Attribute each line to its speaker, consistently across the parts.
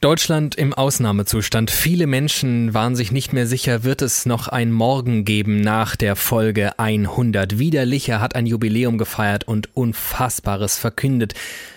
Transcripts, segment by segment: Speaker 1: Deutschland im Ausnahmezustand. Viele Menschen waren sich nicht mehr sicher, wird es noch ein Morgen geben nach der Folge 100. Widerlicher hat ein Jubiläum gefeiert und Unfassbares verkündet.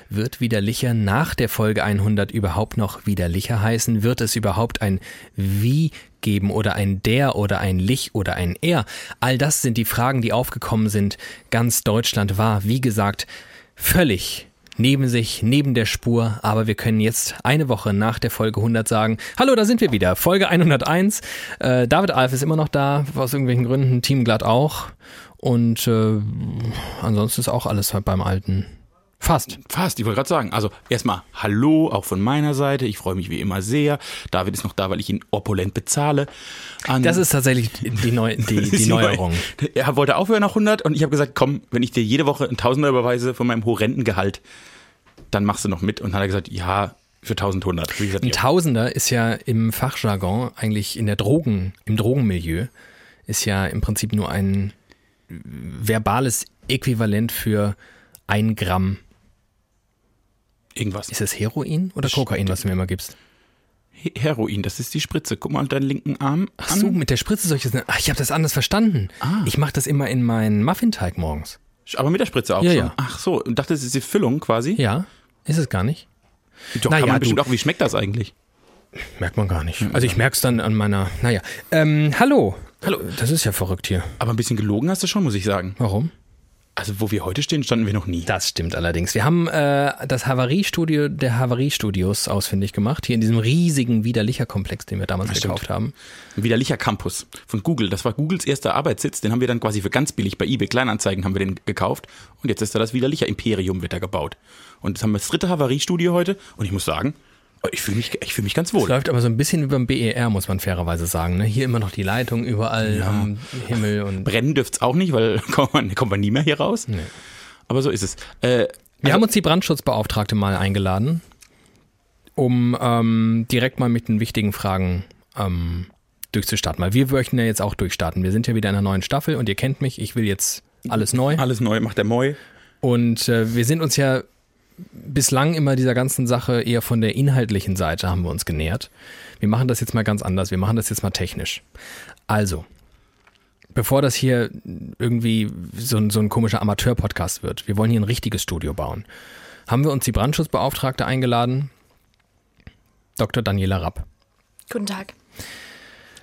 Speaker 1: Wird Widerlicher nach der Folge 100 überhaupt noch Widerlicher heißen? Wird es überhaupt ein Wie geben oder ein Der oder ein Lich oder ein Er? All das sind die Fragen, die aufgekommen sind. Ganz Deutschland war, wie gesagt, völlig neben sich, neben der Spur, aber wir können jetzt eine Woche nach der Folge 100 sagen, hallo, da sind wir wieder, Folge 101, äh, David Alf ist immer noch da, aus irgendwelchen Gründen, Team Glatt auch und äh, ansonsten ist auch alles halt beim Alten. Fast.
Speaker 2: Fast, ich wollte gerade sagen. Also erstmal Hallo, auch von meiner Seite. Ich freue mich wie immer sehr. David ist noch da, weil ich ihn opulent bezahle. An-
Speaker 1: Das ist tatsächlich die, Neu die,
Speaker 2: Das
Speaker 1: die
Speaker 2: ist
Speaker 1: Neuerung.
Speaker 2: neu. Er wollte aufhören nach 100 und ich habe gesagt, komm, wenn ich dir jede Woche ein Tausender überweise von meinem horrenden Gehalt, dann machst du noch mit. Und dann hat er gesagt, ja, für 1100. Hab ich gesagt,
Speaker 1: Ein
Speaker 2: ja.
Speaker 1: Tausender ist ja im Fachjargon eigentlich in der Drogen, im Drogenmilieu, ist ja im Prinzip nur ein verbales Äquivalent für ein Gramm.
Speaker 2: Irgendwas.
Speaker 1: Ist es Heroin oder Kokain, was du mir immer gibst?
Speaker 2: He- Heroin, das ist die Spritze. Guck mal an deinen linken Arm.
Speaker 1: Ach so, mit der Spritze solches. Ach, ich habe das anders verstanden. Ich mache das immer in meinen Muffinteig morgens.
Speaker 2: Aber mit der Spritze auch
Speaker 1: Ja,
Speaker 2: schon.
Speaker 1: ja.
Speaker 2: Ach so, und dachte, das ist die Füllung quasi.
Speaker 1: Ja, ist es gar nicht.
Speaker 2: Doch,
Speaker 1: Na
Speaker 2: kann
Speaker 1: ja,
Speaker 2: man bestimmt
Speaker 1: du-
Speaker 2: auch. Wie schmeckt das eigentlich?
Speaker 1: Merkt man gar nicht. Also ich merk's dann an meiner. Naja. Ähm, hallo. Hallo. Das ist ja verrückt hier.
Speaker 2: Aber ein bisschen gelogen hast du schon, muss ich sagen.
Speaker 1: Warum?
Speaker 2: Also, wo wir heute stehen, standen wir noch nie.
Speaker 1: Das stimmt allerdings. Wir haben äh, das Havariestudio der Havariestudios ausfindig gemacht, hier in diesem riesigen Widerlicher-Komplex, den wir damals gekauft haben.
Speaker 2: Widerlicher Campus von Google. Das war Googles erster Arbeitssitz. Den haben wir dann quasi für ganz billig bei eBay Kleinanzeigen haben wir den gekauft. Und jetzt ist da das Widerlicher Imperium wird da gebaut. Und jetzt haben wir das dritte Havariestudio heute. Und ich muss sagen, ich fühle mich, ich fühl mich ganz
Speaker 1: Es
Speaker 2: wohl.
Speaker 1: läuft aber so ein bisschen über dem BER, muss man fairerweise sagen. Ne? Hier immer noch die Leitung überall am Himmel und.
Speaker 2: Brennen dürft's auch nicht, weil kommt man, kommt man nie mehr hier raus. Aber so ist es. Äh,
Speaker 1: Wir haben uns die Brandschutzbeauftragte mal eingeladen, um ähm, direkt mal mit den wichtigen Fragen ähm, durchzustarten. Weil wir möchten ja jetzt auch durchstarten. Wir sind ja wieder in einer neuen Staffel und ihr kennt mich. Ich will jetzt alles neu.
Speaker 2: alles neu macht der Moi.
Speaker 1: Und äh, wir sind uns ja bislang immer dieser ganzen Sache eher von der inhaltlichen Seite haben wir uns genähert. Wir machen das jetzt mal ganz anders. Wir machen das jetzt mal technisch. Also, bevor das hier irgendwie so ein, so ein komischer Amateur-Podcast wird, wir wollen hier ein richtiges Studio bauen, haben wir uns die Brandschutzbeauftragte eingeladen, Dr. Daniela Rapp.
Speaker 3: Guten Tag.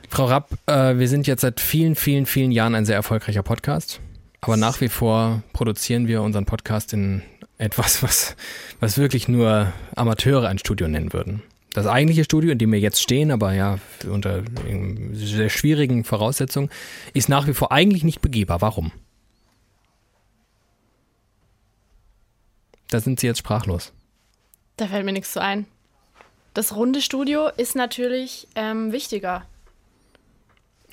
Speaker 1: Frau Rapp, äh, wir sind jetzt seit vielen, vielen, vielen Jahren ein sehr erfolgreicher Podcast. Aber nach wie vor produzieren wir unseren Podcast in etwas, was, was wirklich nur Amateure ein Studio nennen würden. Das eigentliche Studio, in dem wir jetzt stehen, aber ja, unter ähm, sehr schwierigen Voraussetzungen, ist nach wie vor eigentlich nicht begehbar. Warum? Da sind Sie jetzt sprachlos.
Speaker 3: Da fällt mir nichts zu ein. Das runde Studio ist natürlich ähm, wichtiger,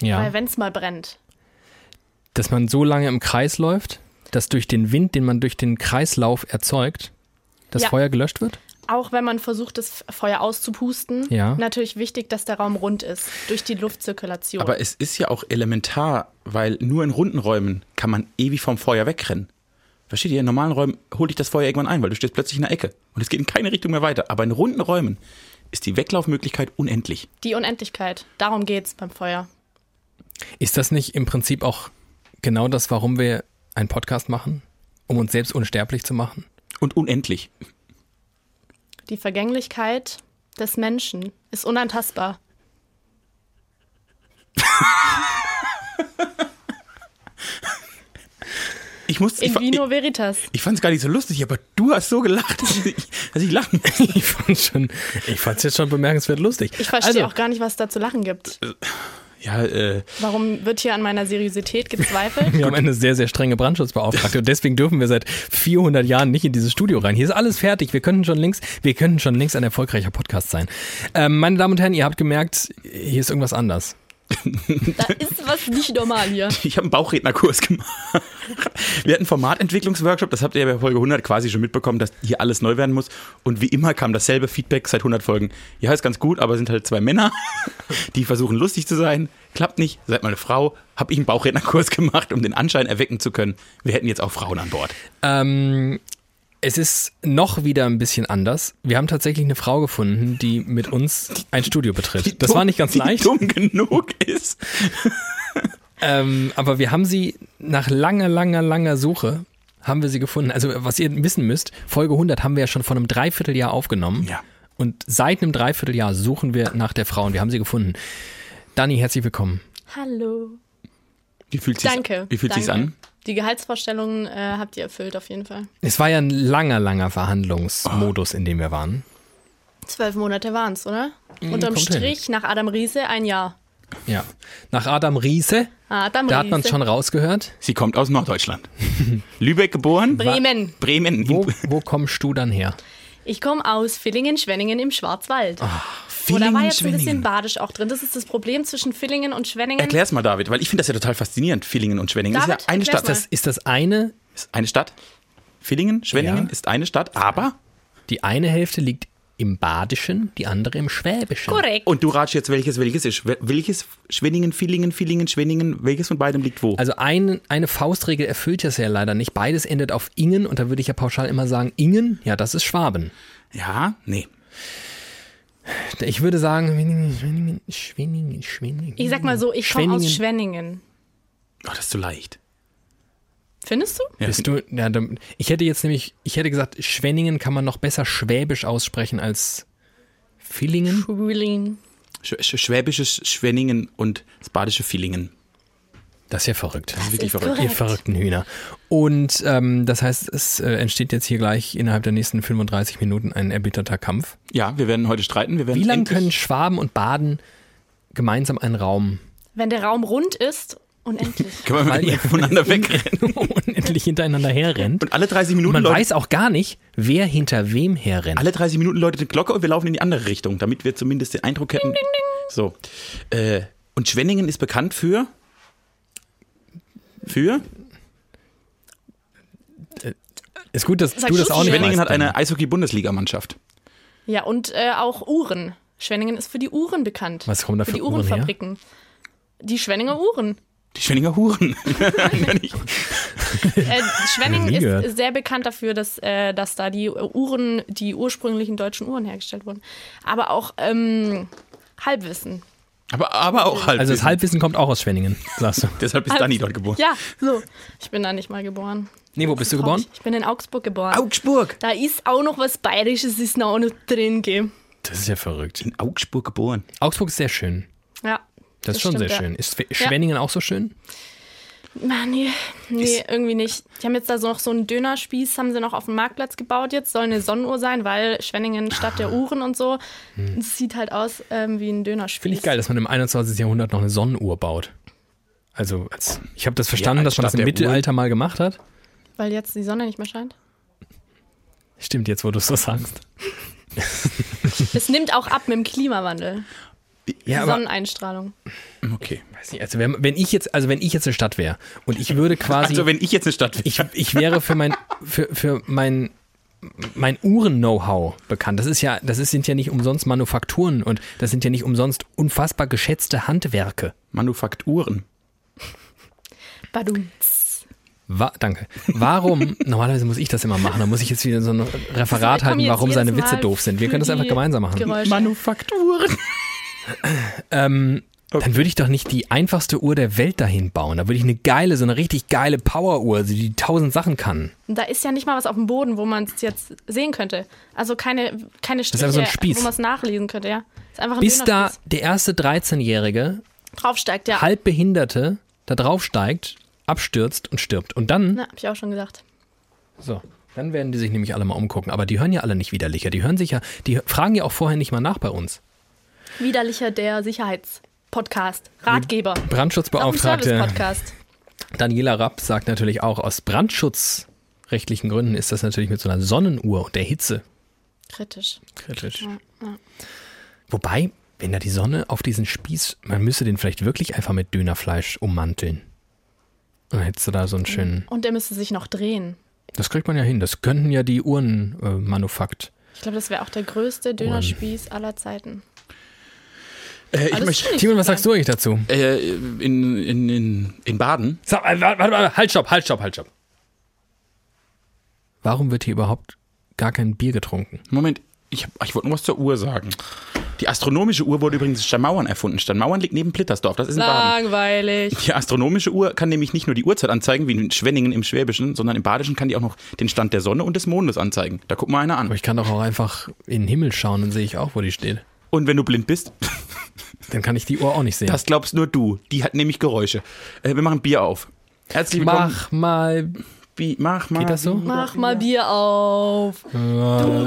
Speaker 1: Ja.
Speaker 3: weil wenn es mal brennt.
Speaker 1: dass man so lange im Kreis läuft, dass durch den Wind, den man durch den Kreislauf erzeugt, das
Speaker 3: Ja.
Speaker 1: Feuer gelöscht wird?
Speaker 3: Auch wenn man versucht, das Feuer auszupusten,
Speaker 1: Ja.
Speaker 3: natürlich wichtig, dass der Raum rund ist, durch die Luftzirkulation.
Speaker 2: Aber es ist ja auch elementar, weil nur in runden Räumen kann man ewig vom Feuer wegrennen. Versteht ihr? In normalen Räumen holt dich das Feuer irgendwann ein, weil du stehst plötzlich in der Ecke und es geht in keine Richtung mehr weiter. Aber in runden Räumen ist die Weglaufmöglichkeit unendlich.
Speaker 3: die Unendlichkeit, darum geht's beim Feuer.
Speaker 1: Ist das nicht im Prinzip auch genau das, warum wir einen Podcast machen? Um uns selbst unsterblich zu machen?
Speaker 2: Und unendlich.
Speaker 3: Die Vergänglichkeit des Menschen ist unantastbar.
Speaker 2: Ich musste. Ich,
Speaker 3: In
Speaker 2: fa- ich,
Speaker 3: Vino Veritas.
Speaker 2: ich fand es gar nicht so lustig, aber du hast so gelacht, dass ich, dass ich lachen musste.
Speaker 1: Ich fand's schon, ich fand's jetzt schon bemerkenswert lustig.
Speaker 3: Ich verstehe
Speaker 1: also,
Speaker 3: auch gar nicht, was da zu lachen gibt.
Speaker 2: Ja, äh,
Speaker 3: Warum wird hier an meiner Seriosität gezweifelt?
Speaker 1: Wir haben eine sehr, sehr strenge Brandschutzbeauftragte und deswegen dürfen wir seit 400 Jahren nicht in dieses Studio rein. Hier ist alles fertig. Wir können schon links, wir können schon links ein erfolgreicher Podcast sein. Ähm, meine Damen und Herren, ihr habt gemerkt, hier ist irgendwas anders.
Speaker 3: da ist was nicht normal hier.
Speaker 2: ich habe einen Bauchrednerkurs gemacht. Wir hatten einen Formatentwicklungsworkshop, das habt ihr ja bei Folge 100 quasi schon mitbekommen, dass hier alles neu werden muss. Und wie immer kam dasselbe Feedback seit 100 Folgen. Ja, ist ganz gut, aber sind halt zwei Männer, die versuchen lustig zu sein. Klappt nicht, seid mal eine Frau. Hab ich einen Bauchrednerkurs gemacht, um den Anschein erwecken zu können, wir hätten jetzt auch Frauen an Bord.
Speaker 1: Ähm, Es ist noch wieder ein bisschen anders. Wir haben tatsächlich eine Frau gefunden, die mit uns ein Studio betritt. Das war nicht ganz
Speaker 2: die
Speaker 1: leicht.
Speaker 2: dumm genug ist.
Speaker 1: Ähm, aber wir haben sie nach langer, langer, langer Suche haben wir sie gefunden. Also was ihr wissen müsst, Folge 100 haben wir ja schon vor einem Dreivierteljahr aufgenommen.
Speaker 2: Ja.
Speaker 1: Und seit einem Dreivierteljahr suchen wir nach der Frau und wir haben sie gefunden. Dani, herzlich willkommen.
Speaker 3: Hallo.
Speaker 2: Wie fühlt sich's,
Speaker 3: Danke.
Speaker 2: Wie fühlt
Speaker 3: danke.
Speaker 2: sich's an?
Speaker 3: Die Gehaltsvorstellungen äh, habt ihr erfüllt auf jeden Fall.
Speaker 1: Es war ja ein langer, langer Verhandlungsmodus, in dem wir waren.
Speaker 3: Zwölf Monate waren es, oder? Unterm
Speaker 1: kommt hin.
Speaker 3: Strich nach Adam Riese ein Jahr. Ah,
Speaker 1: Ja. Nach Adam Riese,
Speaker 3: Adam
Speaker 1: da hat
Speaker 3: Riese.
Speaker 1: man es schon rausgehört.
Speaker 2: Sie kommt aus Norddeutschland. Lübeck geboren.
Speaker 3: Bremen.
Speaker 2: Bremen.
Speaker 1: Wo, wo kommst du dann her?
Speaker 3: Ich komme aus Villingen-Schwenningen im Schwarzwald. Oder Oh, war jetzt ein bisschen badisch auch drin. Das ist das Problem zwischen Villingen und Schwenningen.
Speaker 2: Erklär's mal, David, weil ich finde das ja total faszinierend. Villingen und Schwenningen ist
Speaker 3: David,
Speaker 2: ja eine
Speaker 3: erklär's
Speaker 2: Stadt.
Speaker 3: mal.
Speaker 1: Das ist das eine,
Speaker 2: Das ist eine Stadt. Villingen, Schwenningen
Speaker 1: Ja.
Speaker 2: ist eine Stadt, aber.
Speaker 1: die eine Hälfte liegt im Badischen, die andere im Schwäbischen.
Speaker 3: Korrekt.
Speaker 2: Und du ratsch jetzt, welches welches ist. Wel- Welches Schwenningen, Villingen, Villingen, Schwenningen, welches von beidem liegt wo?
Speaker 1: Also ein, eine Faustregel erfüllt das ja leider nicht. Beides endet auf Ingen und da würde ich ja pauschal immer sagen, Ingen, ja, das ist Schwaben.
Speaker 2: ja, nee.
Speaker 1: Ich würde sagen, Schwenningen, Schwenningen, Schwenningen, Schwenningen.
Speaker 3: Ich sag mal so, ich komme aus Schwenningen.
Speaker 2: Oh, das ist zu leicht.
Speaker 3: Findest du?
Speaker 2: Ja,
Speaker 1: Bist du, ja, dann- ich hätte jetzt nämlich, ich hätte gesagt, Schwenningen kann man noch besser schwäbisch aussprechen als Villingen.
Speaker 3: Schwuling.
Speaker 2: Sch Sch- schwäbisches Schwenningen und das badische Villingen.
Speaker 1: Das ist ja verrückt.
Speaker 2: Wirklich
Speaker 3: ist
Speaker 2: verrückt.
Speaker 1: Ihr
Speaker 3: Korrekt.
Speaker 1: verrückten Hühner. Und ähm, das heißt, es äh, entsteht jetzt hier gleich innerhalb der nächsten 35 Minuten ein erbitterter Kampf.
Speaker 2: Ja, wir werden heute streiten. Wir werden
Speaker 1: Wie lange
Speaker 2: endlich-
Speaker 1: können Schwaben und Baden gemeinsam einen Raum
Speaker 3: Wenn der Raum rund ist, unendlich.
Speaker 2: können wir
Speaker 1: Weil ihr-
Speaker 2: mit- voneinander wegrennen?
Speaker 1: unendlich hintereinander herrennt?
Speaker 2: Und alle 30 Minuten
Speaker 1: Man
Speaker 2: Leute,
Speaker 1: weiß auch gar nicht, wer hinter wem herrennt.
Speaker 2: alle 30 Minuten läutet eine Glocke und wir laufen in die andere Richtung, damit wir zumindest den Eindruck hätten. So. Äh, und Schwenningen ist bekannt für für
Speaker 1: Ist gut, dass
Speaker 3: Sag
Speaker 1: du das
Speaker 3: Schuss-
Speaker 1: auch nicht
Speaker 2: Schwenningen
Speaker 1: weißt,
Speaker 2: hat eine
Speaker 1: Dani.
Speaker 2: Eishockey-Bundesligamannschaft.
Speaker 3: Ja, und äh, auch Uhren. Schwenningen ist für die Uhren bekannt.
Speaker 1: Was kommen da
Speaker 3: für
Speaker 1: für
Speaker 3: die
Speaker 1: Uhren her?
Speaker 3: Uhrenfabriken? Die Schwenninger Uhren.
Speaker 2: Die Schwenninger Huren.
Speaker 3: Äh, Schwenningen
Speaker 1: Nie gehört.
Speaker 3: ist sehr bekannt dafür, dass, äh, dass da die Uhren, die ursprünglichen deutschen Uhren hergestellt wurden. Aber auch ähm, Halbwissen.
Speaker 2: aber, aber auch halb.
Speaker 1: Also das Halbwissen kommt auch aus Schwenningen, sagst du.
Speaker 2: Deshalb ist Dani dort geboren.
Speaker 3: Ja, so. Ich bin da nicht mal geboren.
Speaker 1: Nee, wo bist du geboren?
Speaker 3: Ich bin in Augsburg geboren.
Speaker 2: Augsburg.
Speaker 3: da ist auch noch was Bayerisches, ist noch auch noch drin, gell?
Speaker 1: Das ist ja verrückt.
Speaker 2: In Augsburg geboren.
Speaker 1: Augsburg ist sehr schön.
Speaker 3: Ja.
Speaker 1: Das, ist schon
Speaker 3: stimmt,
Speaker 1: sehr
Speaker 3: ja.
Speaker 1: schön. Ist Schw- Schwenningen auch so schön?
Speaker 3: Ah, nee, nee irgendwie nicht. Die haben jetzt da so noch so einen Dönerspieß, haben sie noch auf dem Marktplatz gebaut jetzt. Soll eine Sonnenuhr sein, weil Schwenningen Stadt der Uhren und so. Es sieht halt aus ähm, wie ein Dönerspieß.
Speaker 1: Finde Ah. Hm. ich geil, dass man im 21. Jahrhundert noch eine Sonnenuhr baut. Also, als, ich habe das verstanden,
Speaker 2: Ja, als
Speaker 1: dass man das
Speaker 2: Stadt
Speaker 1: im
Speaker 2: der
Speaker 1: Mittelalter mal gemacht hat.
Speaker 3: Weil jetzt die Sonne nicht mehr scheint.
Speaker 1: Stimmt, jetzt, wo du es so sagst.
Speaker 3: Es nimmt auch ab mit dem Klimawandel.
Speaker 1: Ja, aber
Speaker 3: Sonneneinstrahlung.
Speaker 2: Mhm, Okay.
Speaker 1: weiß nicht, also wenn, wenn ich jetzt, also wenn ich jetzt eine Stadt wäre und ich würde quasi,
Speaker 2: Also wenn ich jetzt eine Stadt wäre.
Speaker 1: ich, ich wäre für mein, für, für mein, mein Uhren-Know-how bekannt. Das ist ja, das ist, sind ja nicht umsonst Manufakturen und das sind ja nicht umsonst unfassbar geschätzte Handwerke.
Speaker 2: Manufakturen.
Speaker 3: Badum.
Speaker 1: Wa danke. Warum, normalerweise muss ich das immer machen, da muss ich jetzt wieder so ein Referat
Speaker 3: halt, Ich komm
Speaker 1: halten,
Speaker 3: jetzt
Speaker 1: warum seine
Speaker 3: jedes
Speaker 1: Witze
Speaker 3: Mal
Speaker 1: doof sind. Wir
Speaker 3: für
Speaker 1: können das einfach
Speaker 3: die
Speaker 1: gemeinsam machen.
Speaker 3: Geräusche.
Speaker 2: Manufakturen.
Speaker 1: Dann würde ich doch nicht die einfachste Uhr der Welt dahin bauen. Da würde ich eine geile, so eine richtig geile Power-Uhr, so die tausend Sachen kann.
Speaker 3: Und da ist ja nicht mal was auf dem Boden, wo man es jetzt sehen könnte. Also keine, keine
Speaker 1: ist einfach
Speaker 3: Striche,
Speaker 1: so ein Spieß.
Speaker 3: wo man es nachlesen könnte, ja. Ist einfach ein
Speaker 1: Bis da
Speaker 3: Dönerspieß.
Speaker 1: der erste 13-Jährige,
Speaker 3: draufsteigt, ja.
Speaker 1: Halbbehinderte, da draufsteigt, abstürzt und stirbt. Und dann,
Speaker 3: Na, hab ich auch schon gedacht.
Speaker 1: so, dann werden die sich nämlich alle mal umgucken. Aber die hören ja alle nicht widerlicher. Die hören sich ja, die fragen ja auch vorher nicht mal nach bei uns.
Speaker 3: Widerlicher der Sicherheitspodcast. Ratgeber. Auch ein
Speaker 1: Brandschutzbeauftragte
Speaker 3: Service-Podcast.
Speaker 1: Daniela Rapp sagt natürlich auch, aus brandschutzrechtlichen Gründen ist das natürlich mit so einer Sonnenuhr und der Hitze
Speaker 3: Kritisch.
Speaker 1: Kritisch. Wobei, wenn da die Sonne auf diesen Spieß, man müsste den vielleicht wirklich einfach mit Dönerfleisch ummanteln. Dann hättest du da so einen schönen.
Speaker 3: Und der müsste sich noch drehen.
Speaker 1: Das kriegt man ja hin. Das könnten ja die Uhrenmanufakt. Äh, Manufakt.
Speaker 3: Ich glaube, das wäre auch der größte Dönerspieß aller Zeiten.
Speaker 2: Äh,
Speaker 3: Aber
Speaker 2: ich
Speaker 3: das
Speaker 2: möchte.
Speaker 3: finde ich
Speaker 1: Timon, was
Speaker 3: super.
Speaker 1: sagst du eigentlich dazu?
Speaker 2: Äh, in, in, in, in Baden.
Speaker 1: Sag, äh, warte, warte, warte, halt, stopp, halt, stopp, halt, stopp. Warum wird hier überhaupt gar kein Bier getrunken?
Speaker 2: Moment, ich, hab- ich wollte nur was zur Uhr sagen. Die astronomische Uhr wurde übrigens in Stadtmauern erfunden. Stadtmauern liegt neben Plittersdorf, das ist in Baden.
Speaker 3: Langweilig.
Speaker 2: Die astronomische Uhr kann nämlich nicht nur die Uhrzeit anzeigen, wie in Schwenningen im Schwäbischen, sondern im Badischen kann die auch noch den Stand der Sonne und des Mondes anzeigen. Da guck mal einer
Speaker 1: Aber
Speaker 2: an.
Speaker 1: ich kann doch auch einfach in den Himmel schauen, dann sehe ich auch, wo die steht.
Speaker 2: Und wenn du blind bist,
Speaker 1: Dann kann ich die Uhr auch nicht sehen.
Speaker 2: das glaubst nur du. Die hat nämlich Geräusche. Äh, wir machen Bier auf. Herzlich willkommen.
Speaker 1: Mach mal.
Speaker 2: Bi mach mal.
Speaker 1: Geht das so?
Speaker 3: Mach mal Bier auf. Du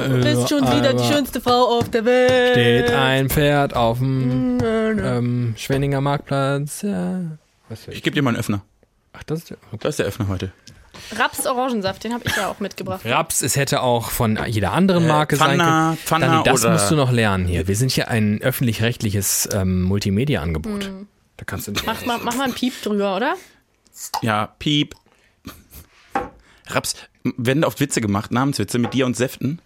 Speaker 2: Äh,
Speaker 3: bist schon wieder die schönste Frau auf der Welt.
Speaker 1: Äh, Steht ein Pferd auf dem ähm, Schwenninger Marktplatz. Ja. Was für
Speaker 2: Ich gebe dir mal einen Öffner.
Speaker 1: Ach, das ist ja.
Speaker 2: Das ist der Öffner heute.
Speaker 3: Raps-Orangensaft, den habe ich ja auch mitgebracht.
Speaker 1: Raps, es hätte auch von jeder anderen Marke sein
Speaker 2: Äh, Pfanner,
Speaker 1: können.
Speaker 2: Pfanner
Speaker 1: Dani, das
Speaker 2: oder-
Speaker 1: musst du noch lernen hier. Wir sind hier ein öffentlich-rechtliches ähm, Multimedia-Angebot.
Speaker 2: Hm.
Speaker 1: Da kannst du nicht.
Speaker 3: Mach mal, mach mal einen Piep drüber, oder?
Speaker 2: Ja, piep. Raps, m- werden oft Witze gemacht, Namenswitze mit dir und Säften.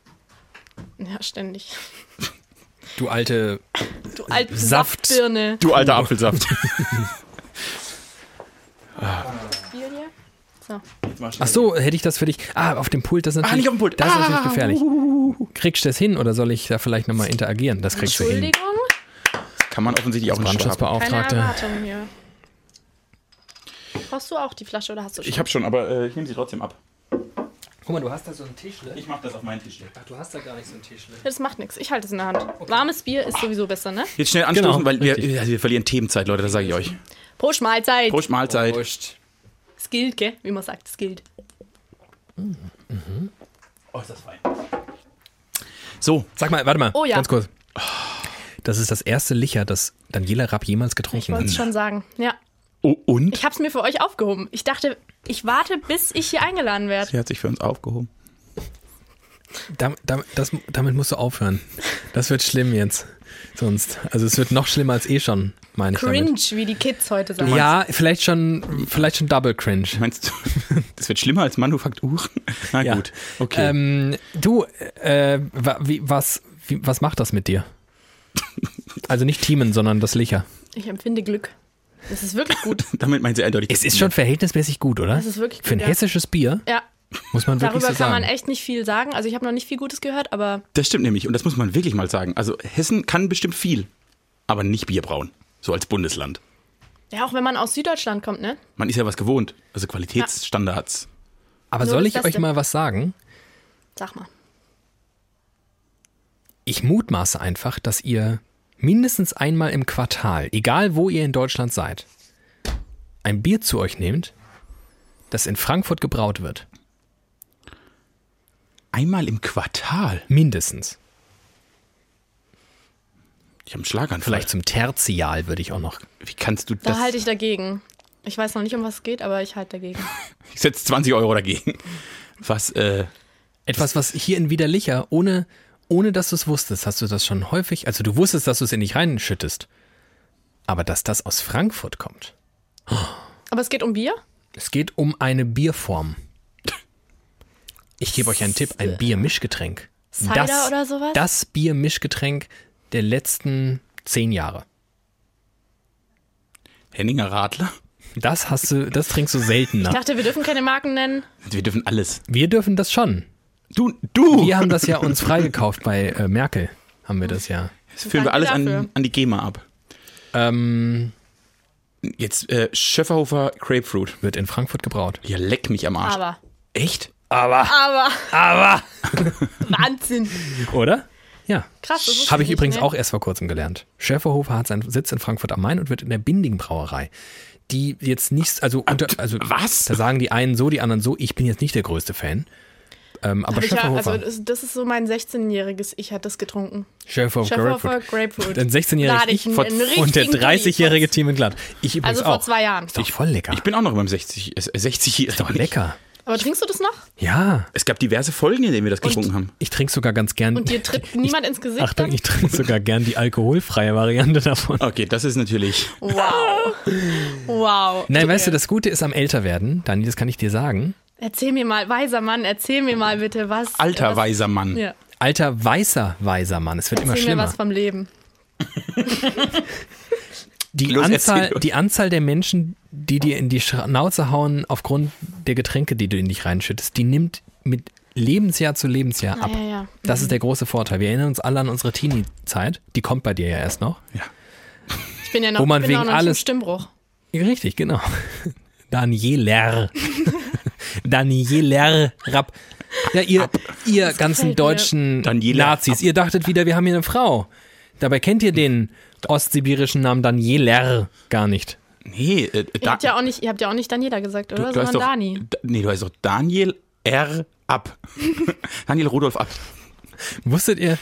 Speaker 3: Ja, ständig.
Speaker 1: Du alte.
Speaker 3: Du alte
Speaker 1: Saft.
Speaker 3: Saftbirne.
Speaker 2: Du alter Apfelsaft.
Speaker 3: Bier hier? So.
Speaker 1: Ach so, hätte ich das für dich. Ah, auf dem Pult, das ist natürlich.
Speaker 2: Ah, nicht auf dem Pult.
Speaker 1: Das ist
Speaker 2: Ah, Uh.
Speaker 1: natürlich gefährlich. Kriegst du das hin oder soll ich da vielleicht nochmal interagieren? Das kriegst du hin.
Speaker 3: Entschuldigung,
Speaker 2: Kann man offensichtlich auch nicht schwaben.
Speaker 3: keine
Speaker 1: Brandschutzbeauftragte.
Speaker 3: Erwartung hier. Brauchst du auch die Flasche oder hast du schon?
Speaker 2: Ich habe schon, aber äh, ich nehme sie trotzdem ab.
Speaker 1: Guck mal, du hast da so einen Tisch, ne?
Speaker 2: Ich mache das auf meinen Tisch.
Speaker 1: Ach, du hast da gar nicht so einen Tisch, ne?
Speaker 3: das macht nichts. Ich halte es in der Hand. Warmes Bier ist sowieso besser, ne?
Speaker 2: Jetzt schnell anstoßen,
Speaker 1: Genau,
Speaker 2: weil wir,
Speaker 1: richtig.
Speaker 2: ja, wir verlieren Themenzeit, Leute, das sage ich euch.
Speaker 3: Prost Mahlzeit.
Speaker 2: Prost Mahlzeit.
Speaker 1: Wurscht.
Speaker 3: Es gilt, gell? Wie man sagt, es gilt.
Speaker 2: Oh, ist das fein. So,
Speaker 1: Sag mal, warte mal,
Speaker 3: Oh ja.
Speaker 1: ganz kurz. Das ist das erste Licher, das Daniela Rapp jemals getrunken
Speaker 3: Wollte ich
Speaker 1: hat.
Speaker 3: schon sagen. Ja.
Speaker 2: oh, und?
Speaker 3: Ich hab's mir für euch aufgehoben. Ich dachte, ich warte, bis ich hier eingeladen werde.
Speaker 2: Sie hat sich für uns aufgehoben.
Speaker 1: Dam, dam, das, damit musst du aufhören. Das wird schlimm jetzt. Sonst. Also es wird noch schlimmer als eh schon, meine ich
Speaker 3: Cringe,
Speaker 1: damit.
Speaker 3: wie die Kids heute sagen.
Speaker 1: Ja, vielleicht schon, vielleicht schon Double Cringe.
Speaker 2: Meinst du, das wird schlimmer als Manufaktur? Na
Speaker 1: Ja.
Speaker 2: gut, okay.
Speaker 1: Ähm, du, äh, wa, wie, was, wie, was macht das mit dir? Also nicht Teamen, sondern das Licher.
Speaker 3: Ich empfinde Glück. Es ist wirklich gut.
Speaker 2: Damit meint sie eindeutig.
Speaker 1: Es ist schon verhältnismäßig gut, oder?
Speaker 3: Es ist wirklich gut.
Speaker 1: Für ein
Speaker 3: ja.
Speaker 1: hessisches Bier
Speaker 3: Ja,
Speaker 1: muss man wirklich
Speaker 3: darüber
Speaker 1: so
Speaker 3: kann man
Speaker 1: sagen.
Speaker 3: echt nicht viel sagen. Also ich habe noch nicht viel Gutes gehört, aber
Speaker 2: Das stimmt nämlich, und das muss man wirklich mal sagen. Also Hessen kann bestimmt viel, aber nicht Bier brauen. So als Bundesland.
Speaker 3: ja, auch wenn man aus Süddeutschland kommt, ne?
Speaker 2: Man ist ja was gewohnt. Also Qualitätsstandards.
Speaker 1: Aber
Speaker 3: Nur
Speaker 1: soll
Speaker 3: das
Speaker 1: ich euch
Speaker 3: Beste.
Speaker 1: mal was sagen?
Speaker 3: Sag mal.
Speaker 1: Ich mutmaße einfach, dass ihr mindestens einmal im Quartal, egal wo ihr in Deutschland seid, ein Bier zu euch nehmt, das in Frankfurt gebraut wird.
Speaker 2: Einmal im Quartal.
Speaker 1: Mindestens.
Speaker 2: Ich habe einen Schlaganfall.
Speaker 1: Vielleicht zum Tertial würde ich auch noch.
Speaker 2: Wie kannst du
Speaker 3: Da
Speaker 2: das?
Speaker 3: halte ich dagegen. Ich weiß noch nicht, um was es geht, aber ich halte dagegen.
Speaker 2: Ich setze 20 Euro dagegen. Was, äh,
Speaker 1: Etwas, was hier in Widerlicher, ohne, ohne dass du es wusstest, hast du das schon häufig, also du wusstest, dass du es in dich reinschüttest. Aber dass das aus Frankfurt kommt.
Speaker 3: Aber es geht um Bier?
Speaker 1: Es geht um eine Bierform. Ich gebe euch einen Tipp, ein Biermischgetränk.
Speaker 3: Cider oder sowas?
Speaker 1: Das Biermischgetränk der letzten zehn Jahre.
Speaker 2: Henninger Radler?
Speaker 1: Das hast du, das trinkst du
Speaker 3: Ich
Speaker 1: seltener.
Speaker 3: dachte, wir dürfen keine Marken nennen.
Speaker 2: Wir dürfen alles.
Speaker 1: Wir dürfen das schon.
Speaker 2: Du, du!
Speaker 1: Wir haben das ja uns freigekauft bei äh, Merkel. Haben wir das ja.
Speaker 2: Jetzt führen
Speaker 3: Danke
Speaker 2: wir alles an,
Speaker 3: dafür.
Speaker 2: an die GEMA ab.
Speaker 1: Ähm,
Speaker 2: Jetzt, äh, Schöfferhofer Grapefruit.
Speaker 1: wird in Frankfurt gebraut.
Speaker 2: Ja, leck mich am Arsch.
Speaker 3: Aber.
Speaker 2: Echt?
Speaker 3: Aber. Aber. Wahnsinn.
Speaker 1: Oder? Ja.
Speaker 3: Krass, das wusste
Speaker 1: Habe ich
Speaker 3: nicht,
Speaker 1: übrigens
Speaker 3: ne?
Speaker 1: auch erst vor kurzem gelernt. Schäferhofer hat seinen Sitz in Frankfurt am Main und wird in der Binding Brauerei. Die jetzt nicht, also, unter, also
Speaker 2: Ah, was?
Speaker 1: Da sagen die einen so, die anderen so. Ich bin jetzt nicht der größte Fan. Ähm, aber
Speaker 3: Hab ich ja, also
Speaker 1: Schäferhofer,
Speaker 3: das das ist so mein 16-jähriges Ich hat das getrunken.
Speaker 1: Schäferhofer
Speaker 3: Schöfferhofer
Speaker 1: Grapefruit.
Speaker 3: Grapefruit.
Speaker 1: Ein 16-jähriges
Speaker 3: Lade ich
Speaker 1: Ich
Speaker 3: einen-
Speaker 1: vor-
Speaker 3: einen
Speaker 1: und der
Speaker 3: richtigen Dulli.
Speaker 1: 30-jährige Team in Glatt. Ich übrigens
Speaker 3: Also vor
Speaker 1: auch.
Speaker 3: zwei Jahren.
Speaker 1: Ist doch voll lecker.
Speaker 2: Ich bin auch noch beim 60, äh, 60
Speaker 1: Ist doch lecker.
Speaker 3: Aber trinkst du das noch?
Speaker 1: Ja.
Speaker 2: Es gab diverse Folgen, in denen wir das getrunken haben.
Speaker 1: Ich trinke sogar ganz gern.
Speaker 3: Und dir tritt niemand ins Gesicht?
Speaker 1: Achtung,
Speaker 3: dann?
Speaker 1: ich trinke sogar gern die alkoholfreie Variante davon.
Speaker 2: Okay, das ist natürlich.
Speaker 3: Wow. Wow.
Speaker 1: Nein, weißt du, das Gute ist am Älterwerden, Dani, das kann ich dir sagen.
Speaker 3: Erzähl mir mal, weiser Mann, erzähl mir mal bitte was.
Speaker 2: Alter
Speaker 3: was,
Speaker 2: weiser Mann.
Speaker 3: Ja.
Speaker 1: Alter, weißer, weiser Mann. Es wird immer
Speaker 3: Erzähl mir
Speaker 1: schlimmer.
Speaker 3: was vom Leben.
Speaker 1: Die,
Speaker 2: Los,
Speaker 1: Anzahl,
Speaker 2: erzähl uns.
Speaker 1: die Anzahl der Menschen, die dir in die Schnauze hauen aufgrund der Getränke, die du in dich reinschüttest, die nimmt mit Lebensjahr zu Lebensjahr ab.
Speaker 3: Ah, ja, ja.
Speaker 1: Das ist der große Vorteil. Wir erinnern uns alle an unsere Teenie-Zeit. Die kommt bei dir ja erst noch.
Speaker 3: Ich bin ja noch,
Speaker 1: Wo man
Speaker 3: bin ja
Speaker 1: wegen
Speaker 3: noch nicht im
Speaker 1: alles-
Speaker 3: Stimmbruch.
Speaker 1: Richtig, genau. Danieler. Danieler Rapp. Ja, ihr, ihr ganzen
Speaker 3: gefällt mir.
Speaker 1: deutschen
Speaker 2: Daniela
Speaker 1: Nazis, ihr dachtet wieder, wir haben hier eine Frau. Dabei kennt ihr den ostsibirischen Namen Danieler gar nicht.
Speaker 2: Nee, äh,
Speaker 3: Ihr
Speaker 2: da,
Speaker 3: habt, ja auch nicht, ihr habt ja auch nicht Daniela gesagt, oder? Sondern
Speaker 2: doch,
Speaker 3: Dani.
Speaker 2: Da, nee, du heißt doch Daniel R. Ab. Daniel Rudolf Ab.
Speaker 1: Wusstet ihr,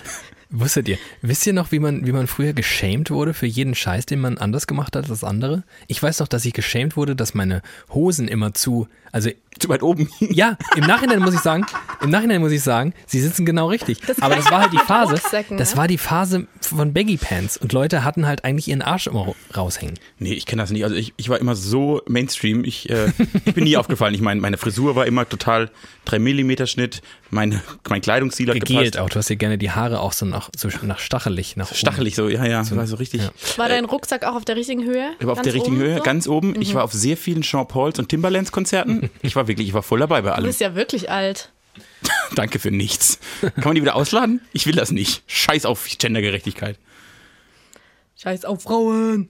Speaker 1: wusstet ihr, wisst ihr noch, wie man, wie man früher geschämt wurde für jeden Scheiß, den man anders gemacht hat als andere? Ich weiß noch, dass ich geschämt wurde, dass meine Hosen immer zu, also
Speaker 2: Zu weit oben.
Speaker 1: Ja, im Nachhinein muss ich sagen, im Nachhinein muss ich sagen, sie sitzen genau richtig. Aber das war halt die Phase.
Speaker 3: Rucksäcken,
Speaker 1: Das
Speaker 3: ne?
Speaker 1: war die Phase von Baggy Pants und Leute hatten halt eigentlich ihren Arsch immer ra- raushängen.
Speaker 2: Nee, ich kenne das nicht. Also ich, ich war immer so Mainstream. Ich, äh, ich bin nie aufgefallen. Ich meine, meine Frisur war immer total 3 mm Schnitt. Meine, mein Kleidungsstil hat
Speaker 1: Gegelt
Speaker 2: gepasst.
Speaker 1: auch. Du hast dir gerne die Haare auch so nach, so nach stachelig nach oben.
Speaker 2: Stachelig so, ja, ja. war so richtig.
Speaker 1: ja.
Speaker 3: War dein Rucksack auch auf der richtigen Höhe?
Speaker 2: Ich war auf
Speaker 3: Ganz
Speaker 2: der richtigen
Speaker 3: oben
Speaker 2: Höhe,
Speaker 3: so? Mhm.
Speaker 2: ganz oben. Ich war auf sehr vielen Jean Pauls und Timberlands Konzerten. Ich war wirklich, ich war voll dabei bei
Speaker 3: Du
Speaker 2: allem.
Speaker 3: bist ja wirklich alt.
Speaker 2: Danke für nichts. Kann man die wieder ausladen? Ich will das nicht. Scheiß auf Gendergerechtigkeit.
Speaker 3: Scheiß auf Frauen.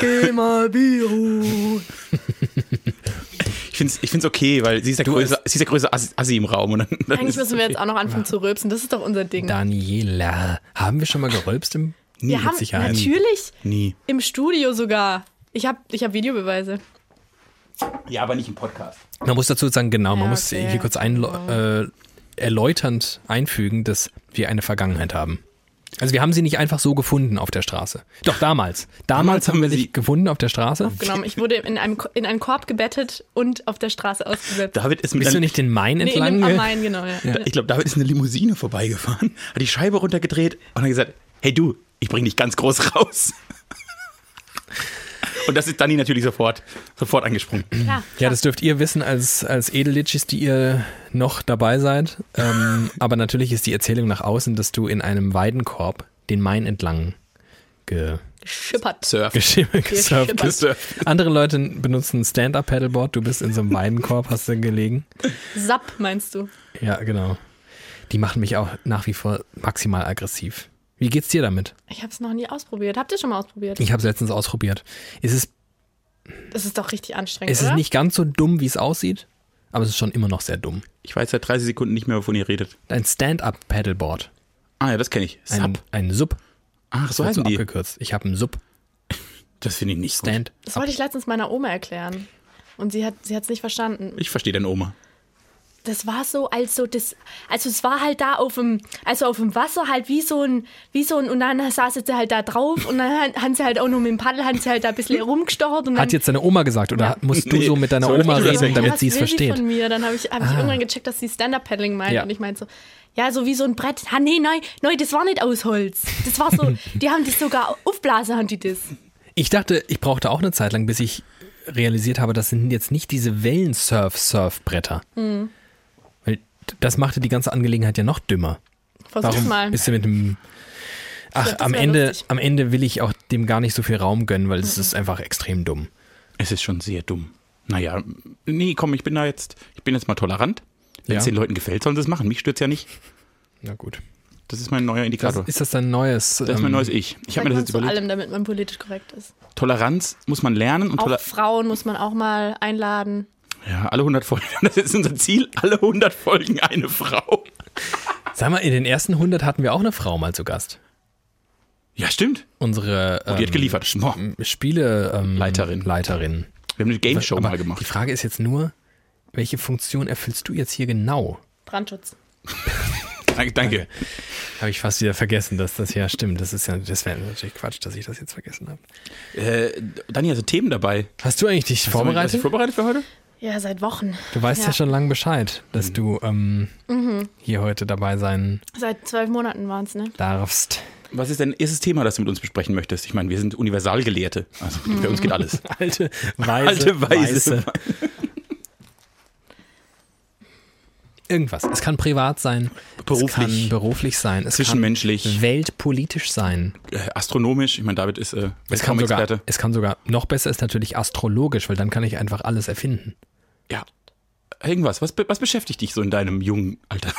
Speaker 1: Geh mal Bio.
Speaker 2: Ich finde es ich find's okay, weil sie ist der größte, sie ist der größte Assi, Assi im Raum. Und dann, dann
Speaker 3: Eigentlich
Speaker 2: ist es
Speaker 3: müssen wir jetzt auch noch anfangen zu rülpsen. Das ist doch unser Ding.
Speaker 1: Daniela. Haben wir schon mal gerülpst im
Speaker 3: wir haben natürlich
Speaker 2: Nie.
Speaker 3: im Studio sogar. Ich habe ich hab Videobeweise.
Speaker 2: Ja, aber nicht im Podcast.
Speaker 1: Man muss dazu sagen, genau, man
Speaker 3: Ja,
Speaker 1: muss
Speaker 3: okay. genau.
Speaker 1: hier kurz ein, äh, erläuternd einfügen, dass wir eine Vergangenheit haben. Also wir haben sie nicht einfach so gefunden auf der Straße. Doch damals. Damals haben wir sie
Speaker 2: sie-
Speaker 1: gefunden auf der Straße.
Speaker 3: Genau, ich wurde in, einem, Ko- in einen Korb gebettet und auf der Straße ausgesetzt.
Speaker 2: David ist mit
Speaker 1: Bist du
Speaker 2: einer-
Speaker 1: nicht den Main
Speaker 3: Nee, in
Speaker 1: entlang?
Speaker 3: dem, am
Speaker 1: ge-
Speaker 3: Main, genau. Ja. Ja.
Speaker 2: Ich glaube, David ist eine Limousine vorbeigefahren, hat die Scheibe runtergedreht und hat gesagt, hey du, ich bring dich ganz groß raus. Und das ist Dani natürlich sofort, sofort angesprungen.
Speaker 3: Klar,
Speaker 1: ja,
Speaker 3: klar.
Speaker 1: das dürft ihr wissen als, als Edellitschis, die ihr noch dabei seid. Ähm, aber natürlich ist die Erzählung nach außen, dass du in einem Weidenkorb den Main entlang ge
Speaker 3: Schippert.
Speaker 2: Surf.
Speaker 1: geschimmelt gesurft bist.
Speaker 2: Gesurft.
Speaker 1: Andere Leute benutzen ein Stand-Up-Paddleboard. Du bist in so einem Weidenkorb, hast du gelegen.
Speaker 3: Sapp, meinst du?
Speaker 1: Ja, genau. Die machen mich auch nach wie vor maximal aggressiv. Wie geht's dir damit?
Speaker 3: Ich habe es noch nie ausprobiert. Habt ihr schon mal ausprobiert?
Speaker 1: Ich habe es letztens ausprobiert. Es ist,
Speaker 3: Das ist doch richtig anstrengend,
Speaker 1: es
Speaker 3: oder?
Speaker 1: ist nicht ganz so dumm, wie es aussieht, aber es ist schon immer noch sehr dumm.
Speaker 2: Ich weiß seit 30 Sekunden nicht mehr, wovon ihr redet.
Speaker 1: Ein Stand-Up-Paddleboard.
Speaker 2: Ah ja, das kenne ich. Sub.
Speaker 1: Ein, ein Sub.
Speaker 2: Ach, so
Speaker 1: wird
Speaker 2: heißen die.
Speaker 1: abgekürzt. Ich habe einen Sub.
Speaker 2: Das finde ich nicht Stand.
Speaker 1: Stand.
Speaker 3: das wollte ich letztens meiner Oma erklären. Und sie hat es nicht verstanden.
Speaker 2: gut. Ich verstehe deine Oma.
Speaker 3: Das war so, also das, also es war halt da auf dem, also auf dem Wasser halt wie so ein, wie so ein, und dann saß sie halt da drauf und dann han- haben sie halt auch noch mit dem Paddel, haben sie halt da ein bisschen rumgestochert und dann.
Speaker 1: Hat jetzt deine Oma gesagt oder musst du
Speaker 2: Nee,
Speaker 1: so mit deiner
Speaker 2: so
Speaker 1: Oma
Speaker 2: richtig
Speaker 1: reden,
Speaker 2: gesagt.
Speaker 1: damit
Speaker 3: was
Speaker 1: sie es
Speaker 3: will
Speaker 1: versteht? Ah.
Speaker 3: Von mir? Dann habe ich, hab ich irgendwann gecheckt, dass sie Stand-Up-Paddling meint
Speaker 1: Ja.
Speaker 3: und ich meinte so, ja, so wie so ein Brett. Ha, nee, nein, nein, das war nicht aus Holz. Das war so, die haben das sogar aufblasen, haben die das.
Speaker 1: Ich dachte, ich brauchte auch eine Zeit lang, bis ich realisiert habe, das sind jetzt nicht diese Wellen-Surf-Surf-Bretter.
Speaker 3: Hm.
Speaker 1: Weil d- das machte die ganze Angelegenheit ja noch dümmer.
Speaker 3: Versuch
Speaker 1: Warum
Speaker 3: mal.
Speaker 1: bist du mit dem. Ach,
Speaker 3: glaub, das
Speaker 1: am
Speaker 3: wär
Speaker 1: Ende,
Speaker 3: lustig. Mhm.
Speaker 1: am Ende will ich auch dem gar nicht so viel Raum gönnen, weil es ist einfach extrem dumm.
Speaker 2: Es ist schon sehr dumm. Naja, nee, komm, ich bin da jetzt, ich bin jetzt mal tolerant. Wenn
Speaker 1: Ja.
Speaker 2: es den Leuten gefällt, sollen sie es machen. Mich stört's ja nicht.
Speaker 1: Na gut.
Speaker 2: Das ist mein neuer
Speaker 1: Das,
Speaker 2: Indikator. Das ist,
Speaker 1: ist das dein neues?
Speaker 2: mein
Speaker 1: ähm,
Speaker 2: neues Ich. Ich habe
Speaker 3: Sagt
Speaker 2: mir das
Speaker 3: man
Speaker 2: jetzt
Speaker 3: zu
Speaker 2: überlegt.
Speaker 3: allem, damit man politisch korrekt ist.
Speaker 2: Toleranz muss man lernen und
Speaker 3: Auch
Speaker 2: toler
Speaker 3: Frauen muss man auch mal einladen.
Speaker 2: ja, alle 100 Folgen. Das ist unser Ziel. Alle 100 Folgen eine Frau.
Speaker 1: Sag mal, in den ersten 100 hatten wir auch eine Frau mal zu Gast.
Speaker 2: Ja, stimmt.
Speaker 1: Unsere
Speaker 2: Oh,
Speaker 1: ähm,
Speaker 2: Die hat geliefert. Boah, wir
Speaker 1: Spiele ähm,
Speaker 2: Leiterin.
Speaker 1: Leiterin.
Speaker 2: haben eine Game Show
Speaker 1: Aber
Speaker 2: mal
Speaker 1: Die
Speaker 2: gemacht.
Speaker 1: Frage ist jetzt nur, welche Funktion erfüllst du jetzt hier genau?
Speaker 3: Brandschutz.
Speaker 2: Danke, danke.
Speaker 1: Habe ich fast wieder vergessen, dass das ja stimmt. Das ist ja, das wäre natürlich Quatsch, dass ich das jetzt vergessen habe.
Speaker 2: Äh, Dani, also Themen dabei.
Speaker 1: Hast du eigentlich dich
Speaker 2: Hast du
Speaker 1: vorbereitet?
Speaker 2: vorbereitet für heute?
Speaker 3: Ja, seit Wochen.
Speaker 1: Du weißt ja,
Speaker 3: Ja.
Speaker 1: schon lange Bescheid,
Speaker 2: Mhm.
Speaker 1: dass du ähm, hier heute dabei sein
Speaker 3: Seit zwölf Monaten waren es, ne?
Speaker 1: darfst.
Speaker 2: Was ist dein erstes Thema, das du mit uns besprechen möchtest? Ich meine, wir sind Universalgelehrte. Also bei uns geht alles.
Speaker 1: Alte, weise,
Speaker 2: Alte Weise.
Speaker 1: Irgendwas. Es kann privat sein. Es
Speaker 2: Beruflich.
Speaker 1: kann beruflich sein. Es
Speaker 2: Zwischenmenschlich.
Speaker 1: kann weltpolitisch sein.
Speaker 2: Äh, astronomisch. Ich meine, David ist äh,
Speaker 1: Es kann, sogar,
Speaker 2: Weltraumexperte.
Speaker 1: es kann sogar, noch besser ist natürlich astrologisch, weil dann kann ich einfach alles erfinden.
Speaker 2: Ja. irgendwas. Was, be- was beschäftigt dich so in deinem jungen Alter?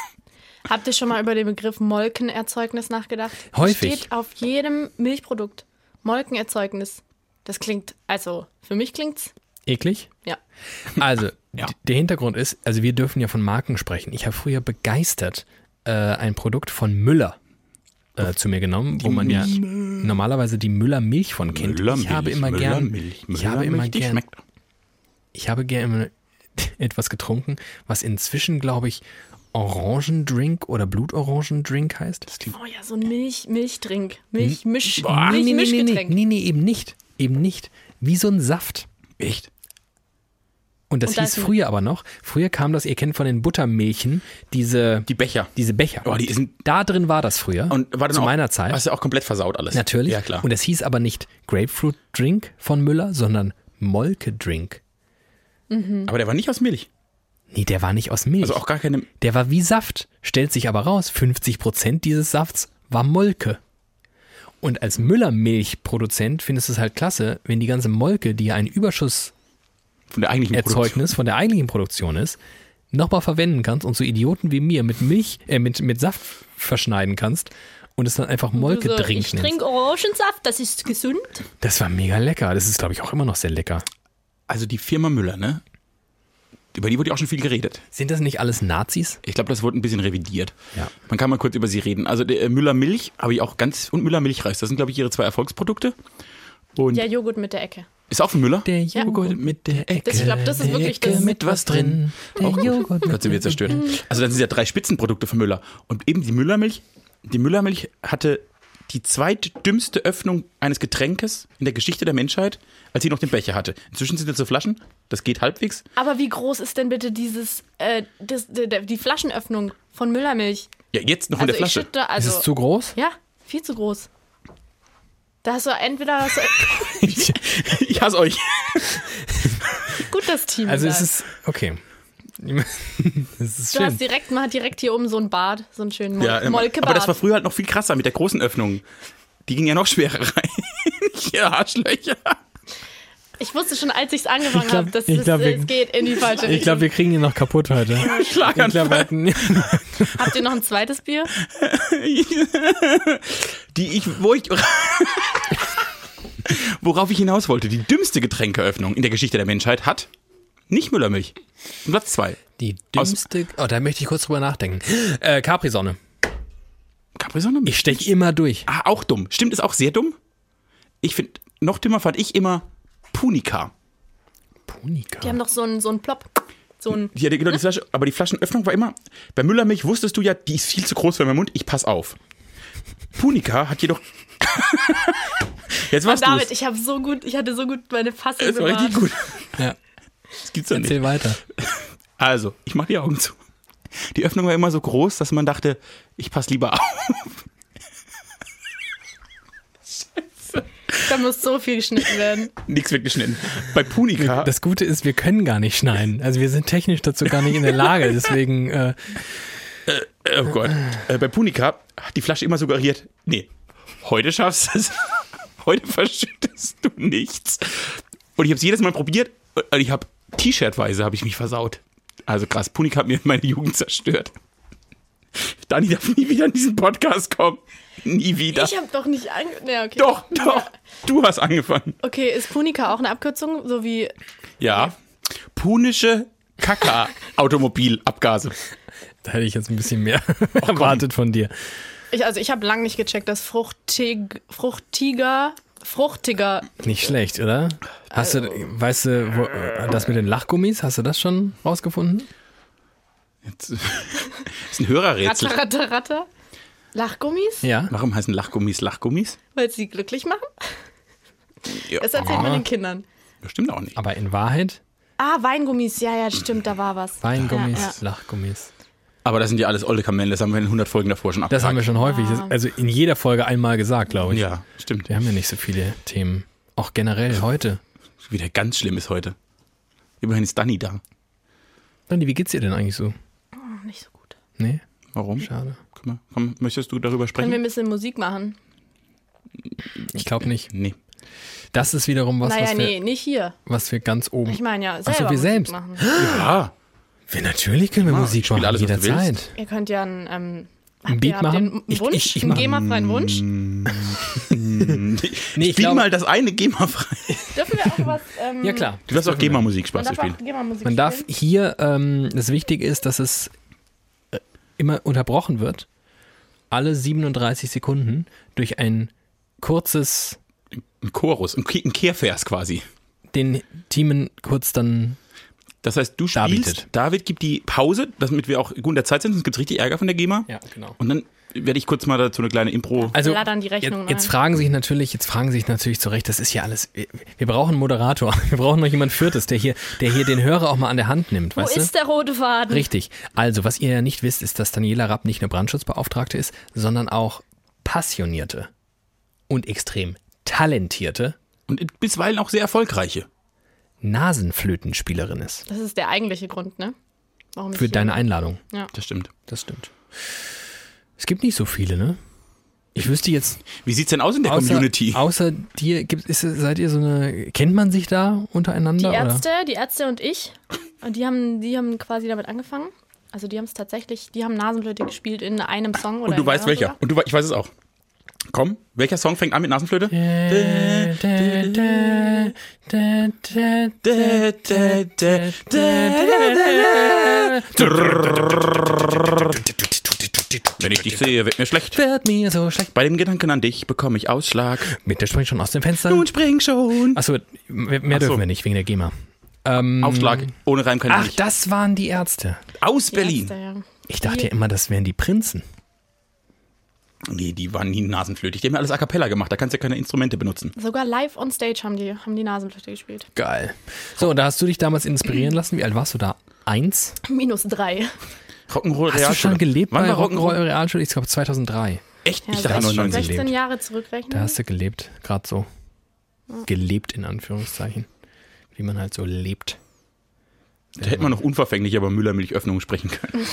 Speaker 3: Habt ihr schon mal über den Begriff Molkenerzeugnis nachgedacht?
Speaker 1: Häufig.
Speaker 3: Steht auf jedem Milchprodukt. Molkenerzeugnis. Das klingt, also für mich klingt's,
Speaker 1: Eklig?
Speaker 3: ja.
Speaker 1: Also,
Speaker 2: Ja.
Speaker 1: d- der Hintergrund ist, also wir dürfen ja von Marken sprechen. Ich habe früher begeistert äh, ein Produkt von Müller äh, zu mir genommen, wo man ja normalerweise die Müller Milch von kennt. ich habe immer gern,
Speaker 2: Müllermilch,
Speaker 1: ich habe immer
Speaker 2: Müllermilch, die
Speaker 1: gern,
Speaker 2: schmeckt.
Speaker 1: ich habe gerne etwas getrunken, was inzwischen glaube ich Orangendrink oder Blutorangendrink heißt.
Speaker 3: Oh ja, so ein Milch, Milchdrink. Milchmisch,
Speaker 1: Hm? Boah, nee, nee, nee, nee, nee,
Speaker 3: Milchmischgetränk.
Speaker 1: nee, nee, eben nicht, eben nicht. Wie so ein Saft.
Speaker 2: Echt?
Speaker 1: Und das
Speaker 3: Und da
Speaker 1: hieß
Speaker 3: ist ein-
Speaker 1: früher aber noch. Früher kam das, ihr kennt von den Buttermilchen, diese,
Speaker 2: Die Becher.
Speaker 1: diese Becher.
Speaker 2: Oh, die sind-
Speaker 1: da drin war das früher.
Speaker 2: Und war dann
Speaker 1: zu
Speaker 2: auch,
Speaker 1: meiner Zeit.
Speaker 2: Hast du auch komplett versaut alles.
Speaker 1: natürlich.
Speaker 2: Ja, klar.
Speaker 1: Und es hieß aber nicht Grapefruit Drink von Müller, sondern Molke Drink.
Speaker 2: aber der war nicht aus Milch.
Speaker 1: Nee, der war nicht aus Milch.
Speaker 2: Also auch gar keine.
Speaker 1: der war wie Saft. Stellt sich aber raus, 50% dieses Safts war Molke. Und als Müller-Milchproduzent findest du es halt klasse, wenn die ganze Molke, die ja ein Überschuss
Speaker 2: Von der eigentlichen Produktion.
Speaker 1: Erzeugnis von der eigentlichen Produktion ist, nochmal verwenden kannst und so Idioten wie mir mit Milch, äh, mit, mit Saft verschneiden kannst und es dann einfach Molke
Speaker 3: So,
Speaker 1: trinken.
Speaker 3: ich trinke Orangensaft, das ist gesund.
Speaker 1: Das war mega lecker. Das ist, glaube ich, auch immer noch sehr lecker.
Speaker 2: Also die Firma Müller, ne? Über die wurde ja auch schon viel geredet.
Speaker 1: Sind das nicht alles Nazis?
Speaker 2: Ich glaube, das wurde ein bisschen revidiert.
Speaker 1: Ja.
Speaker 2: Man kann mal kurz über sie reden. Also der äh, Müller Milch habe ich auch ganz und Müller Milchreis. Das sind glaube ich ihre zwei Erfolgsprodukte. Und
Speaker 3: Ja, Joghurt mit der Ecke.
Speaker 2: ist auch von Müller.
Speaker 1: Der
Speaker 3: Ja.
Speaker 1: Joghurt
Speaker 2: mit der Ecke.
Speaker 3: Das- ich glaub, das ist wirklich
Speaker 1: Ecke
Speaker 3: das-
Speaker 1: mit was drin. Der
Speaker 2: Auch gut.
Speaker 1: Joghurt mit
Speaker 2: Gott, sind wir zerstört. Also dann sind ja drei Spitzenprodukte von Müller. Und eben die Müllermilch, die Müllermilch hatte die zweitdümmste Öffnung eines Getränkes in der Geschichte der Menschheit, als sie noch den Becher hatte. Inzwischen sind es so Flaschen, das geht halbwegs.
Speaker 3: Aber wie groß ist denn bitte dieses, äh, das, der- der- die Flaschenöffnung von Müllermilch?
Speaker 2: Ja, jetzt noch in
Speaker 3: Also
Speaker 2: der
Speaker 3: ich
Speaker 2: Flasche.
Speaker 3: schütte,
Speaker 1: Ist
Speaker 3: also.
Speaker 1: es zu groß?
Speaker 3: ja, viel zu groß. Da hast du entweder hast du,
Speaker 2: Ich hasse euch.
Speaker 3: gut das Team.
Speaker 1: Also es
Speaker 3: gesagt.
Speaker 1: ist, okay. Das ist
Speaker 3: du
Speaker 1: schön.
Speaker 3: hast direkt, man hat direkt hier oben so einen Bart, so einen schönen Mol
Speaker 2: Ja, ähm, aber
Speaker 3: Molkebart.
Speaker 2: das war früher halt noch viel krasser mit der großen Öffnung. Die ging ja noch schwerer rein. Ihr Arschlöcher.
Speaker 3: ich wusste schon, als ich es angefangen
Speaker 1: glaub-
Speaker 3: habe, dass
Speaker 1: ich
Speaker 3: es,
Speaker 1: glaub, wir-
Speaker 3: es geht in die falsche Richtung.
Speaker 1: Ich glaube, wir kriegen ihn noch kaputt heute. Ich
Speaker 2: Schlaganfall.
Speaker 1: glaube, wir hatten-
Speaker 3: Habt ihr noch ein zweites Bier?
Speaker 2: Die ich, wo ich. Worauf ich hinaus wollte, die dümmste Getränkeöffnung in der Geschichte der Menschheit hat nicht Müllermilch. Und Platz zwei
Speaker 1: die
Speaker 2: Aus-
Speaker 1: dümmste... Oh, da möchte ich kurz drüber nachdenken. Äh, Capri-Sonne.
Speaker 2: Capri-Sonne?
Speaker 1: Ich steche immer durch.
Speaker 2: Ah, auch dumm. Stimmt, ist auch sehr dumm. Ich finde, noch dümmer fand ich immer Punika.
Speaker 1: Punika.
Speaker 3: Die haben doch so einen, so einen Plop. So einen,
Speaker 2: Ja, genau, die Flasche, aber die Flaschenöffnung war immer. Bei Müllermilch wusstest du ja, die ist viel zu groß für meinen Mund, ich pass auf. Punika hat jedoch. Jetzt warst du.
Speaker 3: David, ich habe so gut, ich hatte so gut meine Fassung
Speaker 2: Es war richtig
Speaker 3: bewahrt.
Speaker 2: gut.
Speaker 1: Ja.
Speaker 2: Das gibt's ja nicht.
Speaker 1: Erzähl weiter.
Speaker 2: Also, ich mach die Augen zu. Die Öffnung war immer so groß, dass man dachte, ich pass lieber auf.
Speaker 3: Da muss so viel geschnitten werden.
Speaker 2: Nichts weggeschnitten. Bei Punika,
Speaker 1: Das Gute ist, wir können gar nicht schneiden. Also wir sind technisch dazu gar nicht in der Lage. Deswegen, äh,
Speaker 2: oh Gott, äh, bei Punika hat die Flasche immer suggeriert, nee, heute schaffst du es. Heute verschüttest du nichts. Und ich habe es jedes Mal probiert und ich habe T-Shirt-weise habe ich mich versaut. Also krass, Punika hat mir meine Jugend zerstört. Dani darf nie wieder in diesen Podcast kommen. Nie wieder.
Speaker 3: Ich habe doch nicht ange... Nee, okay.
Speaker 2: doch, doch. Du hast angefangen.
Speaker 3: Okay, ist Punika auch eine Abkürzung? So wie
Speaker 2: Ja. Punische Kaka-Automobilabgase.
Speaker 1: da hätte ich jetzt ein bisschen mehr erwartet von dir.
Speaker 3: Ich, also ich habe lang nicht gecheckt, dass fruchtig, fruchtiger, fruchtiger.
Speaker 1: Nicht schlecht, oder? Hast du,
Speaker 3: Also-
Speaker 1: weißt du, wo, äh, das mit den Lachgummis, hast du das schon rausgefunden?
Speaker 2: Jetzt ist ein Hörerrätsel.
Speaker 3: Ratter, ratter, ratter. Lachgummis?
Speaker 1: Ja.
Speaker 2: Warum heißen Lachgummis Lachgummis?
Speaker 3: Weil sie glücklich machen?
Speaker 2: Ja,
Speaker 3: Das erzählt man den Kindern.
Speaker 2: das stimmt auch nicht.
Speaker 1: Aber in Wahrheit,
Speaker 3: Ah, Weingummis. Ja, ja, stimmt, da war was.
Speaker 1: Weingummis,
Speaker 3: Ja, ja.
Speaker 1: Lachgummis.
Speaker 2: Aber das sind ja alles olle Kamellen, das haben wir in 100 Folgen davor schon
Speaker 1: Das haben wir
Speaker 2: abgehakt.
Speaker 1: schon häufig, das, also in jeder Folge einmal gesagt, glaube ich.
Speaker 2: Ja, stimmt.
Speaker 1: Wir haben ja nicht so viele Themen. Auch generell heute.
Speaker 2: Wieder ganz schlimm ist heute. Immerhin ist Dani da.
Speaker 1: Dani, wie geht's dir denn eigentlich so?
Speaker 3: Nicht so gut.
Speaker 1: Nee?
Speaker 2: Warum?
Speaker 1: Schade.
Speaker 2: Komm, mal, komm, möchtest du darüber
Speaker 3: Können wir
Speaker 2: sprechen?
Speaker 3: ein bisschen Musik machen?
Speaker 1: Ich glaube nicht.
Speaker 2: Nee.
Speaker 1: Das ist wiederum was,
Speaker 3: naja,
Speaker 1: was, wir,
Speaker 3: nee, nicht hier.
Speaker 1: was wir ganz oben
Speaker 3: Ich meine ja, selber
Speaker 1: so, wir
Speaker 3: Musik
Speaker 2: Ah,
Speaker 1: selbst.
Speaker 3: machen.
Speaker 2: Ja.
Speaker 1: Wir, natürlich können wir
Speaker 2: Ja,
Speaker 1: Musik
Speaker 2: spiel
Speaker 1: machen,
Speaker 2: alles, was du
Speaker 1: jederzeit.
Speaker 3: Ihr könnt ja einen, ähm,
Speaker 1: Ein
Speaker 3: habt
Speaker 1: Beat
Speaker 3: ihr habt
Speaker 1: machen?
Speaker 3: den
Speaker 1: Ich-
Speaker 3: Wunsch,
Speaker 1: ich- ich
Speaker 3: einen
Speaker 1: mach-
Speaker 3: GEMA-freien Wunsch.
Speaker 1: Nee, ich
Speaker 2: Spiel
Speaker 1: glaube-
Speaker 2: mal das eine GEMA frei.
Speaker 3: Dürfen wir auch was. Ähm,
Speaker 1: Ja, klar.
Speaker 2: Du darfst auch GEMA-Musik
Speaker 3: Man
Speaker 2: Spaß zu
Speaker 3: darf auch
Speaker 2: spielen.
Speaker 3: GEMA-Musik
Speaker 1: Man darf
Speaker 3: spielen.
Speaker 1: hier, ähm, das Wichtige ist, dass es äh, immer unterbrochen wird, alle 37 Sekunden durch ein kurzes,
Speaker 2: Ein Chorus, ein, Ke- ein Kehrvers quasi.
Speaker 1: den Teamen kurz dann
Speaker 2: Das heißt, du
Speaker 1: David.
Speaker 2: spielst, David, gibt die Pause, damit wir auch gut in der Zeit sind, sonst gibt es richtig Ärger von der GEMA.
Speaker 1: Ja, genau.
Speaker 2: Und dann werde ich kurz mal dazu eine kleine Impro.
Speaker 1: Also
Speaker 3: Laddern die Rechnungen
Speaker 1: jetzt, jetzt
Speaker 3: ein.
Speaker 1: fragen sich natürlich, jetzt fragen sich natürlich zu Recht, das ist ja alles. Wir, wir brauchen einen Moderator, wir brauchen noch jemand Viertes, der hier, der hier den Hörer auch mal an der Hand nimmt,
Speaker 3: Wo
Speaker 1: weißt du?
Speaker 3: ist der rote Faden?
Speaker 1: Richtig. Also, was ihr ja nicht wisst, ist, dass Daniela Rapp nicht nur Brandschutzbeauftragte ist, sondern auch passionierte und extrem talentierte
Speaker 2: Und bisweilen auch sehr erfolgreiche.
Speaker 1: Nasenflötenspielerin ist.
Speaker 3: Das ist der eigentliche Grund, ne? Warum
Speaker 1: Für
Speaker 3: ich-
Speaker 1: deine Einladung.
Speaker 2: Das stimmt.
Speaker 1: Das stimmt. Es gibt nicht so viele, ne? Ich wüsste jetzt,
Speaker 2: Wie sieht's denn aus in der
Speaker 1: außer,
Speaker 2: Community?
Speaker 1: außer dir, gibt, ist, seid ihr so eine, kennt man sich da
Speaker 3: Die
Speaker 1: untereinander? oder?
Speaker 3: Ärzte, die Ärzte und ich, und die haben, die haben quasi damit angefangen. Also die haben es tatsächlich, die haben Nasenflöte gespielt in einem Song oder
Speaker 2: Und du
Speaker 3: in
Speaker 2: weißt
Speaker 3: mehreren
Speaker 2: welcher.
Speaker 3: sogar.
Speaker 2: Und du, we- ich weiß es auch. Komm, welcher Song fängt an mit Nasenflöte? Wenn ich dich sehe, wird mir schlecht.
Speaker 1: Wird mir so schlecht.
Speaker 2: Bei dem Gedanken an dich bekomme ich Ausschlag.
Speaker 1: Mit der springt schon aus dem Fenster.
Speaker 2: Nun spring schon.
Speaker 1: Achso, mehr mehr
Speaker 2: Ach so.
Speaker 1: dürfen wir nicht, wegen der GEMA. Ähm,
Speaker 2: Aufschlag. Ohne Reim kann ich
Speaker 1: Ach,
Speaker 2: nicht.
Speaker 1: das waren die Ärzte.
Speaker 2: Aus
Speaker 3: Die
Speaker 2: Berlin.
Speaker 3: Ärzte, ja.
Speaker 1: Ich dachte ja immer, das wären die Prinzen.
Speaker 2: Nee, die waren nie nasenflötig. Die haben ja alles a cappella gemacht. Da kannst du ja keine Instrumente benutzen.
Speaker 3: Sogar live on stage haben die, haben die Nasenflöte gespielt.
Speaker 1: Geil. So, und da hast du dich damals inspirieren lassen. Wie alt warst du da? Eins?
Speaker 3: Minus drei.
Speaker 2: Rock'n'Roll
Speaker 1: Hast du schon gelebt
Speaker 2: Wann
Speaker 1: bei
Speaker 2: war
Speaker 1: Rock'n'Roll
Speaker 2: Rock'n'Roll?
Speaker 1: Realschule? Ich glaube 2003.
Speaker 2: Echt?
Speaker 3: Ja,
Speaker 2: ich
Speaker 3: das
Speaker 2: dachte
Speaker 3: ist schon
Speaker 2: 99.
Speaker 3: 16
Speaker 1: gelebt.
Speaker 3: Jahre zurückrechnen.
Speaker 1: Da hast du gelebt, gerade so. Gelebt in Anführungszeichen. Wie man halt so lebt.
Speaker 2: Da hätte man noch unverfänglich über Müllermilchöffnungen sprechen können.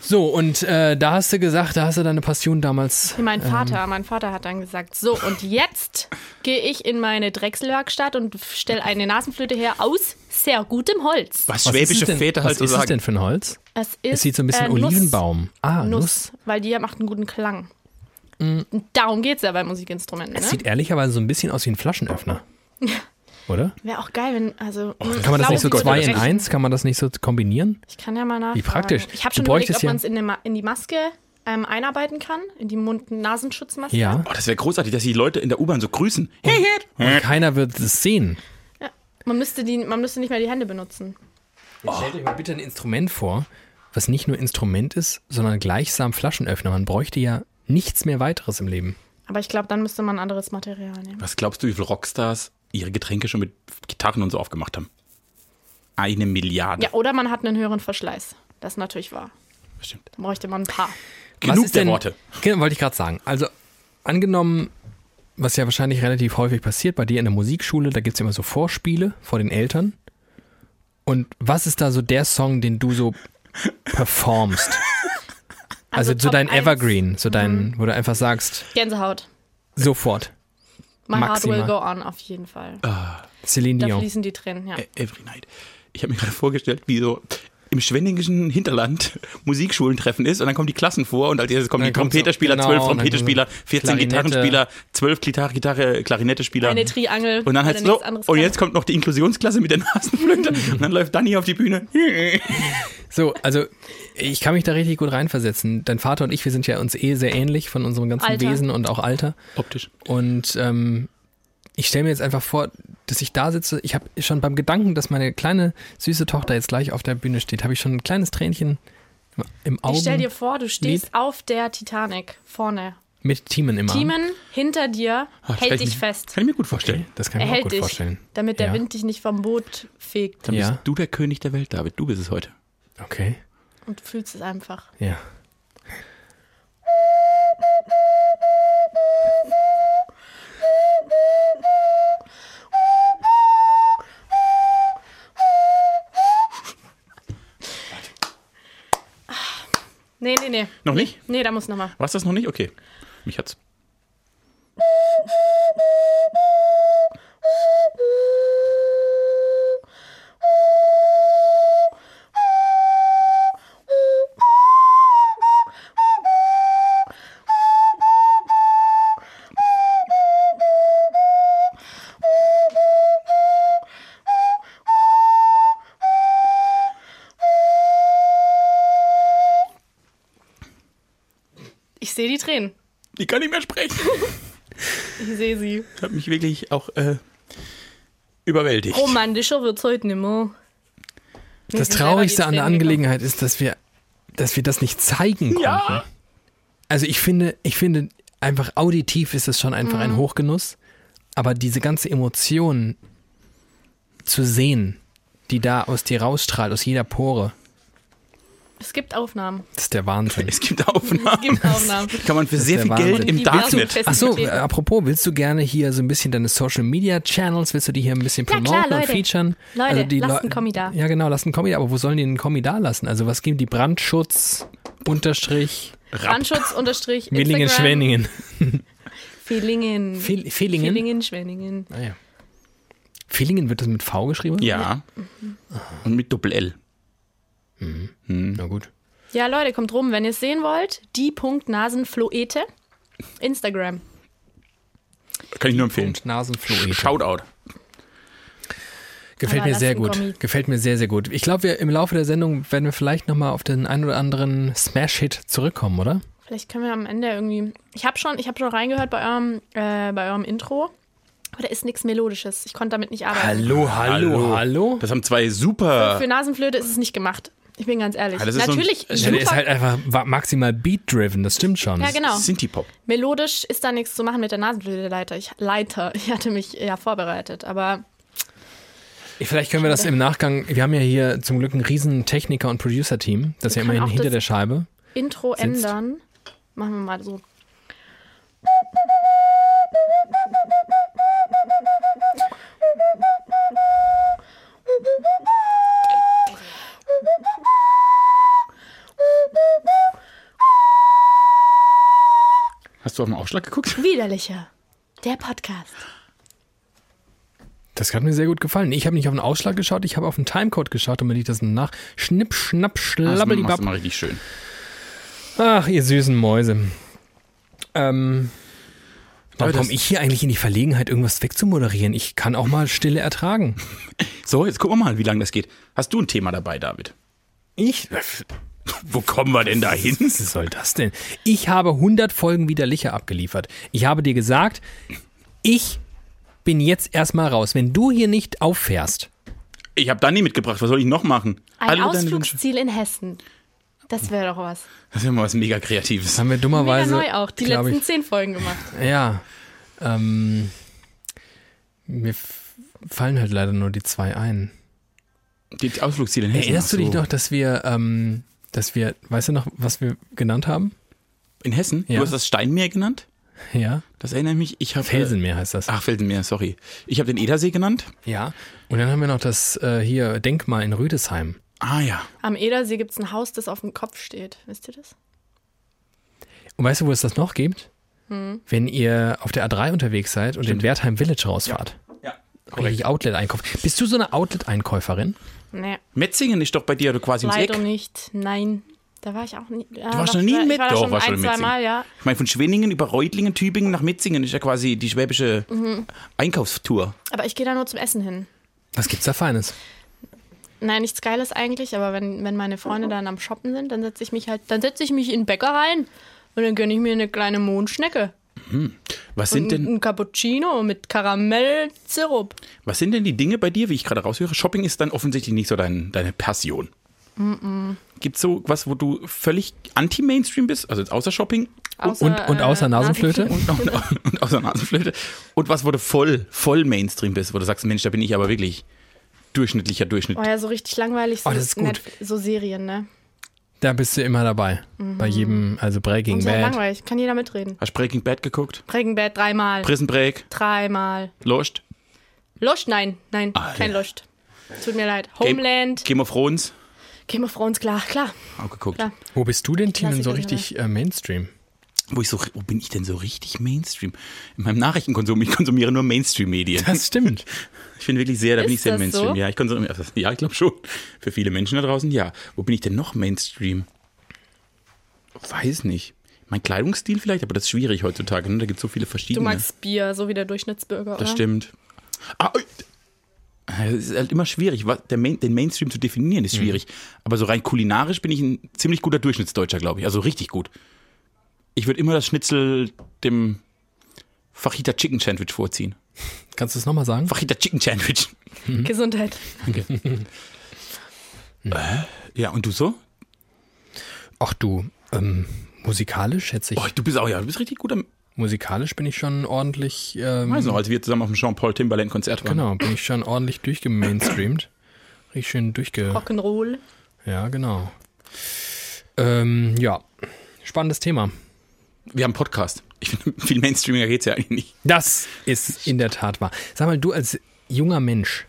Speaker 1: So, und äh, da hast du gesagt, da hast du deine Passion damals.
Speaker 3: Wie mein Vater. Mein Vater hat dann gesagt, so und jetzt gehe ich in meine Drechselwerkstatt und stelle eine Nasenflöte her aus sehr gutem Holz.
Speaker 1: Was
Speaker 2: Was,
Speaker 1: ist
Speaker 2: schwäbische
Speaker 1: es denn,
Speaker 2: Väter halt
Speaker 1: Was
Speaker 2: so
Speaker 1: ist es
Speaker 2: sagen.
Speaker 1: denn für ein Holz?
Speaker 3: Es, ist,
Speaker 1: Es sieht so ein bisschen
Speaker 3: äh, Nuss.
Speaker 1: Olivenbaum. Ah, Nuss. Mm.
Speaker 3: Nuss, weil die macht einen guten Klang. Darum geht es ja bei Musikinstrumenten.
Speaker 1: Es
Speaker 3: Ne?
Speaker 1: sieht ehrlicherweise so ein bisschen aus wie ein Flaschenöffner. Oder?
Speaker 3: Wäre auch geil, wenn. Also,
Speaker 1: Oh, Kann man das nicht so
Speaker 3: Laufen
Speaker 1: zwei
Speaker 3: würde
Speaker 1: in
Speaker 3: reichen.
Speaker 1: eins? Kann man das nicht so kombinieren?
Speaker 3: Ich kann ja mal nachfragen.
Speaker 1: praktisch.
Speaker 3: Ich habe
Speaker 1: Du
Speaker 3: schon überlegt,
Speaker 1: bräuchtest
Speaker 3: ob
Speaker 1: ja-
Speaker 3: man es in, eine Ma- in die Maske ähm, einarbeiten kann, in die Mund-Nasenschutzmaske.
Speaker 1: Ja.
Speaker 2: Oh, das wäre großartig, dass die Leute in der U-Bahn so grüßen.
Speaker 1: Und keiner wird es sehen.
Speaker 3: Ja. Man, müsste die, man müsste nicht mehr die Hände benutzen.
Speaker 2: Oh.
Speaker 1: Jetzt stellt euch mal bitte ein Instrument vor, was nicht nur Instrument ist, sondern gleichsam Flaschenöffner. Man bräuchte ja nichts mehr weiteres im Leben.
Speaker 3: Aber ich glaube, dann müsste man anderes Material nehmen.
Speaker 2: Was glaubst du, wie viele Rockstars ihre Getränke schon mit Gitarren und so aufgemacht haben? Eine Milliarde.
Speaker 3: Ja, oder man hat einen höheren Verschleiß. Das ist natürlich wahr.
Speaker 2: Bestimmt.
Speaker 3: Dann bräuchte man ein paar.
Speaker 1: was
Speaker 2: Genug
Speaker 1: ist
Speaker 2: der
Speaker 1: denn,
Speaker 2: Worte.
Speaker 1: Genau, wollte ich gerade sagen. Also angenommen, was ja wahrscheinlich relativ häufig passiert bei dir in der Musikschule, da gibt es immer so Vorspiele vor den Eltern. Und was ist da so der Song, den du so performst? Also, so
Speaker 3: Top
Speaker 1: dein
Speaker 3: eins. Mhm.
Speaker 1: Evergreen, so dein, wo du einfach sagst,
Speaker 3: Gänsehaut.
Speaker 1: sofort,
Speaker 3: My
Speaker 1: Maximal. Ah.
Speaker 3: heart will go on, auf jeden Fall.
Speaker 1: Celine
Speaker 3: Da
Speaker 1: Dion.
Speaker 3: fließen die Tränen, ja.
Speaker 1: Äh,
Speaker 2: E- Every night. Ich habe mir gerade vorgestellt, wie so im schwenningischen Hinterland Musikschulentreffen ist und dann kommen die Klassen vor und als erstes kommen
Speaker 1: Dann
Speaker 2: die
Speaker 1: kommt so-
Speaker 2: Trompeterspieler,
Speaker 1: genau,
Speaker 2: zwölf
Speaker 1: und dann
Speaker 2: Trompeterspieler,
Speaker 1: kommt so
Speaker 2: 14
Speaker 1: Klarinette.
Speaker 2: Gitarrenspieler, zwölf Gitarre, Gitarre, Klarinettespieler.
Speaker 3: Eine Triangel.
Speaker 2: und dann
Speaker 3: weil
Speaker 2: heißt
Speaker 3: er
Speaker 2: es
Speaker 3: nichts
Speaker 2: so,
Speaker 1: oh,
Speaker 3: anderes
Speaker 2: und
Speaker 3: kann.
Speaker 2: jetzt kommt noch die Inklusionsklasse mit der Nasenflöte und dann läuft Dani auf die Bühne.
Speaker 1: So, also ich kann mich da richtig gut reinversetzen. Dein Vater und ich, wir sind ja uns eh sehr ähnlich von unserem ganzen
Speaker 3: Alter.
Speaker 1: Wesen und auch Alter.
Speaker 2: Optisch.
Speaker 1: Und ähm, ich stelle mir jetzt einfach vor, dass ich da sitze. Ich habe schon beim Gedanken, dass meine kleine süße Tochter jetzt gleich auf der Bühne steht, habe ich schon ein kleines Tränchen im- im
Speaker 3: Ich stell dir
Speaker 1: Auge
Speaker 3: vor, du stehst
Speaker 1: Lied.
Speaker 3: auf der Titanic vorne.
Speaker 1: mit Teamen im Arm.
Speaker 3: Timon hinter dir
Speaker 2: Ah, stell
Speaker 3: hält
Speaker 2: ich
Speaker 3: dich
Speaker 2: mir-
Speaker 3: fest.
Speaker 2: Kann ich mir gut vorstellen.
Speaker 1: Das kann
Speaker 3: Er
Speaker 1: ich mir auch
Speaker 3: hält
Speaker 1: gut
Speaker 3: dich,
Speaker 1: vorstellen.
Speaker 3: damit der
Speaker 1: Ja.
Speaker 3: Wind dich nicht vom Boot fegt.
Speaker 2: Dann
Speaker 1: Ja.
Speaker 2: bist du der König der Welt, David. Du bist es heute.
Speaker 1: Okay,
Speaker 3: Und du fühlst es einfach.
Speaker 1: ja.
Speaker 3: Nee, nee, nee.
Speaker 2: Noch nicht?
Speaker 3: Nee, da muss nochmal.
Speaker 2: Warst das noch nicht? Okay. Mich hat's.
Speaker 3: sehe die Tränen.
Speaker 2: Ich kann nicht mehr sprechen.
Speaker 3: Ich sehe sie.
Speaker 2: Ich habe mich wirklich auch äh,
Speaker 3: Oh
Speaker 2: überwältigt.
Speaker 3: Romantischer wird's heute nimmer. Wir
Speaker 1: Das
Speaker 3: sind selber die
Speaker 1: Traurigste an der
Speaker 3: Tränen
Speaker 1: Angelegenheit ist, dass wir, dass wir das nicht zeigen konnten.
Speaker 2: Ja.
Speaker 1: Also ich finde, ich finde einfach auditiv ist es schon einfach
Speaker 3: Mhm.
Speaker 1: ein Hochgenuss, aber diese ganze Emotion zu sehen, die da aus dir rausstrahlt, aus jeder Pore,
Speaker 3: gekommen. Es gibt Aufnahmen.
Speaker 1: das ist der Wahnsinn.
Speaker 2: Es gibt Aufnahmen.
Speaker 3: Es gibt Aufnahmen.
Speaker 2: Kann man für sehr
Speaker 1: der
Speaker 2: viel
Speaker 1: Wahnsinn.
Speaker 2: Geld im
Speaker 3: Die
Speaker 2: Darknet.
Speaker 3: Werbung-
Speaker 1: Achso,
Speaker 3: Flexibilität.
Speaker 1: apropos, willst du gerne hier so ein bisschen deine Social Media Channels, willst du die hier ein bisschen
Speaker 3: Na klar,
Speaker 1: promoten und
Speaker 3: Leute.
Speaker 1: featuren? Also
Speaker 3: Leute,
Speaker 1: die
Speaker 3: lasst
Speaker 1: Leu-
Speaker 3: einen Kommi da.
Speaker 1: Ja, genau, lassen Kommi, da, aber wo sollen die einen Kommi da lassen? Also, was geben die Brandschutz unterstrich
Speaker 3: Brandschutz unterstrich
Speaker 1: Willingen
Speaker 3: Instagram.
Speaker 1: Schwenningen?
Speaker 3: Fehlingen.
Speaker 1: Fehl- Fehlingen?
Speaker 3: Fehlingen, Schwenningen.
Speaker 1: Ah, ja. Fehlingen wird das mit V geschrieben?
Speaker 2: Ja. Und mit Doppel-L.
Speaker 1: Na gut.
Speaker 3: Ja, Leute, kommt rum, wenn ihr es sehen wollt. Die.nasenfloete. Instagram.
Speaker 2: Kann ich nur empfehlen.
Speaker 1: Und Nasenfluid.
Speaker 2: Shoutout.
Speaker 1: Gefällt
Speaker 3: Aber
Speaker 1: mir
Speaker 3: lass
Speaker 1: sehr
Speaker 3: den
Speaker 1: gut.
Speaker 3: Kommi.
Speaker 1: Gefällt mir sehr, sehr gut. Ich glaube, wir im Laufe der Sendung werden wir vielleicht nochmal auf den einen oder anderen Smash-Hit zurückkommen, oder?
Speaker 3: Vielleicht können wir am Ende irgendwie. Ich habe schon, ich hab schon reingehört bei eurem, äh, bei eurem Intro. Aber da ist nichts Melodisches. Ich konnte damit nicht arbeiten.
Speaker 1: Hallo, hallo, hallo.
Speaker 2: Das haben zwei super.
Speaker 3: Für Nasenflöte ist es nicht gemacht. Ich bin ganz ehrlich.
Speaker 2: Ah, das ist so ein-
Speaker 3: Natürlich,
Speaker 2: das
Speaker 1: Ja, der
Speaker 3: super,
Speaker 1: ist halt einfach wa- maximal beat-driven, das stimmt schon.
Speaker 3: ja genau.
Speaker 2: Sinti-Pop.
Speaker 3: Melodisch ist da nichts zu machen mit der Nasenflöte, Leiter. Ich, Leiter. Ich hatte mich ja vorbereitet, aber
Speaker 1: Vielleicht können wir das im Nachgang, wir haben ja hier zum Glück einen riesen Techniker- und Producer-Team, das ist ja
Speaker 3: Wir können
Speaker 1: immerhin
Speaker 3: auch
Speaker 1: hinter
Speaker 3: das-
Speaker 1: der Scheibe.
Speaker 3: Intro
Speaker 1: Sitzt.
Speaker 3: ändern. Machen wir mal so.
Speaker 2: Hast du auf den Aufschlag geguckt?
Speaker 3: Widerlicher. Der Podcast.
Speaker 1: Das hat mir sehr gut gefallen. Ich habe nicht auf den Ausschlag geschaut, ich habe auf den Timecode geschaut und mir liegt das nach. Schnipp, schnapp,
Speaker 2: Das
Speaker 1: schlabbelibab.
Speaker 2: ist mal richtig schön.
Speaker 1: Ach, ihr süßen Mäuse. Ähm,
Speaker 2: Aber
Speaker 1: warum
Speaker 2: das-
Speaker 1: komme ich hier eigentlich in die Verlegenheit, irgendwas wegzumoderieren? Ich kann auch mal Stille ertragen.
Speaker 2: So, jetzt gucken wir mal, wie lange das geht. Hast du ein Thema dabei, David?
Speaker 1: Ich?
Speaker 2: Wo kommen wir denn da hin?
Speaker 1: Was soll das denn? Ich habe 100 Folgen widerlicher abgeliefert. Ich habe dir gesagt, ich bin jetzt erstmal raus. Wenn du hier nicht auffährst,
Speaker 2: Ich habe Dani mitgebracht. Was soll ich noch machen?
Speaker 3: Ein
Speaker 2: Alle deine Wünsche.
Speaker 3: Ausflugsziel in Hessen. Das wäre doch was.
Speaker 2: Das ist ja mal was mega Kreatives.
Speaker 1: haben wir
Speaker 3: Mega
Speaker 1: dummerweise.
Speaker 3: neu auch. Die
Speaker 1: glaub
Speaker 3: letzten zehn Folgen gemacht.
Speaker 1: Ich, ja. Ähm, mir f- fallen halt leider nur die zwei ein.
Speaker 2: Die Ausflugsziele in Hessen.
Speaker 1: Erinnerst du
Speaker 2: Ach so.
Speaker 1: dich noch, dass wir, ähm, dass wir, weißt du noch, was wir genannt haben?
Speaker 2: In Hessen?
Speaker 1: Ja.
Speaker 2: Du hast das Steinmeer genannt?
Speaker 1: Ja.
Speaker 2: Das erinnert mich. Ich habe.
Speaker 1: Felsenmeer heißt das.
Speaker 2: Ach, Felsenmeer, sorry. Ich habe den Edersee genannt.
Speaker 1: Ja. Und dann haben wir noch das äh, hier Denkmal in Rüdesheim.
Speaker 2: Ah ja.
Speaker 3: Am Edersee gibt es ein Haus, das auf dem Kopf steht. Wisst ihr das?
Speaker 1: Und weißt du, wo es das noch gibt? Wenn ihr auf der A3 unterwegs seid und in Wertheim Village rausfahrt.
Speaker 2: Ja.
Speaker 1: Richtig Outlet-Einkauf. Bist du so eine Outlet-Einkäuferin?
Speaker 3: Nee,
Speaker 2: Metzingen ist doch bei dir quasi ums
Speaker 3: leider
Speaker 2: Eck.
Speaker 3: nicht. Nein. Da war ich auch nie. Du
Speaker 2: warst noch nie in
Speaker 3: Ich war da
Speaker 2: Mettau,
Speaker 3: schon
Speaker 2: warst du
Speaker 3: ein,
Speaker 2: in
Speaker 3: zwei
Speaker 2: Metzingen?
Speaker 3: Mal, ja.
Speaker 2: Ich meine, von Schwenningen über Reutlingen, Tübingen nach Metzingen ist ja quasi die schwäbische
Speaker 3: Mhm.
Speaker 2: Einkaufstour.
Speaker 3: Aber ich gehe da nur zum Essen hin.
Speaker 1: Was gibt's da Feines?
Speaker 3: Nein, nichts Geiles eigentlich, aber wenn, wenn meine Freunde dann am Shoppen sind, dann setze ich mich halt, dann setze ich mich in den Bäcker rein und dann gönne ich mir eine kleine Mondschnecke.
Speaker 2: Was sind,
Speaker 3: und
Speaker 2: denn,
Speaker 3: ein Cappuccino mit Karamellsirup.
Speaker 2: was sind denn die Dinge bei dir, wie ich gerade raushöre? Shopping ist dann offensichtlich nicht so dein, deine Passion. Gibt es so was, wo du völlig anti-Mainstream bist? Also jetzt außer Shopping
Speaker 1: und- und außer Nasenflöte?
Speaker 2: und, und, und außer Nasenflöte. Und was, wo du voll, voll Mainstream bist, wo du sagst, Mensch, da bin ich aber wirklich durchschnittlicher Durchschnitt.
Speaker 3: Oh ja, so richtig langweilig. So
Speaker 1: Oh, das ist gut.
Speaker 3: Netf- so Serien, ne?
Speaker 1: Da bist du immer dabei. Bei jedem, also Breaking
Speaker 3: Und so
Speaker 1: Bad.
Speaker 3: langweilig, kann jeder mitreden.
Speaker 2: Hast du Breaking Bad geguckt?
Speaker 3: Breaking Bad dreimal.
Speaker 2: Prison Break?
Speaker 3: dreimal.
Speaker 2: Lost?
Speaker 3: Lust? Nein, nein,
Speaker 2: Ah,
Speaker 3: kein
Speaker 2: ja.
Speaker 3: Lust. Tut mir leid.
Speaker 2: Game-
Speaker 3: Homeland,
Speaker 2: Game of Thrones?
Speaker 3: Game of Thrones, klar, klar.
Speaker 2: Auch geguckt.
Speaker 3: Klar.
Speaker 1: Wo bist du denn, Timon, so
Speaker 3: Klassiker
Speaker 1: richtig äh, Mainstream?
Speaker 2: Wo, ich so, wo bin ich denn so richtig Mainstream? In meinem Nachrichtenkonsum, ich konsumiere nur Mainstream-Medien.
Speaker 1: Das stimmt.
Speaker 2: Ich bin wirklich sehr, da bin
Speaker 3: Ist
Speaker 2: ich sehr
Speaker 3: das
Speaker 2: Mainstream.
Speaker 3: so?
Speaker 2: Ja, ich konsumiere, also, ja, ich glaube schon. Für viele Menschen da draußen, ja. Wo bin ich denn noch Mainstream? Weiß nicht. Mein Kleidungsstil vielleicht, aber das ist schwierig heutzutage. Ne? Da gibt es so viele
Speaker 3: Du
Speaker 2: verschiedene.
Speaker 3: magst Bier, so wie der Durchschnittsbürger,
Speaker 2: das
Speaker 3: oder?
Speaker 2: stimmt. Ah, äh, es ist halt immer schwierig, was, der Main, den Mainstream zu definieren,
Speaker 1: Mhm.
Speaker 2: ist schwierig. Aber so rein kulinarisch bin ich ein ziemlich guter Durchschnittsdeutscher, glaube ich. Also richtig gut. ich würde immer das Schnitzel dem Fajita Chicken Sandwich vorziehen.
Speaker 1: Kannst du es nochmal sagen?
Speaker 2: Fajita Chicken Sandwich.
Speaker 1: Mhm.
Speaker 3: Gesundheit.
Speaker 1: Hm.
Speaker 2: Ja, und du so?
Speaker 1: Ach du, ähm, musikalisch schätze ich.
Speaker 2: Oh, du bist auch, ja, du bist richtig gut am.
Speaker 1: Musikalisch bin ich schon ordentlich. Ähm,
Speaker 2: Weiß noch, als wir zusammen auf dem Jean-Paul Timberland-Konzert waren.
Speaker 1: Genau, bin ich schon ordentlich durchgemainstreamt. Richtig schön durchge.
Speaker 3: Rock'n'Roll.
Speaker 1: Ja, genau. Ähm, ja, spannendes Thema.
Speaker 2: Wir haben einen Podcast. Ich finde, viel Mainstreamiger geht's ja eigentlich nicht.
Speaker 1: Das ist in der Tat wahr. Sag mal, du als junger Mensch,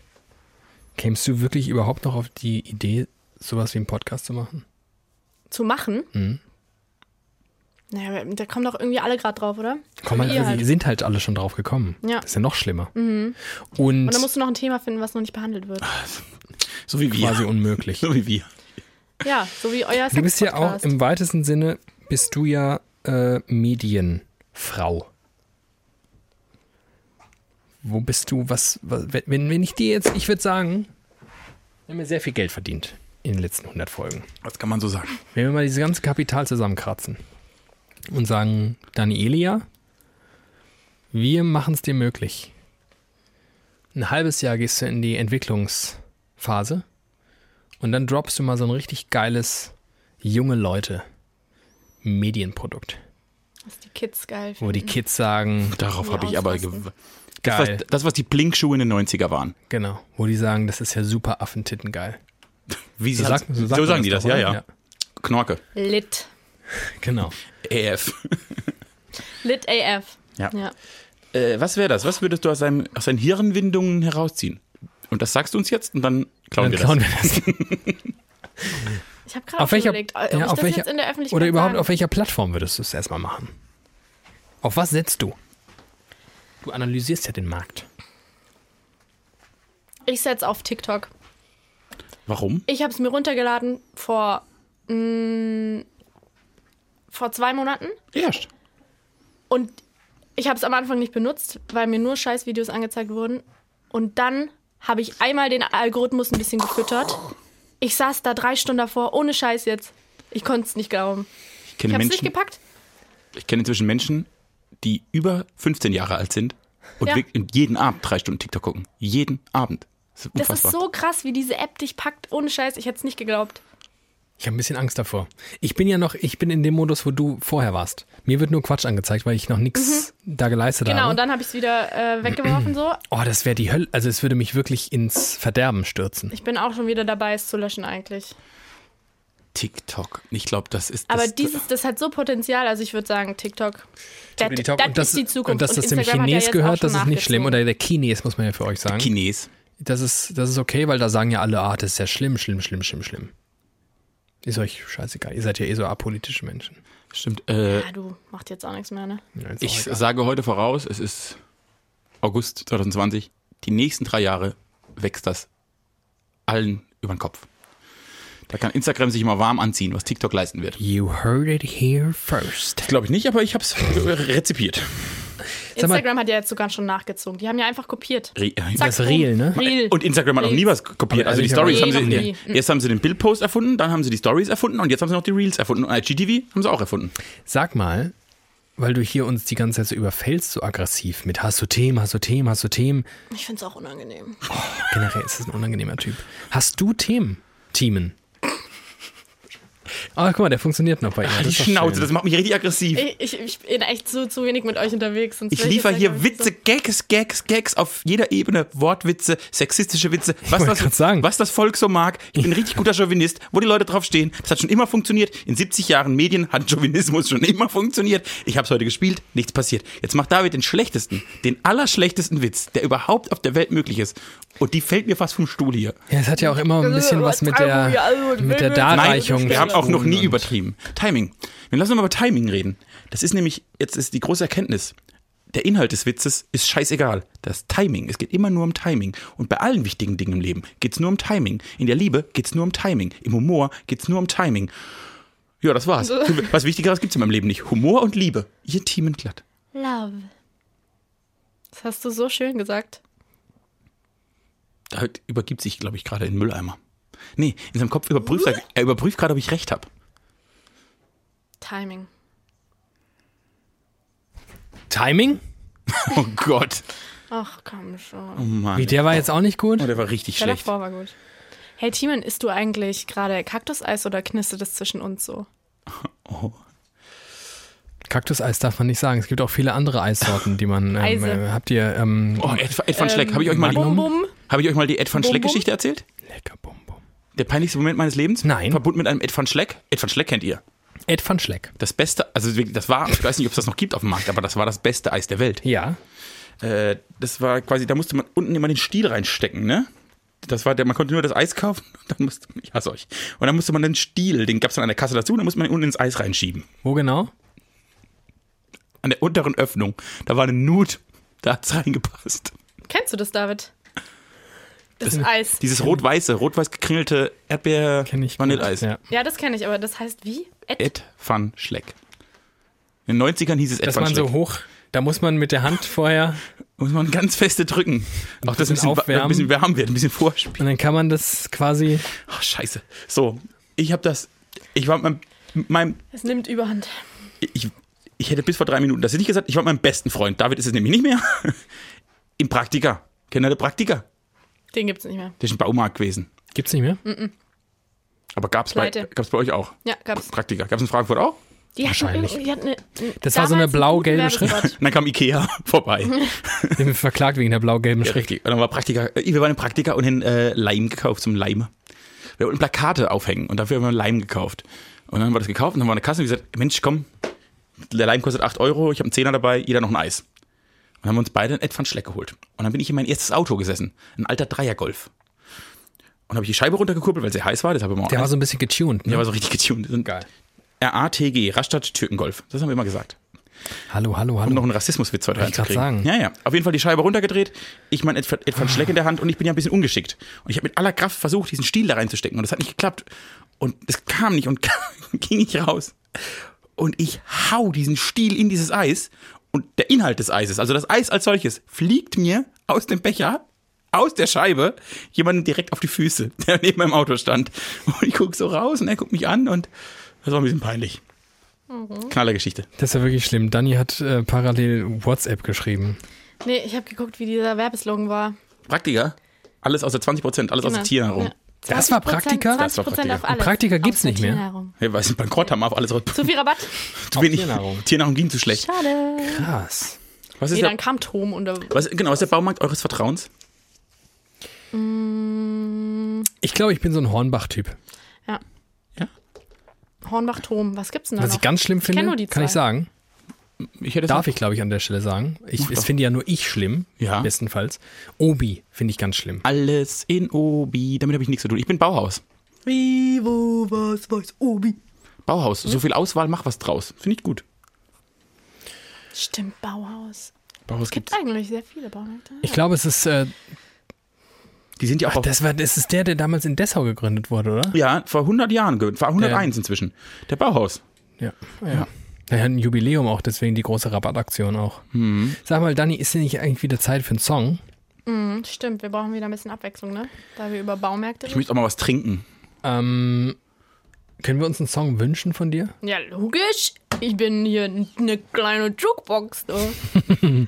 Speaker 1: kämst du wirklich überhaupt noch auf die Idee, sowas wie einen Podcast zu machen?
Speaker 3: Zu machen.
Speaker 1: Mhm.
Speaker 3: Naja, da kommen doch irgendwie alle gerade drauf, oder?
Speaker 1: Komm,
Speaker 3: Ihr
Speaker 1: also,
Speaker 3: halt.
Speaker 1: die sind halt alle schon drauf gekommen.
Speaker 3: Ja.
Speaker 1: Das ist ja noch schlimmer. Und,
Speaker 3: Und dann musst du noch ein Thema finden, was noch nicht behandelt wird.
Speaker 1: Ah.
Speaker 2: So wie wir.
Speaker 1: quasi unmöglich.
Speaker 2: So wie wir.
Speaker 3: Ja, so wie euer
Speaker 1: Du bist ja auch
Speaker 3: Sex-Podcast.
Speaker 1: im weitesten Sinne, bist du ja äh, Medienfrau. Wo bist du, was, was wenn, wenn ich dir jetzt, ich würde sagen, wir haben ja sehr viel Geld verdient in den letzten 100 Folgen.
Speaker 2: Was kann man so sagen?
Speaker 1: Wenn wir mal dieses ganze Kapital zusammenkratzen und sagen, Danielia, wir machen es dir möglich. Ein halbes Jahr gehst du in die Entwicklungsphase und dann droppst du mal so ein richtig geiles junge Leute Medienprodukt,
Speaker 3: Was die Kids geil
Speaker 1: wo
Speaker 3: finden.
Speaker 1: die Kids sagen,
Speaker 2: Darauf habe ich aber. gew- Das
Speaker 1: Geil.
Speaker 2: was, das, was die Blink-Schuhe in den 90er waren.
Speaker 1: genau, wo die sagen, das ist ja super Affentitten geil.
Speaker 2: Wie sie
Speaker 1: So,
Speaker 2: halt-
Speaker 1: sagt- so
Speaker 2: so,
Speaker 1: sagt man
Speaker 2: sagen die das,
Speaker 1: doch,
Speaker 2: ja,
Speaker 1: oder?
Speaker 2: ja, Knorke.
Speaker 3: Lit.
Speaker 1: Genau.
Speaker 2: EF.
Speaker 3: Lit AF.
Speaker 2: Ja.
Speaker 3: Ja.
Speaker 2: Äh, was wäre das? Was würdest du aus, seinem, aus seinen Hirnwindungen herausziehen? Und das sagst du uns jetzt und dann klauen
Speaker 1: Dann
Speaker 2: wir
Speaker 1: klauen
Speaker 2: das.
Speaker 1: wir das.
Speaker 3: Ich habe gerade
Speaker 1: auf welcher,
Speaker 3: überlegt, äh, ob
Speaker 1: ja,
Speaker 3: ich
Speaker 1: auf
Speaker 3: das
Speaker 1: welcher
Speaker 3: jetzt in der Öffentlichkeit
Speaker 1: oder überhaupt
Speaker 3: sagen.
Speaker 1: auf welcher Plattform würdest du es erstmal machen? Auf was setzt du? Du analysierst ja den Markt.
Speaker 3: Ich setze auf TikTok.
Speaker 2: Warum?
Speaker 3: Ich habe es mir runtergeladen vor mm, vor zwei Monaten
Speaker 2: Erst.
Speaker 3: und ich habe es am Anfang nicht benutzt, weil mir nur Scheißvideos angezeigt wurden. Und dann habe ich einmal den Algorithmus ein bisschen gefüttert. Ich saß da drei Stunden davor, ohne Scheiß jetzt. Ich konnte es nicht glauben.
Speaker 2: Ich
Speaker 3: Ich
Speaker 2: kenne
Speaker 3: habe es nicht
Speaker 2: Menschen.
Speaker 3: gepackt.
Speaker 2: Ich kenne inzwischen Menschen, die über 15 Jahre alt sind und
Speaker 3: Ja.
Speaker 2: wirk- und jeden Abend drei Stunden TikTok gucken. Jeden Abend. Das ist
Speaker 3: Das
Speaker 2: unfassbar.
Speaker 3: ist so krass, wie diese App dich packt. Ohne Scheiß, ich hätte es nicht geglaubt.
Speaker 1: Ich habe ein bisschen Angst davor. Ich bin ja noch, ich bin in dem Modus, wo du vorher warst. Mir wird nur Quatsch angezeigt, weil ich noch nichts da geleistet
Speaker 3: Genau,
Speaker 1: habe.
Speaker 3: und dann habe ich es wieder äh, weggeworfen so.
Speaker 1: oh, das wäre die Hölle. Also es würde mich wirklich ins Verderben stürzen.
Speaker 3: Ich bin auch schon wieder dabei, es zu löschen eigentlich.
Speaker 2: TikTok. Ich glaube, das ist
Speaker 3: Aber
Speaker 2: das,
Speaker 3: dieses, das hat so Potenzial. Also ich würde sagen, TikTok. Das,
Speaker 1: Tippity-top.
Speaker 3: das
Speaker 1: und das,
Speaker 3: ist die Zukunft.
Speaker 1: Und dass das dem
Speaker 3: Instagram hat ja
Speaker 1: Chines
Speaker 3: jetzt auch
Speaker 1: gehört,
Speaker 3: schon
Speaker 1: das ist nicht schlimm.
Speaker 3: nachgezogen.
Speaker 1: Oder der Chines, muss man ja für euch sagen.
Speaker 2: Chines.
Speaker 1: Das ist, das ist okay, weil da sagen ja alle, ah, das ist ja schlimm, schlimm, schlimm, schlimm, schlimm. Ist euch scheißegal. Ihr seid ja eh so apolitische Menschen.
Speaker 2: Stimmt. Äh,
Speaker 3: Ja, du macht jetzt auch nichts mehr, ne?
Speaker 1: Ja, ist auch
Speaker 2: ich
Speaker 1: egal.
Speaker 2: sage heute voraus, es ist August 2020. Die nächsten drei Jahre wächst das allen über den Kopf. Da kann Instagram sich immer warm anziehen, was TikTok leisten wird.
Speaker 1: You heard it here first.
Speaker 2: Glaube ich nicht, aber ich habe es rezipiert.
Speaker 1: mal-
Speaker 3: Instagram hat ja jetzt sogar schon nachgezogen. Die haben ja einfach kopiert.
Speaker 2: Und
Speaker 3: Zack,
Speaker 1: Das Reel, ne?
Speaker 3: boom. Reel.
Speaker 2: Instagram hat noch nie was kopiert.
Speaker 1: Aber
Speaker 2: Also die
Speaker 1: ehrlicherweise-
Speaker 2: Stories haben sie
Speaker 3: Nee,
Speaker 2: nee.
Speaker 3: noch
Speaker 2: erst haben sie den Bildpost erfunden, dann haben sie die Stories erfunden und jetzt haben sie noch die Reels erfunden und IGTV haben sie auch erfunden.
Speaker 1: Sag mal, weil du hier uns die ganze Zeit so überfällst, so aggressiv mit hast du Themen, hast du Themen, hast du Themen.
Speaker 3: ich finde es auch unangenehm.
Speaker 1: Generell ist das ein unangenehmer Typ. Hast du Themen? Themen. Ah, guck mal, der funktioniert noch bei ihm.
Speaker 2: Ah, Die Schnauze, das macht mich richtig aggressiv.
Speaker 3: Ich, ich, ich bin echt zu, zu wenig mit euch unterwegs. Sonst
Speaker 2: Ich
Speaker 3: wär
Speaker 2: liefere
Speaker 3: jetzt
Speaker 2: hier
Speaker 3: gleich
Speaker 2: Witze, Gags, Gags, Gags auf jeder Ebene, Wortwitze, sexistische Witze, was
Speaker 1: wollte grad
Speaker 2: das,
Speaker 1: sagen.
Speaker 2: was das Volk so mag. Ich bin ein richtig guter Chauvinist, wo die Leute drauf stehen. Das hat schon immer funktioniert. In 70 Jahren Medien hat Chauvinismus schon immer funktioniert. Ich habe es heute gespielt, nichts passiert. Jetzt macht David den schlechtesten, den allerschlechtesten Witz, der überhaupt auf der Welt möglich ist. Und die fällt mir fast vom Stuhl hier.
Speaker 1: Ja, es hat ja auch immer ein bisschen was mit der, mit der
Speaker 2: Nein,
Speaker 1: Darreichung.
Speaker 2: wir
Speaker 1: zu
Speaker 2: haben auch noch
Speaker 1: tun
Speaker 2: nie
Speaker 1: und-
Speaker 2: übertrieben. Timing. Wir lassen uns mal über Timing reden. Das ist nämlich, jetzt ist die große Erkenntnis. Der Inhalt des Witzes ist scheißegal. Das Timing. Es geht immer nur um Timing. Und bei allen wichtigen Dingen im Leben geht es nur um Timing. In der Liebe geht es nur um Timing. Im Humor geht es nur um Timing. Ja, das war's. Was Wichtigeres gibt es in meinem Leben nicht. Humor und Liebe. Ihr Teamen glatt.
Speaker 3: Love. Das hast du so schön gesagt.
Speaker 2: Da übergibt sich, glaube ich, gerade in den Mülleimer. Nee, in seinem
Speaker 3: Hm?
Speaker 2: Kopf überprüft er, er überprüft gerade, ob ich recht habe.
Speaker 3: Timing.
Speaker 1: Timing?
Speaker 2: Oh Gott.
Speaker 3: Ach komm schon.
Speaker 2: Oh Mann.
Speaker 1: Wie, der war jetzt auch nicht gut?
Speaker 2: Oh, der war richtig
Speaker 3: Stell dir
Speaker 2: schlecht.
Speaker 3: vor, war gut. Hey Timon, isst du eigentlich gerade Kaktuseis oder knistert es zwischen uns so?
Speaker 1: Kaktuseis darf man nicht sagen. Es gibt auch viele andere Eissorten, die man. Ähm,
Speaker 3: Eise.
Speaker 1: äh, habt ihr. Ähm,
Speaker 2: Oh, Ed, Ed van Schleck. Habe ich, euch mal die-
Speaker 1: Magnum?
Speaker 3: Bum bum.
Speaker 2: hab ich euch mal die Ed van
Speaker 3: Bum,
Speaker 2: Schleck-Geschichte erzählt?
Speaker 1: lecker Bum Bum.
Speaker 2: Der peinlichste Moment meines Lebens?
Speaker 1: Nein.
Speaker 2: Verbunden mit einem Ed van Schleck? Ed van Schleck kennt ihr.
Speaker 1: Ed van Schleck.
Speaker 2: Das beste, also wirklich, das war, ich weiß nicht, ob es das noch gibt auf dem Markt, aber das war das beste Eis der Welt.
Speaker 1: Ja.
Speaker 2: Äh, das war quasi, da musste man unten immer den Stiel reinstecken, ne? Das war der, man konnte nur das Eis kaufen, und dann musste, ich hasse euch. Und dann musste man den Stiel, den gab es dann an der Kasse dazu, und dann musste man ihn unten ins Eis reinschieben.
Speaker 1: Wo genau?
Speaker 2: An der unteren Öffnung. Da war eine Nut, da hat's reingepasst.
Speaker 3: Kennst du das, David? Das, Eis.
Speaker 2: Dieses rot-weiße, rot-weiß gekringelte Erdbeer
Speaker 1: Kenn ich. gut.
Speaker 2: Vanilleeis.
Speaker 1: Ja.
Speaker 3: Ja, das kenne ich, aber das heißt wie? Ed?
Speaker 2: Ed van Schleck. In den 90ern hieß es Ed
Speaker 1: Dass
Speaker 2: van
Speaker 1: man
Speaker 2: Schleck.
Speaker 1: so hoch. Da muss man mit der Hand vorher.
Speaker 2: Muss man ganz feste drücken. Auch das
Speaker 1: bisschen
Speaker 2: ein bisschen, wa-
Speaker 1: aufwärmen.
Speaker 2: ein bisschen warm wird, ein bisschen vorspielen.
Speaker 1: Und dann kann man das quasi.
Speaker 2: Ach, scheiße. So, ich habe das. Ich war mit meinem. meinem
Speaker 3: Es nimmt überhand.
Speaker 2: ich, ich hätte bis vor drei Minuten das nicht gesagt. Ich war mit meinem besten Freund. David ist es nämlich nicht mehr. Im Praktika. Kennt ihr den Praktika?
Speaker 3: Den gibt's nicht mehr.
Speaker 2: Der ist im Baumarkt gewesen.
Speaker 1: Gibt's nicht mehr?
Speaker 2: Aber gab's bei,
Speaker 3: Pleite.
Speaker 2: gab's bei euch auch?
Speaker 3: Ja, gab's.
Speaker 2: Praktika. Gab's in Frankfurt auch?
Speaker 3: Die hatten
Speaker 1: Wahrscheinlich.
Speaker 3: irgendwie- die hatten eine,
Speaker 1: Das war so eine
Speaker 3: damals einen
Speaker 1: blau-gelbe
Speaker 3: guten
Speaker 1: Schrift.
Speaker 3: Werbespot.
Speaker 2: Und dann kam Ikea vorbei.
Speaker 1: Den haben wir verklagt wegen der blau-gelben
Speaker 2: Ja,
Speaker 1: Schrift.
Speaker 2: richtig. Und dann war Praktika. äh, Wir waren im Praktika und haben äh, Leim gekauft zum Leim. Wir wollten Plakate aufhängen und dafür haben wir Leim gekauft. Und dann haben wir das gekauft und dann war eine Kasse und wir gesagt, Mensch, komm, der Leim kostet 8 Euro, ich habe einen Zehner dabei, jeder noch ein Eis. Und dann haben wir uns beide ein Ed van Schleck geholt. Und dann bin ich in mein erstes Auto gesessen, ein alter Dreiergolf. Und habe ich die Scheibe runtergekuppelt, weil sie heiß war, deshalb immer
Speaker 1: Der war so ein bisschen getuned. Ne?
Speaker 2: der war so richtig getuned. Und
Speaker 1: Geil.
Speaker 2: RATG, Rastatt Türkengolf. Das haben wir immer gesagt
Speaker 1: Hallo, hallo,
Speaker 2: um noch
Speaker 1: hallo.
Speaker 2: einen Rassismuswitz heute
Speaker 1: Wollte ich grad
Speaker 2: reinzukriegen.
Speaker 1: sagen.
Speaker 2: Ja, ja. Auf jeden Fall die Scheibe runtergedreht. Ich meine, etwa, etwa einen Schleck in der Hand und ich bin ja ein bisschen ungeschickt. Und ich habe mit aller Kraft versucht, diesen Stiel da reinzustecken und das hat nicht geklappt. Und es kam nicht und ging nicht raus. Und ich hau diesen Stiel in dieses Eis und der Inhalt des Eises, also das Eis als solches, fliegt mir aus dem Becher, aus der Scheibe, jemanden direkt auf die Füße, der neben meinem Auto stand. Und ich guck so raus und er guckt mich an und das war ein bisschen peinlich. Knallergeschichte.
Speaker 1: Das war wirklich schlimm. Dani hat äh, parallel WhatsApp geschrieben.
Speaker 3: Nee, ich habe geguckt, wie dieser Werbeslogan war.
Speaker 2: Praktika? Alles außer 20 Prozent, alles außer
Speaker 3: Genau.
Speaker 2: Tieren herum.
Speaker 3: Ja.
Speaker 1: Das war
Speaker 3: 20%,
Speaker 1: Praktika?
Speaker 2: Das war
Speaker 3: 20% auf
Speaker 2: Praktika.
Speaker 3: alles.
Speaker 1: Praktika gibt's
Speaker 3: Außer
Speaker 1: nicht mehr.
Speaker 3: Tiernahrung.
Speaker 2: Ja, weil sie bankrott haben, auf alles zu
Speaker 3: Zu viel Rabatt.
Speaker 2: wenig.
Speaker 1: Tiernahrung.
Speaker 2: Tiernahrung ging zu schlecht.
Speaker 3: Schade.
Speaker 1: Krass.
Speaker 2: Was ist
Speaker 3: Nee,
Speaker 2: der,
Speaker 3: dann kam Tom und da-
Speaker 2: was, genau, was ist der Baumarkt eures Vertrauens?
Speaker 1: Ich glaube, ich bin so ein Hornbach-Typ.
Speaker 3: ja.
Speaker 2: Ja.
Speaker 3: Hornbach Tom. Was gibt's denn da
Speaker 1: Was
Speaker 3: noch?
Speaker 1: ich ganz schlimm finde,
Speaker 3: kenn nur die
Speaker 1: kann ich
Speaker 3: zwei.
Speaker 1: sagen.
Speaker 2: Ich hätte
Speaker 1: Darf ich, glaube ich, an der Stelle sagen. Ich, es
Speaker 2: doch.
Speaker 1: finde ja nur ich schlimm,
Speaker 2: Ja.
Speaker 1: bestenfalls. Obi finde ich ganz schlimm.
Speaker 2: alles in Obi. Damit habe ich nichts zu tun. Ich bin Bauhaus.
Speaker 4: Wie, wo, was, weiß, Obi.
Speaker 2: Bauhaus. So viel Auswahl, mach was draus. Finde ich gut.
Speaker 3: Stimmt, Bauhaus.
Speaker 2: Bauhaus
Speaker 3: Gibt eigentlich sehr viele Baumärkte.
Speaker 1: Ich glaube, es ist, äh,
Speaker 2: Die sind ja auch. auf-
Speaker 1: das war, das ist der, der damals in Dessau gegründet wurde, oder?
Speaker 2: ja, vor 100 Jahren, ge- vor 101 inzwischen. Der Bauhaus.
Speaker 1: Ja. ja. Naja, ein Jubiläum auch, deswegen die große Rabattaktion auch.
Speaker 2: Mhm.
Speaker 1: Sag mal, Dani, ist denn nicht eigentlich wieder Zeit für einen Song?
Speaker 3: Hm, Stimmt, wir brauchen wieder ein bisschen Abwechslung, ne? Da wir über Baumärkte
Speaker 2: Ich möchte auch mal was trinken.
Speaker 1: Ähm, können wir uns einen Song wünschen von dir?
Speaker 3: Ja, logisch. Ich bin hier eine kleine Jukebox. Du.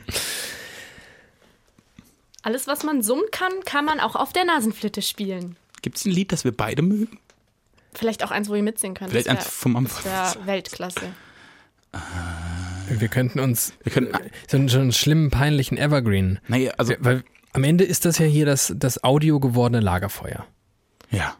Speaker 3: Alles, was man summen kann, kann man auch auf der Nasenflöte spielen.
Speaker 2: Gibt es ein Lied, das wir beide mögen?
Speaker 3: Vielleicht auch eins, wo ihr mitsingen könnt.
Speaker 2: Vielleicht eins vom
Speaker 3: Das wäre
Speaker 2: Anfang.
Speaker 3: Weltklasse.
Speaker 1: Wir könnten uns
Speaker 2: Wir können.
Speaker 1: so einen, so einen schlimmen, peinlichen Evergreen.
Speaker 2: Naja, also.
Speaker 1: Weil am Ende ist das ja hier das, das Audio gewordene Lagerfeuer.
Speaker 2: Ja.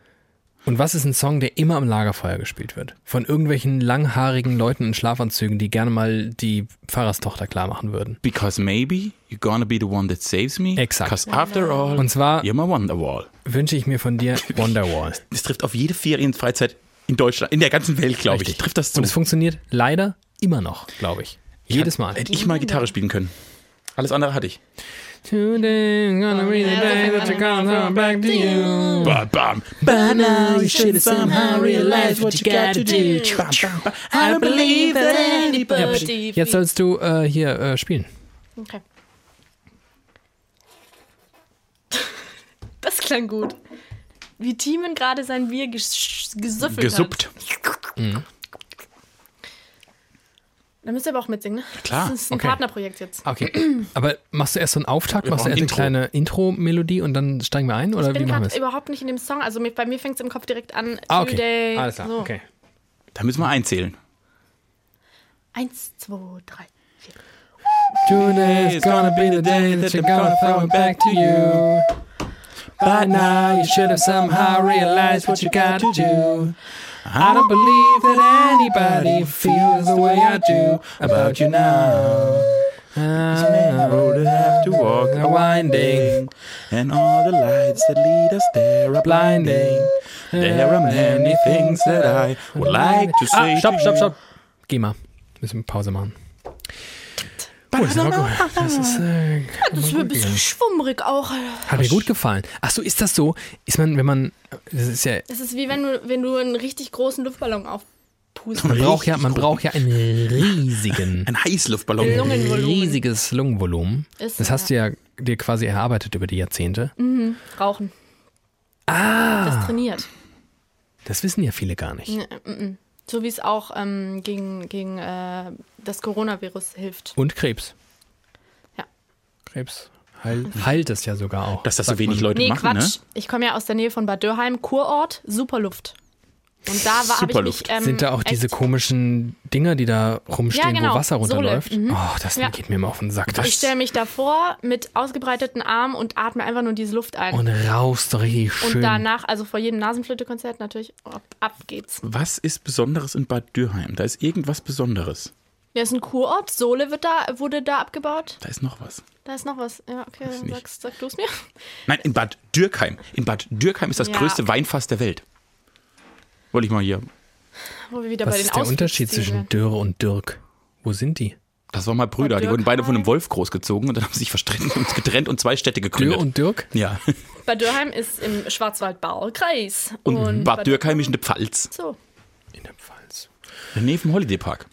Speaker 1: Und was ist ein Song, der immer am Lagerfeuer gespielt wird? Von irgendwelchen langhaarigen Leuten in Schlafanzügen, die gerne mal die Pfarrerstochter klar machen würden.
Speaker 2: Because maybe you're gonna be the one that saves me.
Speaker 1: Exakt.
Speaker 2: Because after all,
Speaker 1: Und zwar
Speaker 2: you're my Wonderwall.
Speaker 1: wünsche ich mir von dir Wonderwall.
Speaker 2: Das trifft auf jede Ferienfreizeit in Deutschland, in der ganzen Welt, glaube ich.
Speaker 1: Richtig.
Speaker 2: Trifft das zu.
Speaker 1: Und es funktioniert leider immer noch, glaube ich. Jedes Mal.
Speaker 2: Hätte ich mal Gitarre spielen können. Alles andere hatte ich.
Speaker 1: Today gonna be the day that you're gonna come back to you.
Speaker 2: Bam, bam.
Speaker 4: By now you should have somehow realized what you got to do.
Speaker 2: Bam, bam, bam.
Speaker 4: I don't believe that anybody.
Speaker 1: Jetzt sollst du äh, hier äh, spielen.
Speaker 3: Okay. Das klang gut. Wie Timon gerade sein Bier ges gesüffelt hat.
Speaker 2: Gesuppt.
Speaker 3: Das Da müsst ihr aber auch mitsingen, ne?
Speaker 2: klar.
Speaker 3: Das ist ein
Speaker 1: Okay.
Speaker 3: Partnerprojekt jetzt.
Speaker 1: Okay. Aber machst du erst so einen Auftakt,
Speaker 2: Wir
Speaker 1: machst du
Speaker 2: brauchen
Speaker 1: erst eine
Speaker 2: Intro.
Speaker 1: kleine Intro-Melodie und dann steigen wir ein? Oder
Speaker 3: Ich
Speaker 1: Äh, wie machen
Speaker 3: bin
Speaker 1: wir
Speaker 3: gerade
Speaker 1: es?
Speaker 3: überhaupt nicht in dem Song. Also mir- bei mir fängt es im Kopf direkt an.
Speaker 1: Ah, okay.
Speaker 3: Today.
Speaker 1: Alles klar.
Speaker 3: So.
Speaker 1: Okay.
Speaker 2: Da müssen wir einzählen.
Speaker 3: Eins, zwei, drei, vier.
Speaker 1: Oh Today is gonna be the day that you're gonna throw it back to you. By now you should have somehow realized what you got to do. I don't believe that anybody feels the way I do about you now. Ah,
Speaker 2: Road I have to walk
Speaker 1: They're winding,
Speaker 2: and all the lights that lead us there are blinding. There are many things that I would like to say.
Speaker 1: Ah, stopp,
Speaker 2: to
Speaker 1: stopp,
Speaker 2: you.
Speaker 1: stopp. Geh mal. Müssen wir Pause machen. Gut, das war gut. Das ist, äh,
Speaker 3: Das ist mir ein bisschen schwummrig auch.
Speaker 1: hat mir gut gefallen. Ach so, ist das so? Ist man, wenn man, das ist ja,
Speaker 3: Das ist wie wenn du, wenn du einen richtig großen Luftballon aufpustest.
Speaker 1: man braucht ja, man
Speaker 2: Richtig
Speaker 1: braucht ja einen riesigen,
Speaker 2: Ein Heißluftballon.
Speaker 3: Lunge- Lungenvolumen.
Speaker 1: riesiges Lungenvolumen.
Speaker 3: Ist, Mhm.
Speaker 1: Das hast du ja dir quasi erarbeitet über die Jahrzehnte.
Speaker 3: Rauchen.
Speaker 1: Ah,
Speaker 3: Das trainiert.
Speaker 1: das wissen ja viele gar nicht.
Speaker 3: Nee, mm, mm. So wie es auch ähm, gegen, gegen äh, das Coronavirus hilft.
Speaker 1: Und Krebs.
Speaker 3: Ja.
Speaker 1: Krebs heilt, heilt es ja sogar auch.
Speaker 2: Dass das
Speaker 1: Sagt
Speaker 2: so wenig
Speaker 1: man
Speaker 2: Leute
Speaker 3: Nee,
Speaker 2: machen,
Speaker 3: Quatsch.
Speaker 2: ne?
Speaker 3: Ich komme ja aus der Nähe von Bad Dürheim, Kurort, Superluft. Und da war habe ich mich.
Speaker 2: Superluft.
Speaker 3: Ähm,
Speaker 1: Sind da auch diese
Speaker 3: echt-
Speaker 1: komischen Dinger, die da rumstehen,
Speaker 3: Ja, genau.
Speaker 1: wo Wasser
Speaker 3: Sohle.
Speaker 1: runterläuft?
Speaker 3: Mhm.
Speaker 1: Oh, das
Speaker 3: Ja.
Speaker 1: geht mir immer auf den Sack. Das
Speaker 3: Ich stelle mich davor mit ausgebreiteten Armen und atme einfach nur diese Luft ein.
Speaker 2: Oh,
Speaker 1: und raus richtig schön.
Speaker 3: Und danach, also vor jedem Nasenflötekonzert natürlich, ab, ab geht's.
Speaker 2: Was ist Besonderes in Bad Dürheim? Da ist irgendwas Besonderes.
Speaker 3: Ja, ist ein Kurort. Sohle wird da, wurde da abgebaut.
Speaker 2: Da ist noch was.
Speaker 3: Da ist noch was. Ja, okay, dann
Speaker 2: nicht.
Speaker 3: sagst, sag du es mir.
Speaker 2: Nein, in Bad Dürkheim. In Bad Dürkheim ist das
Speaker 3: Ja.
Speaker 2: größte Weinfass der Welt. Wollte ich mal hier.
Speaker 3: Wo wir wieder bei
Speaker 1: Was
Speaker 3: den
Speaker 1: ist der Unterschied
Speaker 3: Ausflugszielen
Speaker 1: zwischen
Speaker 3: wären.
Speaker 1: Dürre und Dirk? Wo sind die?
Speaker 2: Das waren mal Brüder.
Speaker 3: Bad
Speaker 2: Die wurden beide von einem
Speaker 3: Dürkheim.
Speaker 2: Wolf großgezogen und dann haben sie sich verstritten und getrennt und zwei Städte gegründet.
Speaker 1: Dürr und Dirk?
Speaker 2: ja.
Speaker 3: Bad Dürheim ist im Schwarzwald-Baur-Kreis.
Speaker 2: Und, Bad Dürkheim ist in der Pfalz.
Speaker 3: So.
Speaker 1: In der Pfalz. Also
Speaker 2: In der Nähe vom Holiday Park.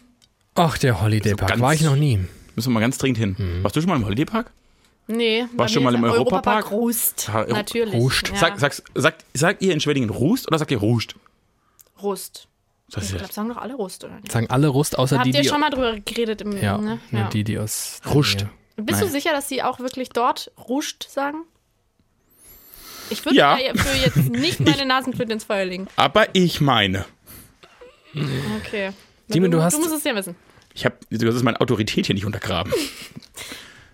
Speaker 1: Ach, der Holiday Park.
Speaker 2: ganz-
Speaker 1: War ich noch nie.
Speaker 2: Müssen wir mal ganz dringend hin. Warst du schon mal im Holiday Park?
Speaker 3: Nee. bei
Speaker 2: Warst du
Speaker 3: mir
Speaker 2: mal
Speaker 3: ist
Speaker 2: im
Speaker 3: der
Speaker 2: Europapark?
Speaker 3: Rust.
Speaker 2: Ah, Ru-
Speaker 3: Natürlich.
Speaker 1: Rust.
Speaker 3: Ja.
Speaker 2: Sag, sagst, sagt, sagt ihr in Schwedingen Rust oder sagt ihr Rust?
Speaker 3: Rust.
Speaker 2: Das
Speaker 3: Ich
Speaker 2: ist ja
Speaker 3: glaube, sagen doch alle Rust, oder nicht?
Speaker 1: Sagen alle Rust, außer die,
Speaker 3: Habt ihr
Speaker 1: die.
Speaker 3: schon mal drüber geredet im.
Speaker 1: ja,
Speaker 3: ne?
Speaker 1: nur die, die aus.
Speaker 2: Rust.
Speaker 1: Ja.
Speaker 2: Nein.
Speaker 3: Bist du sicher, dass sie auch wirklich dort Rust sagen? Ich würde
Speaker 2: Ja.
Speaker 3: dafür jetzt nicht meine Nasenflöte ins Feuer legen.
Speaker 2: Aber ich meine,
Speaker 3: Okay.
Speaker 1: Simon, du hast-
Speaker 3: du musst es ja wissen.
Speaker 2: ich habe, das ist meine Autorität hier nicht untergraben.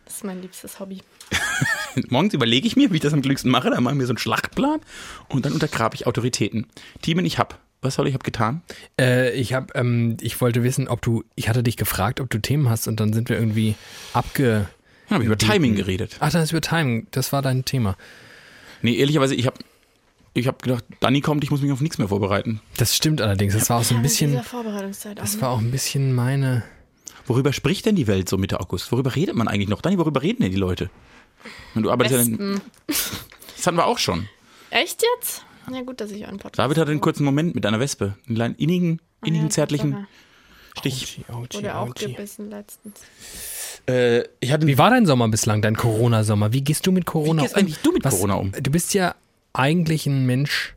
Speaker 3: Das ist mein liebstes Hobby.
Speaker 2: Morgens überlege ich mir, wie ich das am glücklichsten mache, dann mache ich mir so einen Schlachtplan und dann untergrabe ich Autoritäten. Themen ich hab. Was soll ich hab getan?
Speaker 1: Äh, ich hab, ähm, ich wollte wissen, ob du. Ich hatte dich gefragt, ob du Themen hast und dann sind wir irgendwie abge.
Speaker 2: Dann habe ich über Timing geredet.
Speaker 1: Ach, dann ist über Timing. Das war dein Thema.
Speaker 2: Nee, ehrlicherweise, ich habe ich hab gedacht, Dani kommt, ich muss mich auf nichts mehr vorbereiten.
Speaker 1: Das stimmt allerdings. Das war auch so ein
Speaker 3: Ja, in
Speaker 1: bisschen.
Speaker 3: dieser Vorbereitungszeit auch.
Speaker 1: Das
Speaker 3: ne?
Speaker 1: war auch ein bisschen meine.
Speaker 2: Worüber spricht denn die Welt so Mitte August? Worüber redet man eigentlich noch? Dani, worüber reden denn die Leute? Und du arbeitest ja
Speaker 3: Wespen.
Speaker 2: dann, Das hatten wir auch schon.
Speaker 3: Echt jetzt? Na gut, dass ich einen Podcast.
Speaker 2: David hatte einen kurzen Moment mit einer Wespe. Einen kleinen innigen, innigen,
Speaker 3: Ah Ja,
Speaker 2: zärtlichen
Speaker 3: Zucker.
Speaker 2: Stich.
Speaker 1: Ouchi,
Speaker 3: Wurde auch
Speaker 1: ouchi.
Speaker 3: gebissen letztens.
Speaker 2: Äh, ich hatte
Speaker 1: Wie war dein Sommer bislang, dein Corona-Sommer? Wie gehst du mit Corona
Speaker 2: gehst
Speaker 1: um?
Speaker 2: eigentlich du mit Corona um?
Speaker 1: Du bist ja eigentlich ein Mensch.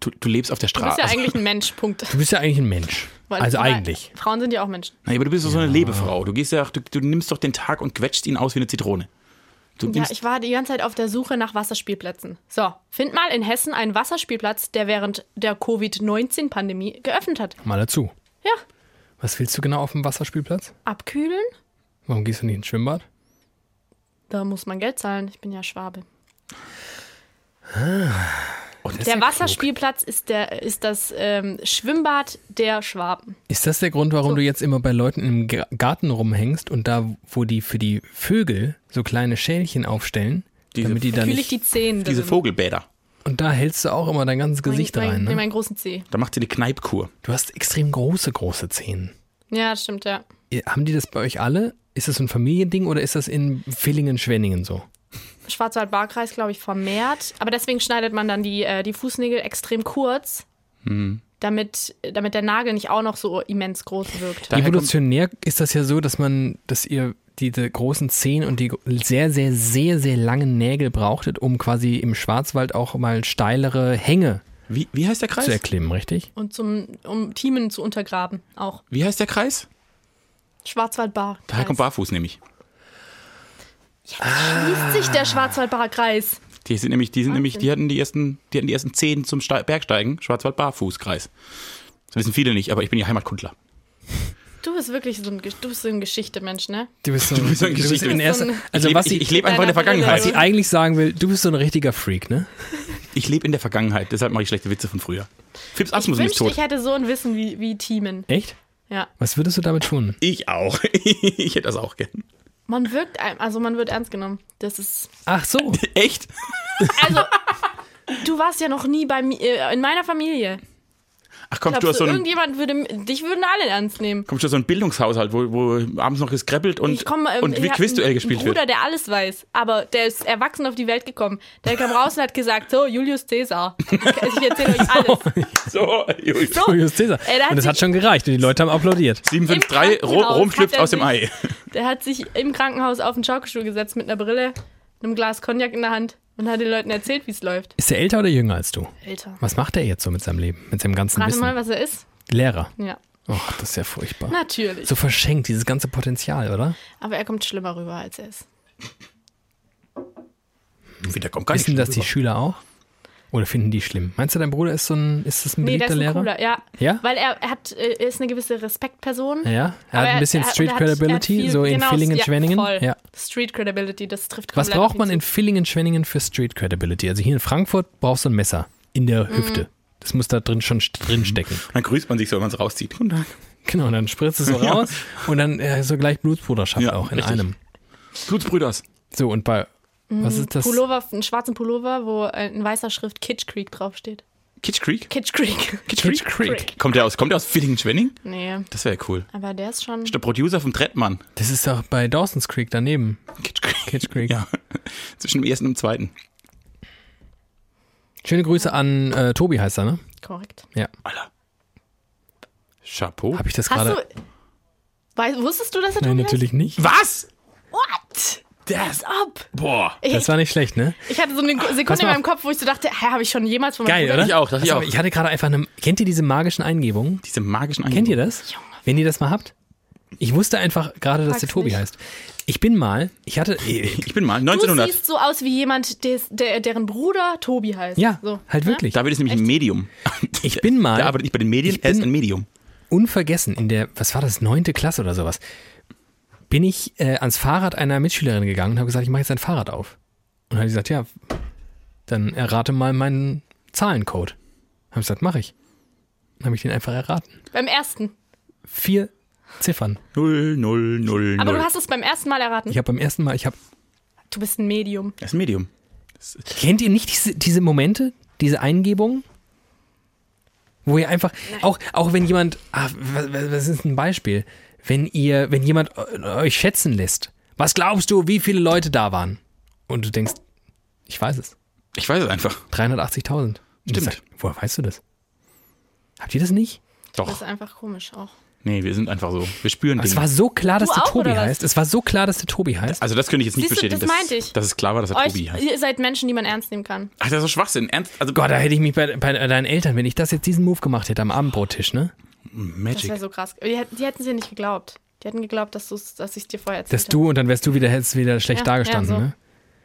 Speaker 2: du, du lebst auf der
Speaker 3: Du bist
Speaker 2: Straße.
Speaker 3: ja eigentlich ein Mensch, Punkt.
Speaker 1: Du bist ja eigentlich ein Mensch.
Speaker 3: Weil-
Speaker 1: also
Speaker 3: aber
Speaker 1: eigentlich.
Speaker 3: Frauen sind ja auch Menschen.
Speaker 2: Naja, aber du bist doch so eine Lebefrau. Du gehst ja, du, du nimmst doch den Tag und quetschst ihn aus wie eine Zitrone. Du
Speaker 3: Ja,
Speaker 2: nimmst,
Speaker 3: ich war die ganze Zeit auf der Suche nach Wasserspielplätzen. So, find mal in Hessen einen Wasserspielplatz, der während der Covid-19-Pandemie geöffnet hat.
Speaker 1: Mal dazu.
Speaker 3: Ja,
Speaker 1: Was willst du genau auf dem Wasserspielplatz?
Speaker 3: abkühlen,
Speaker 1: Warum gehst du nicht ins Schwimmbad?
Speaker 3: da muss man Geld zahlen. Ich bin ja Schwabe.
Speaker 2: oh, das ist
Speaker 3: Der
Speaker 2: ja
Speaker 3: Wasserspielplatz ist, der, ist das ähm, Schwimmbad der Schwaben.
Speaker 1: Ist das der Grund, warum
Speaker 3: So.
Speaker 1: du jetzt immer bei Leuten im Gra- Garten rumhängst und da, wo die für die Vögel so kleine Schälchen aufstellen,
Speaker 2: Diese
Speaker 1: damit die dann
Speaker 3: Fühle
Speaker 1: nicht,
Speaker 3: ich die Zehen.
Speaker 2: Diese
Speaker 3: drin.
Speaker 2: Vogelbäder.
Speaker 1: und da hältst du auch immer dein ganzes
Speaker 3: Mein-
Speaker 1: Gesicht
Speaker 3: mein,
Speaker 1: rein.
Speaker 3: nee,
Speaker 1: Ne?
Speaker 3: meinen großen Zeh.
Speaker 2: Da macht sie eine Kneipkur.
Speaker 1: Du hast extrem große, große Zähne.
Speaker 3: Ja, das stimmt, ja.
Speaker 1: Ihr- Haben die das bei euch alle? Ist das so ein Familiending oder ist das in Villingen-Schwenningen so?
Speaker 3: Schwarzwald-Barkreis, glaube ich, vermehrt. Aber deswegen schneidet man dann die, äh, die Fußnägel extrem kurz,
Speaker 2: Mhm.
Speaker 3: damit, damit der Nagel nicht auch noch so immens groß wirkt.
Speaker 2: Daher kommt,
Speaker 1: Evolutionär ist das ja so, dass man, dass ihr diese großen Zehen und die gro- sehr, sehr, sehr, sehr langen Nägel brauchtet, um quasi im Schwarzwald auch mal steilere Hänge
Speaker 2: Wie, wie heißt der Kreis?
Speaker 1: zu erklimmen, richtig?
Speaker 3: Und zum, um Teamen zu untergraben auch.
Speaker 2: Wie heißt der Kreis?
Speaker 3: Schwarzwaldbar.
Speaker 2: Daher kommt Barfuß nämlich.
Speaker 3: Schließt sich der Schwarzwaldbarer Kreis.
Speaker 2: Die sind nämlich,
Speaker 3: Ah,
Speaker 2: die sind nämlich, die hatten die ersten, die hatten die ersten zehn zum Ste Bergsteigen, Schwarzwald Barfußkreis. Das wissen viele nicht, aber ich bin ja Heimatkundler.
Speaker 3: Du bist wirklich so ein, Ge- du bist so ein Geschichte-Mensch, ne?
Speaker 1: Du bist so, du
Speaker 2: bist so ein
Speaker 1: bist
Speaker 2: Geschichte-
Speaker 1: in erster,
Speaker 3: so ein-
Speaker 1: also
Speaker 2: ich lebe
Speaker 1: was
Speaker 2: ich,
Speaker 1: sie,
Speaker 2: ich leb einfach in der
Speaker 3: Deiner Brille,
Speaker 2: Vergangenheit.
Speaker 1: was sie eigentlich sagen will, du bist so ein richtiger Freak, ne?
Speaker 2: Ich lebe in der Vergangenheit, deshalb mache ich schlechte Witze von früher. Fips
Speaker 3: Ich
Speaker 2: Asmus ist
Speaker 3: wünschte,
Speaker 2: tot.
Speaker 3: ich hätte so ein Wissen wie, wie Teamen.
Speaker 1: Echt?
Speaker 3: Ja.
Speaker 1: Was würdest du damit tun?
Speaker 2: Ich auch. ich hätte das auch gern.
Speaker 3: Man wirkt, ein- also man wird ernst genommen. Das ist.
Speaker 1: Ach so.
Speaker 2: Echt?
Speaker 3: Also, du warst ja noch nie bei mir, äh, in meiner Familie.
Speaker 2: Ach komm, du hast
Speaker 3: Glaubst du,
Speaker 2: so einen,
Speaker 3: irgendjemand würde, dich würden alle ernst nehmen.
Speaker 2: komm, du hast so einen Bildungshaushalt, wo, wo abends noch gekreppelt und,
Speaker 3: Ich komm, ähm,
Speaker 2: und wie
Speaker 3: ich hab
Speaker 2: Quizduell
Speaker 3: einen
Speaker 2: gespielt
Speaker 3: Bruder,
Speaker 2: wird.
Speaker 3: der alles weiß, aber der ist erwachsen auf die Welt gekommen. Der kam raus und hat gesagt, so, Julius Caesar. Ich erzähle euch alles.
Speaker 2: So, Julius.
Speaker 3: So,
Speaker 1: Julius Caesar.
Speaker 3: Ey, da hat
Speaker 1: Und das
Speaker 3: sich-
Speaker 1: hat schon gereicht und die Leute haben applaudiert.
Speaker 2: 753,
Speaker 3: Im
Speaker 2: Ro
Speaker 3: Krankenhaus
Speaker 2: Rom schlüpft
Speaker 3: hat er
Speaker 2: aus dem Ei.
Speaker 3: sich- Der hat sich im Krankenhaus auf den Schaukelstuhl gesetzt mit einer Brille, einem Glas Cognac in der Hand und hat den Leuten erzählt, wie es läuft.
Speaker 1: Ist er älter oder jünger als du?
Speaker 3: Alter.
Speaker 1: Was macht er jetzt so mit seinem Leben, mit seinem ganzen
Speaker 3: Rate
Speaker 1: Wissen?
Speaker 3: mal, was er ist.
Speaker 1: Lehrer.
Speaker 3: Ja,
Speaker 1: Oh, das ist ja furchtbar.
Speaker 3: natürlich.
Speaker 1: So verschenkt, dieses ganze Potenzial, oder?
Speaker 3: Aber er kommt schlimmer rüber, als er ist.
Speaker 2: Wieder kommt gar
Speaker 1: Wissen
Speaker 2: nicht
Speaker 1: das die Schüler auch? Oder finden die schlimm? Meinst du, dein Bruder ist so ein, ist das ein
Speaker 3: Nee,
Speaker 1: beliebter
Speaker 3: der ist ein
Speaker 1: Lehrer?
Speaker 3: cooler, ja.
Speaker 1: Ja?
Speaker 3: Weil er, er, hat, äh, er ist eine gewisse Respektperson.
Speaker 1: Ja, er
Speaker 3: Aber
Speaker 1: hat ein bisschen
Speaker 3: er-
Speaker 1: Street
Speaker 3: er hat- er hat
Speaker 1: Credibility,
Speaker 3: viel-
Speaker 1: so in
Speaker 3: genau,
Speaker 1: Villingen,
Speaker 3: ja,
Speaker 1: Schwenningen.
Speaker 3: Voll.
Speaker 1: Ja.
Speaker 3: Street Credibility, das trifft
Speaker 1: Was
Speaker 3: komplett auf
Speaker 1: braucht
Speaker 3: ihn
Speaker 1: man
Speaker 3: zu.
Speaker 1: in Villingen, Schwenningen für Street Credibility? Also hier in Frankfurt brauchst du ein Messer in der
Speaker 3: Mhm.
Speaker 1: Hüfte. Das muss da drin schon st- drin stecken.
Speaker 2: Dann grüßt man sich so, wenn man es rauszieht. Guten Tag.
Speaker 1: Genau, und dann spritzt es so
Speaker 2: Ja.
Speaker 1: raus und dann äh, so gleich Blutsbruderschaft
Speaker 2: Ja,
Speaker 1: auch in
Speaker 2: richtig.
Speaker 1: einem.
Speaker 2: Blutsbrüders.
Speaker 1: So, und bei
Speaker 3: Mhm.
Speaker 1: was ist das?
Speaker 3: Pullover, einen schwarzen Pullover, wo äh, in weißer Schrift Kitsch Creek draufsteht.
Speaker 2: Kitsch Creek?
Speaker 3: Kitsch Creek.
Speaker 1: Kitsch Creek.
Speaker 3: Creek.
Speaker 2: Kommt der aus, kommt der aus Villingen-Schwenning?
Speaker 3: Nee,
Speaker 2: Das wäre ja cool.
Speaker 3: aber der ist schon.
Speaker 2: Ist der Producer vom Trettmann.
Speaker 1: Das ist doch bei Dawson's Creek daneben.
Speaker 2: Kitsch Creek.
Speaker 1: Kitsch Creek.
Speaker 2: Ja. Zwischen dem ersten und dem zweiten.
Speaker 1: Schöne Grüße an äh, Tobi heißt er, ne?
Speaker 3: Korrekt.
Speaker 1: Ja.
Speaker 2: Alter. Chapeau.
Speaker 1: Habe ich das
Speaker 3: Hast
Speaker 1: gerade?
Speaker 3: du. Wei- wusstest du, dass er
Speaker 1: Nein,
Speaker 3: Tobi
Speaker 1: natürlich nicht.
Speaker 2: Was?
Speaker 3: heißt? What?
Speaker 2: Das.
Speaker 3: Ab.
Speaker 2: Boah.
Speaker 1: Das war nicht schlecht, ne?
Speaker 3: Ich hatte so eine
Speaker 1: Pass
Speaker 3: Sekunde in
Speaker 1: mal
Speaker 3: meinem Kopf, wo ich so dachte, hä, habe ich schon jemals von meinem
Speaker 1: Geil,
Speaker 3: Bruder
Speaker 1: oder?
Speaker 2: Ich auch, das ich
Speaker 1: Also,
Speaker 2: auch.
Speaker 1: Ich hatte gerade einfach eine. Kennt ihr diese magischen Eingebungen?
Speaker 2: Diese magischen
Speaker 1: Kennt ihr
Speaker 2: das?
Speaker 1: das? Wenn ihr das mal habt? Ich wusste einfach gerade, dass
Speaker 3: Frag's
Speaker 1: der Tobi
Speaker 3: nicht.
Speaker 1: heißt. Ich bin mal, ich hatte, ich-
Speaker 2: Ich bin mal
Speaker 3: Du
Speaker 2: 1900.
Speaker 3: siehst so aus wie jemand, des, der, deren Bruder Tobi heißt.
Speaker 1: ja,
Speaker 3: so,
Speaker 1: halt
Speaker 3: ne?
Speaker 1: wirklich.
Speaker 2: David ist nämlich ein Medium.
Speaker 1: Ich bin mal-
Speaker 2: Der arbeitet nicht bei den Medien,
Speaker 1: Ich
Speaker 2: er ist
Speaker 1: bin-
Speaker 2: ein Medium.
Speaker 1: Unvergessen, in der, was war das, neunte Klasse oder sowas, bin ich äh, ans Fahrrad einer Mitschülerin gegangen und habe gesagt, ich mache jetzt ein Fahrrad auf. Und hat die gesagt, ja, dann errate mal meinen Zahlencode. Habe ich gesagt, mache ich. Dann habe ich den einfach erraten.
Speaker 3: Beim ersten.
Speaker 1: Vier Ziffern.
Speaker 2: Null, null, null,
Speaker 3: Aber
Speaker 2: null.
Speaker 3: du hast es beim ersten Mal erraten.
Speaker 1: Ich habe beim ersten Mal, ich habe
Speaker 3: Du bist ein Medium.
Speaker 2: er ist ein Medium.
Speaker 1: Kennt ihr nicht diese, diese Momente, diese Eingebungen? Wo ihr einfach, auch, auch wenn jemand, ah, was, was was ist ein Beispiel? Wenn ihr, wenn jemand eu- euch schätzen lässt, was glaubst du, wie viele Leute da waren? Und du denkst, ich weiß es,
Speaker 2: Ich weiß es einfach.
Speaker 1: 380.000. Und du
Speaker 2: Stimmt.
Speaker 1: sagst, Woher weißt du das? Habt ihr das nicht?
Speaker 3: Du
Speaker 2: Doch.
Speaker 3: bist einfach komisch auch.
Speaker 2: Nee, wir sind einfach so. Wir spüren
Speaker 1: Aber es
Speaker 2: Dinge.
Speaker 1: war so klar, dass
Speaker 3: Du
Speaker 1: der
Speaker 3: auch,
Speaker 1: Tobi
Speaker 3: oder was?
Speaker 1: heißt. Es war so klar, dass der Tobi heißt.
Speaker 2: Also das könnte ich jetzt nicht
Speaker 3: Siehst du,
Speaker 2: bestätigen.
Speaker 3: das
Speaker 2: dass-
Speaker 3: meinte ich.
Speaker 2: Dass es klar war, dass er
Speaker 3: Euch,
Speaker 2: Tobi heißt.
Speaker 3: ihr seid Menschen, die man ernst nehmen kann.
Speaker 2: Ach, das ist so Schwachsinn. Ernst? Also
Speaker 1: Gott, da hätte ich mich bei, bei deinen Eltern, wenn ich das jetzt diesen Move gemacht hätte am Abendbrottisch, ne?
Speaker 3: Das
Speaker 2: Magic.
Speaker 3: wäre so krass. Die, hätt- die hätten es ja nicht geglaubt. Die hätten geglaubt, dass, du's- dass ich es dir vorher erzählt
Speaker 1: Dass du und dann wärst du wieder, hättest wieder schlecht
Speaker 3: Ja,
Speaker 1: dagestanden,
Speaker 3: ja, so.
Speaker 1: ne?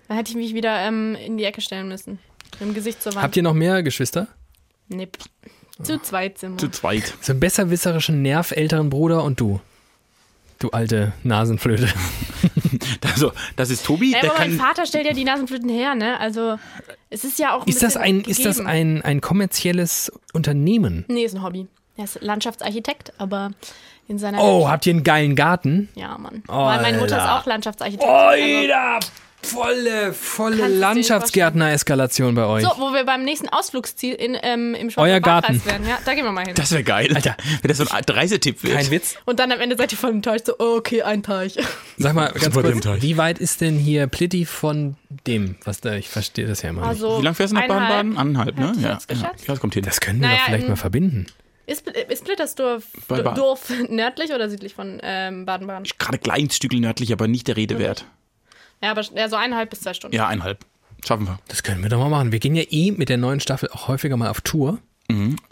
Speaker 3: Dann hätte ich mich wieder ähm, in die Ecke stellen müssen. Im Gesicht zur Wand.
Speaker 1: Habt ihr Oh. noch mehr Geschwister?
Speaker 3: nee. Zu zweit sind
Speaker 2: Zu
Speaker 3: wir.
Speaker 2: zweit.
Speaker 1: So einen besserwisserischen Nerv, älteren Bruder und du. Du alte Nasenflöte.
Speaker 2: Also, das ist Tobi,
Speaker 3: Naja,
Speaker 2: der
Speaker 3: aber mein
Speaker 2: kann.
Speaker 3: Vater stellt ja die Nasenflöten her, ne? Also es ist ja auch ein
Speaker 1: Ist das
Speaker 3: bisschen
Speaker 1: ein, ist das
Speaker 3: gegeben.
Speaker 1: ein, ein kommerzielles Unternehmen?
Speaker 3: Nee, ist ein Hobby. Er ist Landschaftsarchitekt, aber in seiner
Speaker 1: Oh, habt ihr einen geilen Garten?
Speaker 3: Ja, Mann. Weil meine Mutter ist
Speaker 1: Alter.
Speaker 3: auch Landschaftsarchitektin. Also,
Speaker 1: Oida! Volle, volle
Speaker 3: Kannst du dir
Speaker 1: Landschaftsgärtner-Eskalation bei euch.
Speaker 3: so, wo wir beim nächsten Ausflugsziel in, ähm, im
Speaker 1: Euer
Speaker 3: Schwarzwaldkreis
Speaker 1: Garten.
Speaker 3: werden. Ja, da gehen wir mal hin.
Speaker 2: Das wäre geil. Alter, wenn das so ein Reisetipp wird.
Speaker 1: Kein Witz.
Speaker 3: Und dann am Ende seid ihr voll enttäuscht, so, oh, okay, ein Teich.
Speaker 1: Sag mal ganz
Speaker 2: bei
Speaker 1: kurz,
Speaker 2: dem Teich.
Speaker 1: wie weit ist denn hier Plitti von dem? Was da, ich verstehe das ja immer nicht.
Speaker 3: Also,
Speaker 2: Wie lange fährst du nach
Speaker 3: eineinhalb.
Speaker 2: Baden-Baden? Anderthalb, ne?
Speaker 3: Hätte ich
Speaker 2: Ja,
Speaker 3: jetzt
Speaker 2: ja.
Speaker 3: geschätzt.
Speaker 2: das kommt hin.
Speaker 1: Das können wir
Speaker 3: Naja,
Speaker 1: doch vielleicht
Speaker 3: in-
Speaker 1: mal verbinden.
Speaker 3: Ist, ist Blittersdorf
Speaker 2: Bei Baden.
Speaker 3: Dorf nördlich oder südlich von ähm, Baden-Baden?
Speaker 2: Gerade kleines Stückchen nördlich, aber nicht der Rede wert.
Speaker 3: Ja, aber ja, so eineinhalb bis zwei Stunden.
Speaker 2: Ja, eineinhalb. Schaffen wir.
Speaker 1: Das können wir doch mal machen. Wir gehen ja eh mit der neuen Staffel auch häufiger mal auf Tour.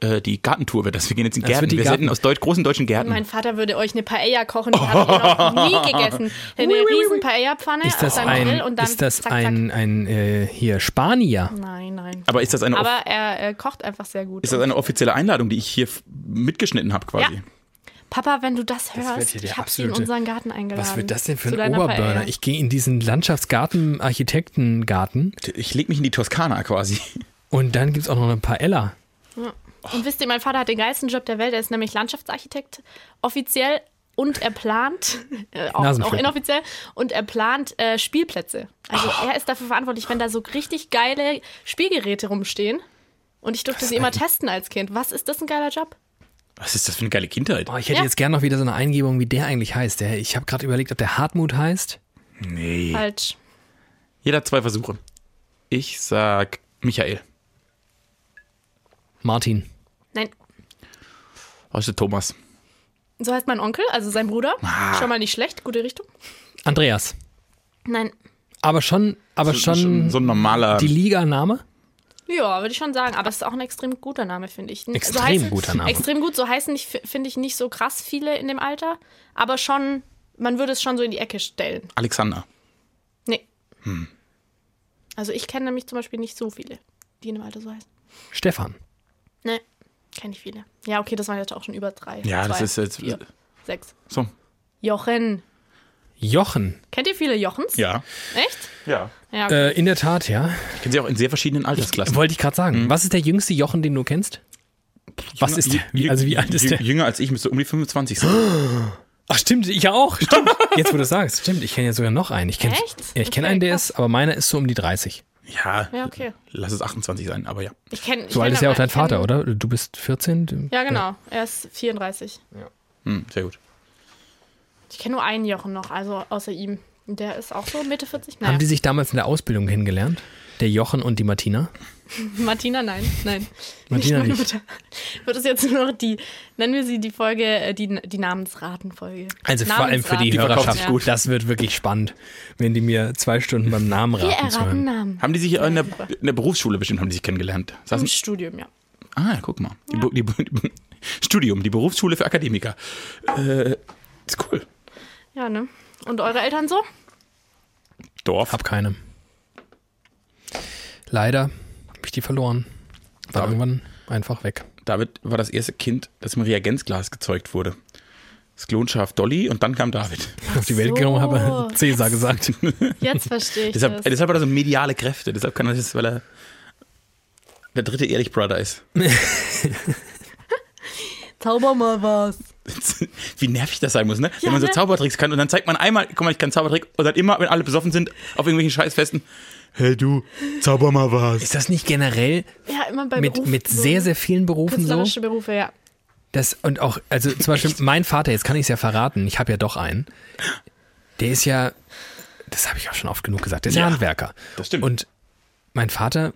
Speaker 2: Äh, die Gartentour wird das. Wir gehen jetzt in
Speaker 1: Das wird
Speaker 2: Gärten.
Speaker 1: die
Speaker 2: Wir
Speaker 1: Garten-
Speaker 2: senden aus deut großen deutschen Gärten.
Speaker 3: Mein Vater würde euch eine Paella kochen, die habe ich noch nie gegessen. Eine riesen Paella-Pfanne
Speaker 1: Ist
Speaker 3: auf
Speaker 1: das
Speaker 3: seinem
Speaker 1: ein,
Speaker 3: Grill und dann
Speaker 1: ist das
Speaker 3: zack,
Speaker 1: ein, ein äh, hier Spanier?
Speaker 3: zack. Nein, nein.
Speaker 2: aber ist das, eine, off-
Speaker 3: Aber er äh, kocht einfach sehr gut.
Speaker 2: ist das eine offizielle Einladung, die ich hier f- mitgeschnitten habe quasi?
Speaker 3: Ja. Papa, wenn du das
Speaker 1: wird
Speaker 3: hörst,
Speaker 1: hier der
Speaker 3: ich habe sie in
Speaker 1: absolute-
Speaker 3: unseren Garten eingeladen.
Speaker 1: Was wird das denn für
Speaker 3: Zu
Speaker 1: ein
Speaker 3: deiner
Speaker 1: Oberburner?
Speaker 3: Paella.
Speaker 1: Ich gehe in diesen Landschaftsgarten, Architektengarten
Speaker 2: Ich lege mich in die Toskana quasi.
Speaker 1: und dann gibt es auch noch ein paar Ella.
Speaker 3: Ja. Und wisst ihr, mein Vater hat den geilsten Job der Welt. Er ist nämlich Landschaftsarchitekt offiziell und er plant, äh, auch, auch
Speaker 1: Nasenflöten.
Speaker 3: inoffiziell, und er plant äh, Spielplätze. Also
Speaker 1: Oh.
Speaker 3: er ist dafür verantwortlich, wenn da so richtig geile Spielgeräte rumstehen. Und ich durfte sie immer testen als Kind. Was ist das ein geiler Job?
Speaker 2: Was ist das für eine geile Kindheit?
Speaker 1: Oh, ich hätte
Speaker 3: Ja.
Speaker 1: jetzt gern noch wieder so eine Eingebung, wie der eigentlich heißt. Der, ich habe gerade überlegt, ob der Hartmut heißt.
Speaker 2: Nee.
Speaker 3: Falsch.
Speaker 2: Jeder hat zwei Versuche. Ich sag Michael.
Speaker 1: Martin.
Speaker 3: Nein,
Speaker 2: Also Thomas.
Speaker 3: so heißt mein Onkel, also sein Bruder.
Speaker 1: Ah.
Speaker 3: Schon mal nicht schlecht, gute Richtung.
Speaker 1: Andreas.
Speaker 3: Nein,
Speaker 1: Aber schon, aber schon
Speaker 2: so ein normaler.
Speaker 1: die Liga-Name?
Speaker 3: Ja, würde ich schon sagen. Aber es ist auch ein extrem guter Name, finde ich. N-
Speaker 1: Extrem
Speaker 3: heißen,
Speaker 1: guter Name.
Speaker 3: Extrem gut. So heißen, nicht- finde ich, nicht so krass viele in dem Alter. Aber schon, man würde es schon so in die Ecke stellen.
Speaker 2: Alexander.
Speaker 3: Nee.
Speaker 1: Hm.
Speaker 3: Also ich kenne nämlich zum Beispiel nicht so viele, die in dem Alter so heißen.
Speaker 1: Stefan.
Speaker 3: Nee, kenne ich viele. Ja, okay, das waren jetzt auch schon über drei.
Speaker 2: Ja,
Speaker 3: Zwei,
Speaker 2: das ist jetzt-
Speaker 3: Vier, sechs.
Speaker 2: So.
Speaker 3: Jochen.
Speaker 1: Jochen.
Speaker 3: Kennt ihr viele Jochens?
Speaker 2: Ja.
Speaker 3: Echt?
Speaker 2: Ja.
Speaker 3: Ja,
Speaker 1: Äh,
Speaker 3: okay.
Speaker 1: in der Tat, ja.
Speaker 2: Ich kenne sie auch in sehr verschiedenen Altersklassen.
Speaker 1: Wollte ich gerade sagen.
Speaker 2: Hm.
Speaker 1: Was ist der jüngste Jochen, den du kennst? Was ist der? Wie, also wie alt ist der?
Speaker 2: Jünger als ich müsste um die 25 sein.
Speaker 1: Ach stimmt, ich ja auch. Stimmt. Jetzt, wo du sagst, stimmt. Ich kenne ja sogar noch einen. Ich kenn,
Speaker 3: Echt?
Speaker 1: Ja, ich kenne
Speaker 3: Okay,
Speaker 1: einen, der
Speaker 3: krass.
Speaker 1: ist, aber meiner ist so um die 30.
Speaker 2: Ja.
Speaker 3: Ja, okay.
Speaker 2: Lass es 28 sein, aber ja.
Speaker 3: Ich kenn,
Speaker 1: So
Speaker 3: ich
Speaker 1: alt
Speaker 3: kenn
Speaker 1: ist ja auch dein
Speaker 3: ich kenn-
Speaker 1: Vater, oder? Du bist 14?
Speaker 3: Ja, genau. Er ist 34.
Speaker 2: Hm, sehr gut.
Speaker 3: Ich kenne nur einen Jochen noch, also außer ihm. Und Der ist auch so Mitte 40.
Speaker 1: Haben die
Speaker 3: Naja.
Speaker 1: sich damals in der Ausbildung kennengelernt? Der Jochen und die Martina?
Speaker 3: Martina, nein, nein.
Speaker 1: Martina
Speaker 3: meine
Speaker 1: nicht.
Speaker 3: Mutter. Wird es jetzt nur noch die, nennen wir sie die Folge, äh, die, die Namensratenfolge.
Speaker 1: Also vor allem für die,
Speaker 3: Namensraten.
Speaker 2: verkauft
Speaker 1: Hörerschaft.
Speaker 2: sich gut.
Speaker 1: Das wird wirklich spannend, wenn die mir zwei Stunden beim Namen
Speaker 3: Wir
Speaker 1: raten
Speaker 3: erraten
Speaker 1: sollen.
Speaker 3: Namen.
Speaker 2: Haben die sich in der,
Speaker 3: super.
Speaker 2: in der Berufsschule bestimmt haben die sich kennengelernt?
Speaker 3: Im
Speaker 2: Saßen,
Speaker 3: Studium, ja.
Speaker 2: ah, guck mal. Die, Bu- die, Bu- die, Studium, die Berufsschule für Akademiker. Äh, ist cool.
Speaker 3: Ja, ne? Und eure Eltern so?
Speaker 2: Dorf.
Speaker 1: Hab keine. Leider habe ich die verloren. War
Speaker 2: Aber-
Speaker 1: irgendwann einfach weg.
Speaker 2: David war das erste Kind, das im Reagenzglas gezeugt wurde. Das Klonschaf Dolly und dann kam David.
Speaker 1: Auf die Welt genommen habe, Cäsar gesagt.
Speaker 3: Jetzt verstehe ich
Speaker 2: Deshalb,
Speaker 3: das.
Speaker 2: deshalb hat er so mediale Kräfte. Deshalb kann er das, weil er der dritte Ehrlich Brother ist.
Speaker 3: Zauber mal was.
Speaker 2: Wie nervig das sein muss, ne?
Speaker 3: Ja,
Speaker 2: wenn man so
Speaker 3: ne?
Speaker 2: Zaubertricks kann und dann zeigt man einmal, guck mal, ich kann Zaubertrick und dann immer, wenn alle besoffen sind, auf irgendwelchen Scheißfesten, hey du, zauber mal was.
Speaker 1: Ist das nicht generell
Speaker 3: Ja, immer bei
Speaker 1: mit,
Speaker 3: Berufen
Speaker 1: mit
Speaker 3: so. ne?
Speaker 1: sehr, sehr vielen Berufen so?
Speaker 3: Künstlerische Berufe, ja.
Speaker 1: Das, und auch, also zum Beispiel mein Vater, jetzt kann ich es ja verraten, ich habe ja doch einen, der ist ja, das habe ich auch schon oft genug gesagt, der ist ja,
Speaker 2: Ja,
Speaker 1: Handwerker.
Speaker 2: das stimmt.
Speaker 1: Und mein Vater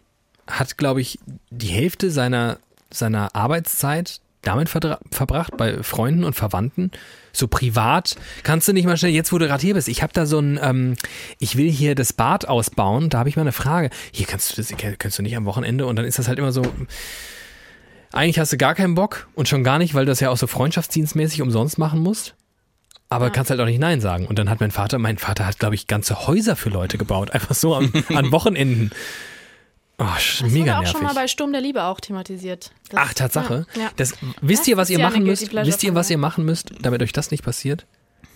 Speaker 1: hat, glaube ich, die Hälfte seiner, seiner Arbeitszeit damit verdra- verbracht, bei Freunden und Verwandten, so privat. Kannst du nicht mal schnell, jetzt wo du gerade hier bist, ich habe da so ein, ähm, ich will hier das Bad ausbauen, da habe ich mal eine Frage. Hier kannst du das, kannst du nicht am Wochenende und dann ist das halt immer so, eigentlich hast du gar keinen Bock und schon gar nicht, weil du das ja auch so freundschaftsdienstmäßig umsonst machen musst. Aber kannst halt auch nicht Nein sagen. Und dann hat mein Vater, mein Vater hat, glaube ich, ganze Häuser für Leute gebaut. Einfach so an, an Wochenenden. Oh, sch-
Speaker 3: Das
Speaker 1: mega
Speaker 3: wurde auch schon mal
Speaker 1: nervig.
Speaker 3: bei Sturm der Liebe auch thematisiert. Das-
Speaker 1: Ach, Tatsache.
Speaker 3: Ja, ja.
Speaker 1: Das, wisst
Speaker 3: Das
Speaker 1: ihr, was
Speaker 3: ist
Speaker 1: ihr
Speaker 3: ja eine
Speaker 1: machen
Speaker 3: guilty
Speaker 1: müsst?
Speaker 3: pleasure
Speaker 1: Wisst ihr, was
Speaker 3: Folge.
Speaker 1: ihr machen müsst, damit euch das nicht passiert?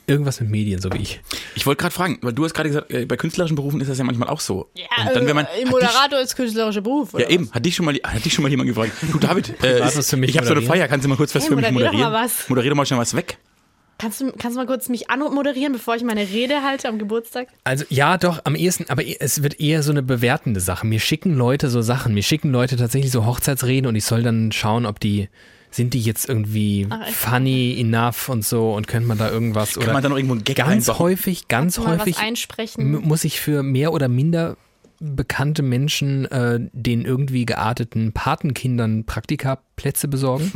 Speaker 1: Irgendwas mit Medien, so wie ich.
Speaker 2: Ich wollte gerade fragen, weil du hast gerade gesagt, äh, bei künstlerischen Berufen ist das ja manchmal auch so.
Speaker 3: ja,
Speaker 2: und dann, wenn man,
Speaker 3: äh,
Speaker 2: hat
Speaker 3: Moderator ist künstlerischer Beruf.
Speaker 2: dich,
Speaker 3: Oder
Speaker 2: ja eben, hat dich schon mal, hat dich schon mal jemand gefragt, du David, äh,
Speaker 1: Warst du es für mich
Speaker 2: ich habe so eine
Speaker 1: moderieren?
Speaker 2: Feier, kannst du mal kurz was
Speaker 3: Hey,
Speaker 2: für mich
Speaker 3: moderier doch
Speaker 2: moderieren?
Speaker 3: mal was.
Speaker 2: Moderier doch mal schon was weg.
Speaker 3: Kannst du, kannst du mal kurz mich anmoderieren, bevor ich meine Rede halte am Geburtstag?
Speaker 1: Also ja, doch, am ehesten, aber eh- es wird eher so eine bewertende Sache. Mir schicken Leute so Sachen, mir schicken Leute tatsächlich so Hochzeitsreden und ich soll dann schauen, ob die, sind die jetzt irgendwie
Speaker 3: Ach, echt?
Speaker 1: funny enough und so und könnte man da irgendwas oder
Speaker 2: Kann man da noch irgendwo einen Gag
Speaker 1: ganz
Speaker 2: einbauen?
Speaker 1: häufig, ganz
Speaker 3: Mal
Speaker 1: häufig
Speaker 3: was
Speaker 1: m-
Speaker 3: einsprechen.
Speaker 1: muss ich für mehr oder minder bekannte Menschen äh, den irgendwie gearteten Patenkindern Praktikaplätze besorgen.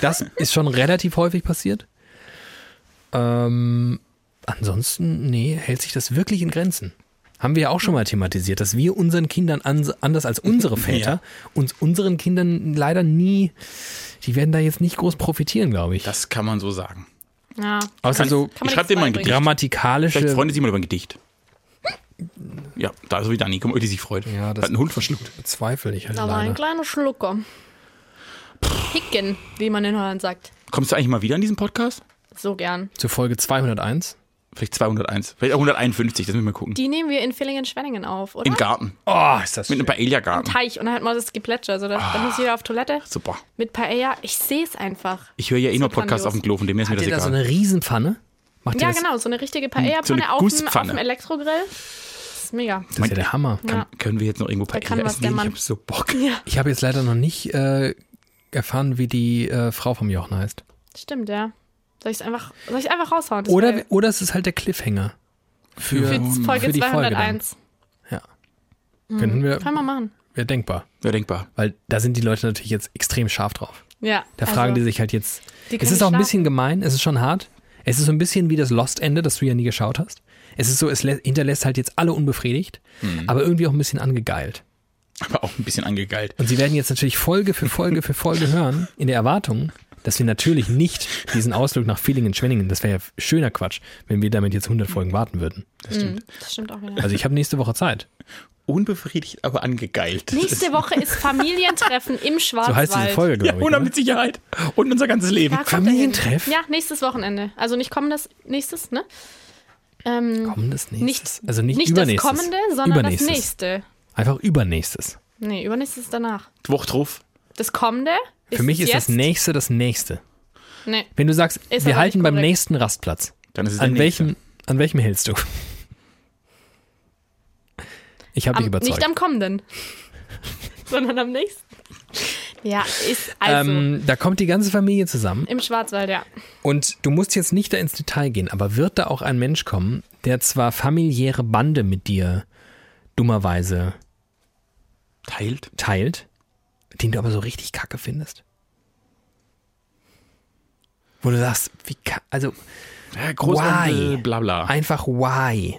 Speaker 1: Das ist schon relativ häufig passiert. Ähm, ansonsten, nee, hält sich das wirklich in Grenzen. Haben wir ja auch schon mal thematisiert, dass wir unseren Kindern ans- anders als unsere Väter uns unseren Kindern leider nie, die werden da jetzt nicht groß profitieren, glaube ich.
Speaker 2: Das kann man so sagen.
Speaker 3: Ja.
Speaker 1: Außer so
Speaker 3: Kann man
Speaker 2: ich schreibe
Speaker 3: nichts
Speaker 2: dir mal ein
Speaker 3: beibringen.
Speaker 2: Gedicht. Vielleicht
Speaker 1: grammatikalische
Speaker 2: freundet sie mal über ein Gedicht. Ja, da so wie Dani. Guck mal, die sich freut.
Speaker 1: Ja, das-
Speaker 2: Hat einen Hund verschluckt.
Speaker 1: Zweifel ich halt
Speaker 3: Da war ein
Speaker 1: leider.
Speaker 3: kleiner Schlucker. Hicken, wie man in Holland sagt.
Speaker 2: Kommst du eigentlich mal wieder in diesen Podcast?
Speaker 3: So gern.
Speaker 1: Zur Folge 201.
Speaker 2: Vielleicht 201. Vielleicht auch 151. Das müssen wir mal gucken.
Speaker 3: Die nehmen wir in Villingen-Schwenningen auf, oder?
Speaker 2: Im Garten.
Speaker 1: Oh, ist das
Speaker 2: Mit einem Paella-Garten.
Speaker 3: Teich und dann hat man das Geplätscher. Also da,
Speaker 1: Ah.
Speaker 3: dann muss jeder auf Toilette
Speaker 2: Super.
Speaker 3: mit Paella. Ich sehe es einfach.
Speaker 2: Ich höre ja eh nur Podcasts
Speaker 3: grandios.
Speaker 2: auf dem Klo, von dem her ist mir
Speaker 1: Habt
Speaker 2: das
Speaker 1: ihr da so
Speaker 2: egal.
Speaker 1: eine Riesenpfanne? Macht ihr
Speaker 3: Ja,
Speaker 1: das?
Speaker 3: genau, so eine richtige Paella-Pfanne
Speaker 2: eine
Speaker 3: auf, dem, auf
Speaker 2: Gusspfanne.
Speaker 3: dem Elektrogrill. Das ist mega.
Speaker 1: Das ist ja der Hammer.
Speaker 3: Ja.
Speaker 2: Können wir jetzt noch irgendwo Paella
Speaker 3: kann was
Speaker 2: essen?
Speaker 3: der
Speaker 2: gehen? Ich
Speaker 3: Mann.
Speaker 2: hab so Bock.
Speaker 3: ja,
Speaker 1: Ich habe jetzt leider noch nicht äh, erfahren, wie die äh, Frau vom Jochen heißt.
Speaker 3: stimmt, ja. Soll ich es einfach, soll ich's einfach raushauen? Das
Speaker 1: Oder,
Speaker 3: wäre-
Speaker 1: oder es ist halt der Cliffhanger. Für,
Speaker 3: für
Speaker 1: für,
Speaker 3: Folge
Speaker 1: die Folge dann.
Speaker 3: 201.
Speaker 1: Finden wir,
Speaker 3: Können wir machen.
Speaker 1: wäre denkbar.
Speaker 2: Wäre denkbar.
Speaker 1: Weil da sind die Leute natürlich jetzt extrem scharf drauf.
Speaker 3: Ja.
Speaker 1: Da fragen die
Speaker 3: also,
Speaker 1: sich halt jetzt.
Speaker 3: die
Speaker 1: Es
Speaker 3: können
Speaker 1: ist auch ein
Speaker 3: nicht
Speaker 1: bisschen gemein, es ist schon hart. Es ist so ein bisschen wie das Lost-Ende, das du ja nie geschaut hast. Es ist so, es lä- hinterlässt halt jetzt alle unbefriedigt, aber irgendwie auch ein bisschen angegeilt.
Speaker 2: Aber auch ein bisschen angegeilt.
Speaker 1: Und sie werden jetzt natürlich Folge für Folge für Folge hören, in der Erwartung, dass wir natürlich nicht diesen Ausflug nach Feelingen-Schwenningen, das wäre ja schöner Quatsch, wenn wir damit jetzt 100 Folgen warten würden.
Speaker 2: Das stimmt.
Speaker 3: schlafen. mm, Das stimmt auch wieder.
Speaker 1: Also ich habe nächste Woche Zeit.
Speaker 2: Unbefriedigt, aber angegeilt.
Speaker 3: Nächste Woche ist Familientreffen im
Speaker 1: So
Speaker 3: Schwarzwald.
Speaker 1: heißt diese Folge,
Speaker 2: Ja,
Speaker 1: glaube ich.
Speaker 2: und
Speaker 1: ne?
Speaker 2: mit Sicherheit. Und unser ganzes Leben.
Speaker 3: Da kommt er hin.
Speaker 1: Familientreff?
Speaker 3: Ja, nächstes Wochenende. Also nicht kommendes, nächstes, ne? Ähm,
Speaker 1: Kommendes nächstes.
Speaker 3: Nicht-
Speaker 1: also nicht,
Speaker 3: nicht das
Speaker 1: übernächstes.
Speaker 3: kommende, sondern das
Speaker 1: übernächstes.
Speaker 3: nächste.
Speaker 1: Einfach übernächstes.
Speaker 3: Nee, übernächstes ist danach.
Speaker 2: Woche drauf.
Speaker 3: Das kommende ist
Speaker 1: Für mich ist das
Speaker 3: jetzt?
Speaker 1: nächste das nächste.
Speaker 3: Nee.
Speaker 1: Wenn du sagst,
Speaker 3: Ist
Speaker 1: wir
Speaker 3: aber
Speaker 1: halten
Speaker 3: nicht
Speaker 1: beim
Speaker 3: korrekt.
Speaker 1: nächsten Rastplatz,
Speaker 2: Dann ist es
Speaker 1: an
Speaker 2: der nächste.
Speaker 1: welchem, an welchem hältst du? Ich habe
Speaker 3: Am,
Speaker 1: dich überzeugt.
Speaker 3: nicht am kommenden, sondern am nächsten. Ja, ist also
Speaker 1: ähm, da kommt die ganze Familie zusammen
Speaker 3: im Schwarzwald, ja.
Speaker 1: und du musst jetzt nicht da ins Detail gehen, aber wird da auch ein Mensch kommen, der zwar familiäre Bande mit dir dummerweise
Speaker 2: Teilt.
Speaker 1: teilt, den du aber so richtig kacke findest? Wo du sagst, wie ka also
Speaker 2: Ja,
Speaker 1: Why?
Speaker 2: Großonkel, bla bla.
Speaker 1: einfach why?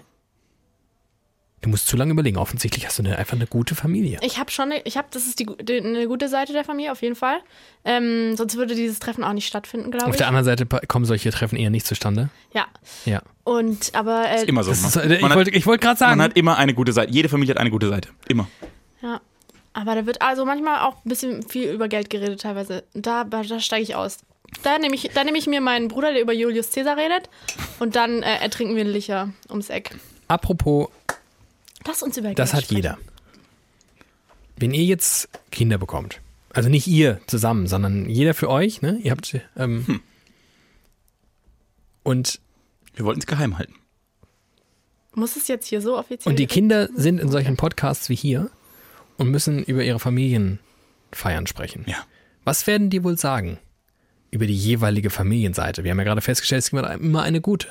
Speaker 1: Du musst zu lange überlegen. Offensichtlich hast du eine, einfach eine gute Familie.
Speaker 3: Ich habe schon, ne, ich habe, das ist die, gu- die, eine gute Seite der Familie auf jeden Fall. Ähm, sonst würde dieses Treffen auch nicht stattfinden, glaube
Speaker 1: Auf
Speaker 3: ich.
Speaker 1: der anderen Seite pa- kommen solche Treffen eher nicht zustande.
Speaker 3: ja.
Speaker 1: Ja.
Speaker 3: Und aber äh,
Speaker 2: Immer so.
Speaker 1: Das ist, halt-
Speaker 2: man,
Speaker 1: ich
Speaker 2: hat,
Speaker 1: wollte ich wollte gerade
Speaker 2: man
Speaker 1: sagen,
Speaker 2: hat immer eine gute Seite. Jede Familie hat eine gute Seite. Immer.
Speaker 3: Ja. Aber da wird also manchmal auch ein bisschen viel über Geld geredet teilweise. Und Da, da steige ich aus. Da nehme ich, da nehme ich mir meinen Bruder, der über Julius Caesar redet, und dann äh, ertrinken wir einen Licher ums Eck.
Speaker 1: apropos,
Speaker 3: Lass uns über Geld
Speaker 1: das hat
Speaker 3: sprechen.
Speaker 1: jeder. Wenn ihr jetzt Kinder bekommt, also nicht ihr zusammen, sondern jeder für euch, ne? Ihr habt ähm, und
Speaker 2: Wir wollten es geheim halten.
Speaker 3: Muss es jetzt hier so offiziell?
Speaker 1: Und die
Speaker 3: geregelt-
Speaker 1: Kinder sind in solchen Podcasts wie hier und müssen über ihre Familienfeiern sprechen.
Speaker 2: Ja.
Speaker 1: Was werden die wohl sagen über die jeweilige Familienseite? Wir haben ja gerade festgestellt, es gibt immer eine gute.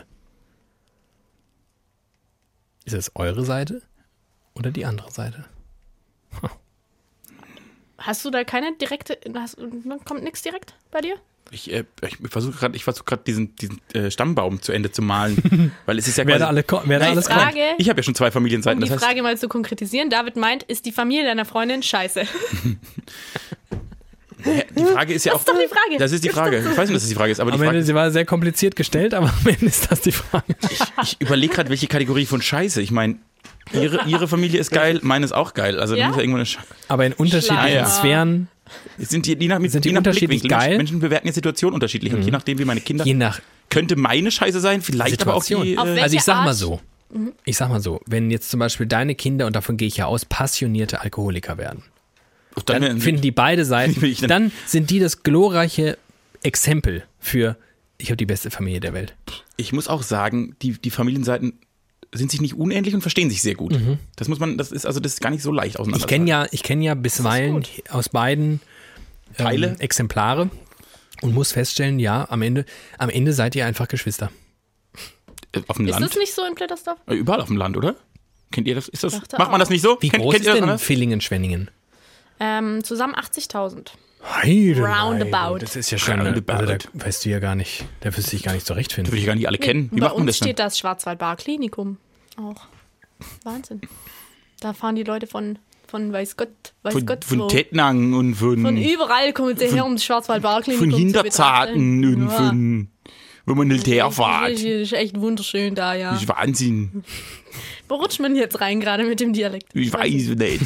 Speaker 1: Ist es eure Seite oder die andere Seite?
Speaker 3: Hast du da keine direkte. Hast, kommt nichts direkt bei dir?
Speaker 2: Ich, äh, ich versuche gerade versuch grad diesen, diesen äh, Stammbaum zu Ende zu malen. weil es ist ja
Speaker 1: Wer da
Speaker 2: quasi-
Speaker 1: alle ko- wer da
Speaker 2: Nein,
Speaker 1: alles
Speaker 2: ich-
Speaker 1: kommt.
Speaker 3: Frage-
Speaker 2: Ich habe ja schon zwei
Speaker 3: Um
Speaker 2: Familienseiten.
Speaker 3: die
Speaker 2: Das heißt,
Speaker 3: Frage mal zu konkretisieren. David meint, ist die Familie deiner Freundin scheiße?
Speaker 2: hä, die Frage ist ja auch.
Speaker 3: Das ist doch die Frage.
Speaker 2: Das ist die Frage. Ich weiß nicht, dass es die Frage ist, aber die
Speaker 1: Am
Speaker 2: Frage
Speaker 1: Ende,
Speaker 2: ist,
Speaker 1: sie war sehr kompliziert gestellt, aber am Ende ist das die Frage.
Speaker 2: ich überlege gerade, welche Kategorie von Scheiße. Ich meine, ihre, ihre Familie ist geil, meine ist auch geil. Also
Speaker 3: Ja?
Speaker 2: dann ist ja irgendwo eine Scheiße.
Speaker 1: Aber in unterschiedlichen
Speaker 2: Ah, ja.
Speaker 1: Sphären,
Speaker 2: Sind die, je nach,
Speaker 1: Sind die
Speaker 2: je nach
Speaker 1: unterschiedlich
Speaker 2: Blickwinkel.
Speaker 1: geil?
Speaker 2: Menschen bewerten die Situation unterschiedlich. Und je nachdem, wie meine Kinder.
Speaker 1: je nach
Speaker 2: könnte meine Scheiße sein, vielleicht
Speaker 1: Situation.
Speaker 2: aber auch die.
Speaker 3: Auf
Speaker 2: Äh,
Speaker 3: wel-
Speaker 1: also ich
Speaker 3: welche
Speaker 1: sag mal
Speaker 3: Art- Mhm.
Speaker 1: so, ich sag mal so, wenn jetzt zum Beispiel deine Kinder, und davon gehe ich ja aus, passionierte Alkoholiker werden,
Speaker 2: Ach,
Speaker 1: dann
Speaker 2: dann-
Speaker 1: finden die beide Seiten,
Speaker 2: Bin ich
Speaker 1: dann,
Speaker 2: dann-
Speaker 1: sind die das glorreiche Exempel für ich habe die beste Familie der Welt.
Speaker 2: ich muss auch sagen, die, die Familienseiten sind sich nicht unähnlich und verstehen sich sehr gut. Das muss man, das ist also das ist gar nicht so leicht auseinander.
Speaker 1: Mhm. Ich kenne ja, ich kenne ja bisweilen aus beiden ähm,
Speaker 2: Teile?
Speaker 1: Exemplare und muss feststellen, ja, am Ende, am Ende seid ihr einfach Geschwister.
Speaker 2: Äh, auf dem
Speaker 3: Ist
Speaker 2: Land.
Speaker 3: das nicht so in Plittersdorf?
Speaker 2: Äh, Überall auf dem Land, oder? Kennt ihr das? Ist das
Speaker 3: Dachte
Speaker 2: macht man das nicht so?
Speaker 1: Wie
Speaker 2: kennt,
Speaker 1: groß
Speaker 2: kennt
Speaker 1: ist
Speaker 2: ihr das
Speaker 1: denn
Speaker 2: anders?
Speaker 1: Villingen-Schwenningen?
Speaker 3: Ähm, zusammen 80.000.
Speaker 1: Heide,
Speaker 3: Roundabout.
Speaker 1: Das ist ja schon,
Speaker 2: Roundabout.
Speaker 1: also da weißt du ja gar nicht, da wirst du dich gar nicht zurechtfinden.
Speaker 2: Würde ich gar nicht alle kennen. Wie
Speaker 3: Bei
Speaker 2: macht man
Speaker 3: uns
Speaker 2: das denn?
Speaker 3: steht das Schwarzwald-Bar-Klinikum auch. Wahnsinn. Da fahren die Leute von, von weiß Gott, weiß
Speaker 2: Von,
Speaker 3: Gott wo.
Speaker 2: von Tettnang und von, von,
Speaker 3: Von überall kommen sie her, um das Schwarzwald-Barklinikum
Speaker 2: von Hinterzarten und von, wenn man nicht herfahrt.
Speaker 3: Das ist echt wunderschön da, ja.
Speaker 2: Das ist Wahnsinn.
Speaker 3: Wo rutscht man jetzt rein, gerade mit dem Dialekt?
Speaker 2: Ich weiß nicht.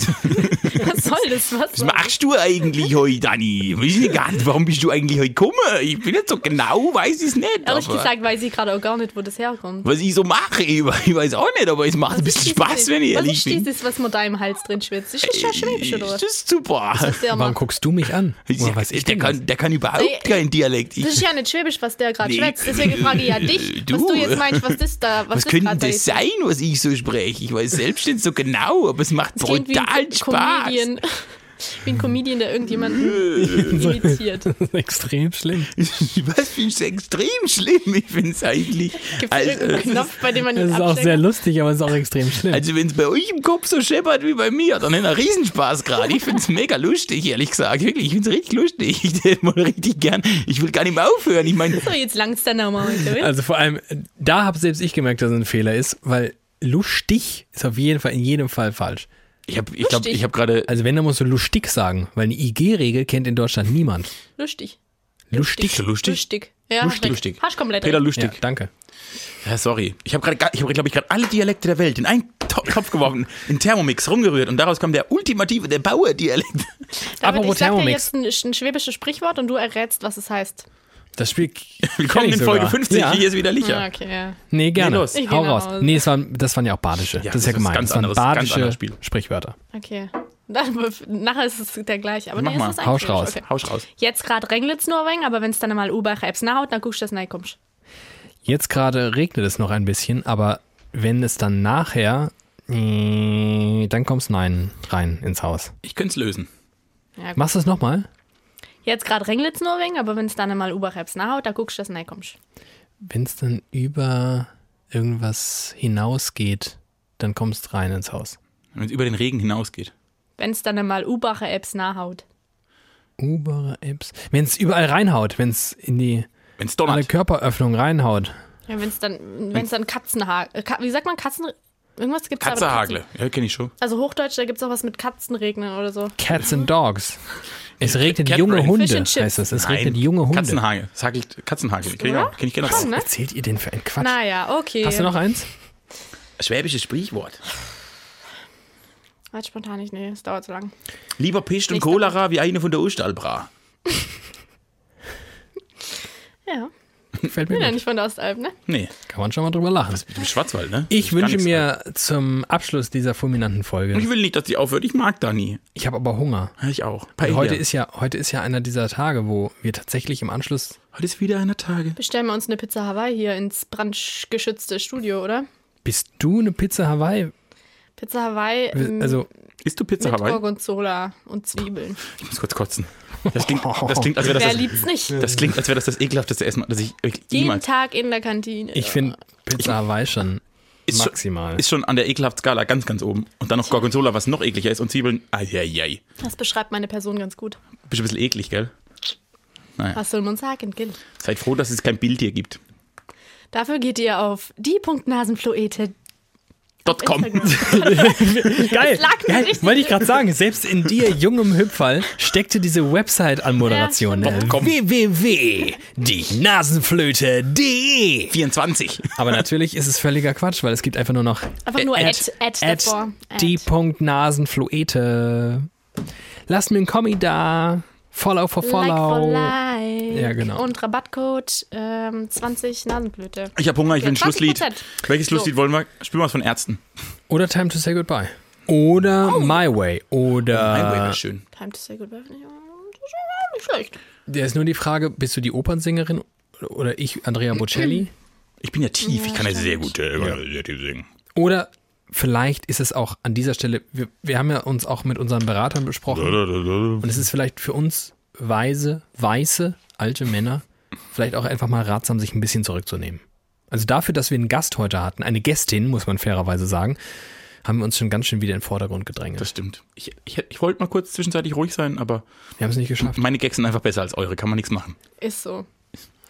Speaker 3: Was soll das? Was
Speaker 2: Was
Speaker 3: soll
Speaker 2: machst du eigentlich heute, Dani? Ich weiß nicht gar nicht, warum bist du eigentlich heute gekommen? Ich bin jetzt so genau, weiß ich es nicht.
Speaker 3: Ehrlich
Speaker 2: aber-
Speaker 3: gesagt weiß ich gerade auch gar nicht, wo das herkommt.
Speaker 2: was ich so mache, ich ich weiß auch nicht, aber es macht ein bisschen Spaß, wenn ich
Speaker 3: was
Speaker 2: ehrlich
Speaker 3: ist dieses-
Speaker 2: bin.
Speaker 3: Was ist dieses, was man da im Hals drin schwitzt? Ist das schon Schwäbisch oder
Speaker 2: Das
Speaker 3: was?
Speaker 2: ist super.
Speaker 3: Der
Speaker 1: Warum
Speaker 3: macht.
Speaker 1: guckst du mich an? Woher
Speaker 2: Ja,
Speaker 1: weiß ich
Speaker 2: der,
Speaker 1: denn
Speaker 2: kann, der kann überhaupt
Speaker 3: Ey,
Speaker 2: keinen Dialekt. Ich,
Speaker 3: Äh, Das ist ja nicht Schwäbisch, was der gerade
Speaker 2: Nee.
Speaker 3: schwätzt. Deswegen frage ich ja dich,
Speaker 2: Du.
Speaker 3: was du jetzt meinst, was das da, was,
Speaker 2: was
Speaker 3: das
Speaker 2: könnte
Speaker 3: grad da
Speaker 2: das
Speaker 3: ist.
Speaker 2: sein, was ich so spreche? Ich weiß selbst nicht so genau, aber es macht
Speaker 3: Das klingt wie
Speaker 2: brutal
Speaker 3: ein
Speaker 2: Spaß.
Speaker 3: Comedian. Wie ein Comedian, der irgendjemanden imitiert.
Speaker 1: das? Extrem schlimm.
Speaker 2: Was finde ich extrem schlimm? Ich finde es eigentlich.
Speaker 3: Gibt es
Speaker 2: Also,
Speaker 3: irgendeinen Knopf, bei dem man
Speaker 1: Das
Speaker 3: ihn
Speaker 1: ist auch sehr
Speaker 3: absteckt?
Speaker 1: lustig, aber es ist auch extrem schlimm.
Speaker 2: also wenn es bei euch im Kopf so scheppert wie bei mir, dann hat er Riesenspaß gerade. Ich finde es mega lustig, ehrlich gesagt. Wirklich, ich finde es richtig lustig. Ich hätte mal richtig gern. Ich will gar nicht mehr aufhören. Ich meine,
Speaker 3: So, jetzt langt's dann auch mal heute.
Speaker 1: Also vor allem, da habe selbst ich gemerkt, dass es ein Fehler ist, weil lustig ist auf jeden Fall in jedem Fall falsch.
Speaker 2: ich habe ich glaub,
Speaker 3: Lustig.
Speaker 2: ich hab gerade
Speaker 1: Also wenn, dann musst du lustig sagen, weil eine IG-Regel kennt in Deutschland niemand.
Speaker 3: Lustig.
Speaker 1: Lustig.
Speaker 2: lustig.
Speaker 3: Lustig. Ja, hast recht.
Speaker 2: Lustig.
Speaker 3: Hast komplett
Speaker 2: Peter
Speaker 3: recht.
Speaker 1: Ja,
Speaker 2: lustig.
Speaker 1: danke.
Speaker 2: Ja, sorry. Ich habe gerade, ich habe glaube ich gerade alle Dialekte der Welt in einen To- Topf geworfen, in Thermomix rumgerührt und daraus kam der ultimative, der Bauer-Dialekt.
Speaker 3: David,
Speaker 1: Apropos
Speaker 3: ich sag dir
Speaker 1: Thermomix.
Speaker 3: jetzt ein, ein schwäbisches Sprichwort und du errätst, was es heißt.
Speaker 1: Das Spiel.
Speaker 2: Willkommen
Speaker 1: kenn ich
Speaker 2: in Folge
Speaker 1: sogar.
Speaker 2: 50.
Speaker 1: Ja.
Speaker 2: Hier ist wieder Licher.
Speaker 3: Ah, okay, ja.
Speaker 1: Nee, gerne.
Speaker 2: Nee, los.
Speaker 3: Ich
Speaker 1: Hau
Speaker 3: geh nach
Speaker 1: raus.
Speaker 3: Hause.
Speaker 1: Nee, es waren, das waren ja auch badische. das ist ja
Speaker 2: das ist
Speaker 1: gemein.
Speaker 2: ganz
Speaker 1: das waren
Speaker 2: anderes- ganz
Speaker 1: badische
Speaker 2: anderes Spiel.
Speaker 1: Sprichwörter.
Speaker 3: Okay. Dann, nachher ist es der gleiche. Aber
Speaker 2: Mach
Speaker 3: nee,
Speaker 2: mal.
Speaker 3: ist es
Speaker 1: Hausch
Speaker 3: eigentlich
Speaker 1: raus.
Speaker 3: Okay.
Speaker 2: Hausch raus.
Speaker 3: Jetzt gerade regnet es nur ein wenig, aber wenn es dann mal Ubach Apps nachhaut, dann guckst du, dass du reinkommst.
Speaker 1: Jetzt gerade regnet es noch ein bisschen, aber wenn es dann nachher, äh, dann kommst nein rein ins Haus.
Speaker 2: Ich könnte es lösen.
Speaker 3: Ja, gut.
Speaker 1: Machst du es nochmal?
Speaker 3: Jetzt gerade regnet es nur ein wenig, aber wenn es dann mal Ubach Apps nachhaut, dann guckst du, dass du reinkommst.
Speaker 1: Wenn es dann über irgendwas hinausgeht, dann kommst rein ins Haus.
Speaker 2: Wenn es über den Regen hinausgeht.
Speaker 3: Wenn es dann mal Ubacher Apps nachhaut.
Speaker 1: Ubere Apps. Wenn es überall reinhaut, wenn es in die
Speaker 2: Wenn es
Speaker 1: alle
Speaker 2: donnert.
Speaker 1: Körperöffnung reinhaut.
Speaker 3: Ja, wenn es dann, wenn's dann Katzenhagel. Äh, Ka- wie sagt man Katzen. Irgendwas gibt es
Speaker 2: Katzehagle. Ja, kenne ich schon.
Speaker 3: Also Hochdeutsch, da gibt es auch was mit Katzenregnen oder so.
Speaker 1: Cats and Dogs. Es regnet
Speaker 2: Cat
Speaker 1: junge
Speaker 2: Rain.
Speaker 1: Hunde,
Speaker 3: Fish and Chips.
Speaker 1: heißt es. Es regnet junge Hunde.
Speaker 2: Katzenhagel. Es hagelt Katzenhagel. Kenne ich
Speaker 3: Ja?
Speaker 2: auch. Kenn ich genau.
Speaker 3: Schon, ne?
Speaker 1: Was erzählt ihr denn für einen Quatsch?
Speaker 3: Naja, okay.
Speaker 1: Hast du noch eins?
Speaker 2: Schwäbisches Sprichwort.
Speaker 3: Halt spontan nicht, nee, es dauert zu lang.
Speaker 2: Lieber Pest und
Speaker 3: Nächster
Speaker 2: Cholera wie eine von der Ostalbra.
Speaker 3: Ja,
Speaker 1: Fällt mir
Speaker 3: bin ja
Speaker 1: gut.
Speaker 3: nicht von der Ostalb, ne?
Speaker 2: Nee.
Speaker 1: Kann man schon mal drüber lachen.
Speaker 2: Im Schwarzwald, ne?
Speaker 1: Ich
Speaker 2: Gar
Speaker 1: wünsche
Speaker 2: nichts sagen.
Speaker 1: mir zum Abschluss dieser fulminanten Folge,
Speaker 2: Ich will nicht, dass die aufhört. Ich mag Dani.
Speaker 1: ich habe aber Hunger.
Speaker 2: Ja, Ich auch.
Speaker 1: Und
Speaker 2: Paella.
Speaker 1: Heute ist, ja, heute ist ja einer dieser Tage, wo wir tatsächlich im Anschluss.
Speaker 2: heute ist wieder einer Tage.
Speaker 3: Bestellen wir uns eine Pizza Hawaii hier ins brandgeschützte Studio, oder?
Speaker 1: Bist du eine Pizza Hawaii?
Speaker 3: Pizza Hawaii ähm,
Speaker 1: Also,
Speaker 2: Isst du Pizza
Speaker 3: mit
Speaker 2: Hawaii?
Speaker 3: Gorgonzola und Zwiebeln.
Speaker 2: Ich muss kurz kotzen. Das klingt, das klingt als wäre das
Speaker 3: Wer
Speaker 2: das
Speaker 3: liebt's nicht?
Speaker 2: Das klingt, als wäre das das ekelhafteste Essen, das ich wirklich
Speaker 3: Jeden
Speaker 2: jemals.
Speaker 3: Tag in der Kantine.
Speaker 1: ich finde Pizza Hawaii schon
Speaker 2: Ist schon-
Speaker 1: maximal.
Speaker 2: Ist schon an der ekelhaften Skala ganz, ganz oben. Und dann noch Gorgonzola, was noch ekliger ist. Und Zwiebeln, eieiei.
Speaker 3: Das beschreibt meine Person ganz gut.
Speaker 2: Bist ein bisschen eklig, gell?
Speaker 3: Was soll man sagen, Gil?
Speaker 2: Seid froh, dass es kein Bild hier gibt.
Speaker 3: Dafür geht ihr auf die.nasenfluete.
Speaker 2: Dot com.
Speaker 1: Geil!
Speaker 3: lag mir
Speaker 1: Geil.
Speaker 3: richtig-
Speaker 1: Wollte ich gerade sagen, selbst in dir, jungem Hüpferl, steckte diese Website-Anmoderation.
Speaker 3: Ja,
Speaker 1: ne?
Speaker 2: stimmt.
Speaker 1: www.dienasenflöte.de
Speaker 2: 24.
Speaker 1: Aber natürlich ist es völliger Quatsch, weil es gibt einfach nur noch
Speaker 3: Einfach nur
Speaker 1: Ad-
Speaker 3: Ad, Ad,
Speaker 1: Ad-
Speaker 3: davor. Ad.
Speaker 1: die Punkt Nasenfluete. Lasst mir ein Kommi da. Follow for
Speaker 3: Like for
Speaker 1: follow.
Speaker 3: like.
Speaker 1: Ja, genau.
Speaker 3: Und Rabattcode ähm, 20 Nasenflöte.
Speaker 2: Ich habe Hunger, ich will ein
Speaker 3: 20%.
Speaker 2: Schlusslied. Welches
Speaker 3: So.
Speaker 2: Schlusslied wollen wir? Spielen wir was von Ärzten.
Speaker 1: Oder Time to say goodbye. Oder
Speaker 3: Oh.
Speaker 1: My Way.
Speaker 2: Nein,
Speaker 1: Oder.
Speaker 2: wäre schön.
Speaker 3: Time to say goodbye. finde ich auch Nicht schlecht.
Speaker 1: Der ist nur die Frage, bist du die Opernsängerin oder ich, Andrea Bocelli?
Speaker 2: Ich bin ja tief, ich kann ja sehr gut äh,
Speaker 1: Ja.
Speaker 2: sehr tief singen.
Speaker 1: Oder vielleicht ist es auch an dieser Stelle, wir, wir haben ja uns auch mit unseren Beratern besprochen. Und es ist vielleicht für uns weise, weiße, alte Männer vielleicht auch einfach mal ratsam, sich ein bisschen zurückzunehmen. Also dafür, dass wir einen Gast heute hatten, eine Gästin, muss man fairerweise sagen, haben wir uns schon ganz schön wieder in den Vordergrund
Speaker 2: Das
Speaker 1: gedrängelt.
Speaker 2: stimmt. Ich, ich, ich wollte mal kurz zwischenzeitlich ruhig sein, aber
Speaker 1: Wir haben es nicht geschafft.
Speaker 2: meine Gags sind einfach besser als eure, kann man nichts machen.
Speaker 3: Ist so.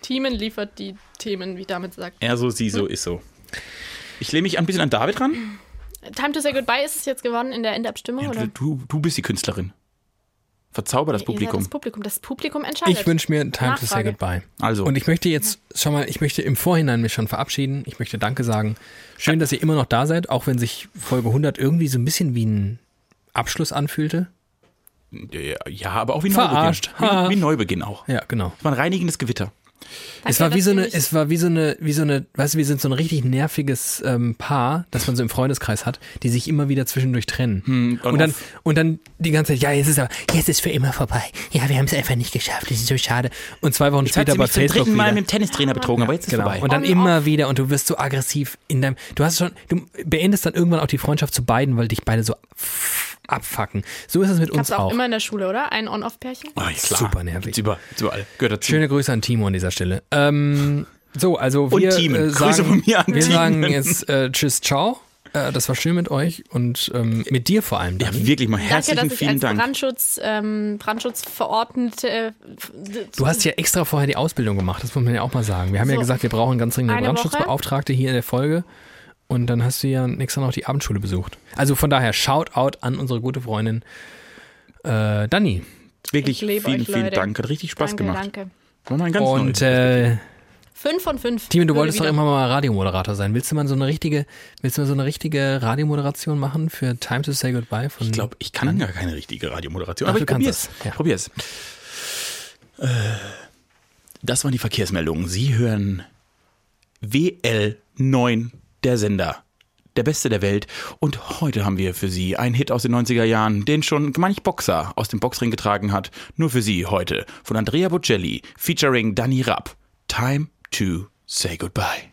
Speaker 3: Themen liefert die Themen, wie damit sagt.
Speaker 2: Er so, sie so, ist so. Ich lehne mich ein bisschen an David ran.
Speaker 3: Time to Say Goodbye ist es jetzt geworden in der Endabstimmung,
Speaker 2: Ja,
Speaker 3: Oh, oder?
Speaker 2: du, du, du bist die Künstlerin. Verzauber das
Speaker 3: Ihr seid
Speaker 2: Publikum.
Speaker 3: das Publikum. Das Publikum entscheidet.
Speaker 1: Ich wünsche mir Time to Say
Speaker 3: Nachfrage.
Speaker 1: Goodbye.
Speaker 2: Also.
Speaker 1: Und ich möchte jetzt schon mal, ich möchte im Vorhinein mich schon verabschieden. Ich möchte Danke sagen. Schön, dass ihr immer noch da seid, auch wenn sich Folge 100 irgendwie so ein bisschen wie ein Abschluss anfühlte.
Speaker 2: Ja, aber auch wie
Speaker 1: Verarscht.
Speaker 2: Neubeginn.
Speaker 1: Ha.
Speaker 2: Wie, wie Neubeginn auch.
Speaker 1: Ja, genau.
Speaker 2: Es war ein reinigendes Gewitter.
Speaker 3: Danke,
Speaker 1: Es war wie
Speaker 3: dass
Speaker 1: so
Speaker 3: ihr
Speaker 1: eine,
Speaker 3: mich-
Speaker 1: es war wie so eine, wie so eine, weißt du, wir sind so ein richtig nerviges ähm, Paar, das man so im Freundeskreis hat, die sich immer wieder zwischendurch trennen.
Speaker 2: und
Speaker 1: und, dann,
Speaker 2: Hm, auf-
Speaker 1: und dann die ganze Zeit, ja, jetzt ist aber, jetzt ist für immer vorbei. Ja, wir haben es einfach nicht geschafft, das ist so schade. Und zwei Wochen
Speaker 2: Jetzt hat
Speaker 1: später
Speaker 2: sie
Speaker 1: bei
Speaker 2: mich zum
Speaker 1: Facebook
Speaker 2: dritten
Speaker 1: wieder.
Speaker 2: Mal mit dem Tennistrainer betrogen, aber jetzt ist es
Speaker 1: Genau.
Speaker 2: vorbei.
Speaker 1: Und dann
Speaker 3: On,
Speaker 1: immer wieder und du wirst so aggressiv in deinem. Du hast schon, du beendest dann irgendwann auch die Freundschaft zu beiden, weil dich beide so f- abfacken. So ist es mit
Speaker 3: Gab's
Speaker 1: uns
Speaker 3: auch
Speaker 1: auch.
Speaker 3: immer in der Schule, oder? Ein On-Off-Pärchen?
Speaker 2: Ah, ja, klar.
Speaker 1: Super nervig.
Speaker 2: Gibt's überall. Gibt's überall. Gehört dazu.
Speaker 1: Schöne Grüße an Timo an dieser Stelle. Ähm, so, also
Speaker 2: Und
Speaker 1: wir
Speaker 2: Teamen.
Speaker 1: äh,
Speaker 2: Grüße
Speaker 1: sagen,
Speaker 2: von mir an
Speaker 1: wir
Speaker 2: Teamen.
Speaker 1: sagen jetzt äh, Tschüss, ciao. Äh, das war schön mit euch und ähm, mit dir vor allem.
Speaker 2: Ja,
Speaker 1: Dani.
Speaker 2: wirklich mal
Speaker 3: Danke,
Speaker 2: herzlichen
Speaker 3: dass ich
Speaker 2: vielen
Speaker 3: als
Speaker 2: Dank.
Speaker 3: Brandschutz, ähm, Brandschutzverordnete äh,
Speaker 1: Du hast ja extra vorher die Ausbildung gemacht, das muss man ja auch mal sagen. Wir haben ja
Speaker 3: So.
Speaker 1: gesagt, wir brauchen ganz dringend eine
Speaker 3: Eine
Speaker 1: Brandschutzbeauftragte hier in der Folge. Und dann hast du ja nächstes Jahr noch die Abendschule besucht. Also von daher, Shoutout an unsere gute Freundin äh, Dani.
Speaker 2: Wirklich
Speaker 3: Ich liebe
Speaker 2: vielen,
Speaker 3: euch,
Speaker 2: vielen
Speaker 3: Leute.
Speaker 2: Dank. Hat richtig Spaß
Speaker 3: danke,
Speaker 2: gemacht.
Speaker 3: danke.
Speaker 2: War mal ein ganz
Speaker 1: Und
Speaker 2: neues.
Speaker 1: äh,
Speaker 3: Fünf von fünf.
Speaker 1: Timo, du
Speaker 3: Würde
Speaker 1: wolltest doch
Speaker 3: wieder-
Speaker 1: immer mal Radiomoderator sein. Willst du mal so eine richtige, willst du mal so eine richtige Radiomoderation machen für Time to Say Goodbye von
Speaker 2: ich glaube, ich kann gar keine richtige Radiomoderation.
Speaker 1: Ach,
Speaker 2: aber
Speaker 1: du
Speaker 2: ich
Speaker 1: kannst
Speaker 2: probier's.
Speaker 1: das. Ja.
Speaker 2: Probier's. Äh, das waren die Verkehrsmeldungen. Sie hören WL9, der Sender. Der beste der Welt. Und heute haben wir für Sie einen Hit aus den 90er Jahren, den schon manch Boxer aus dem Boxring getragen hat. Nur für Sie heute von Andrea Bocelli, featuring Danny Rapp. Time to say goodbye.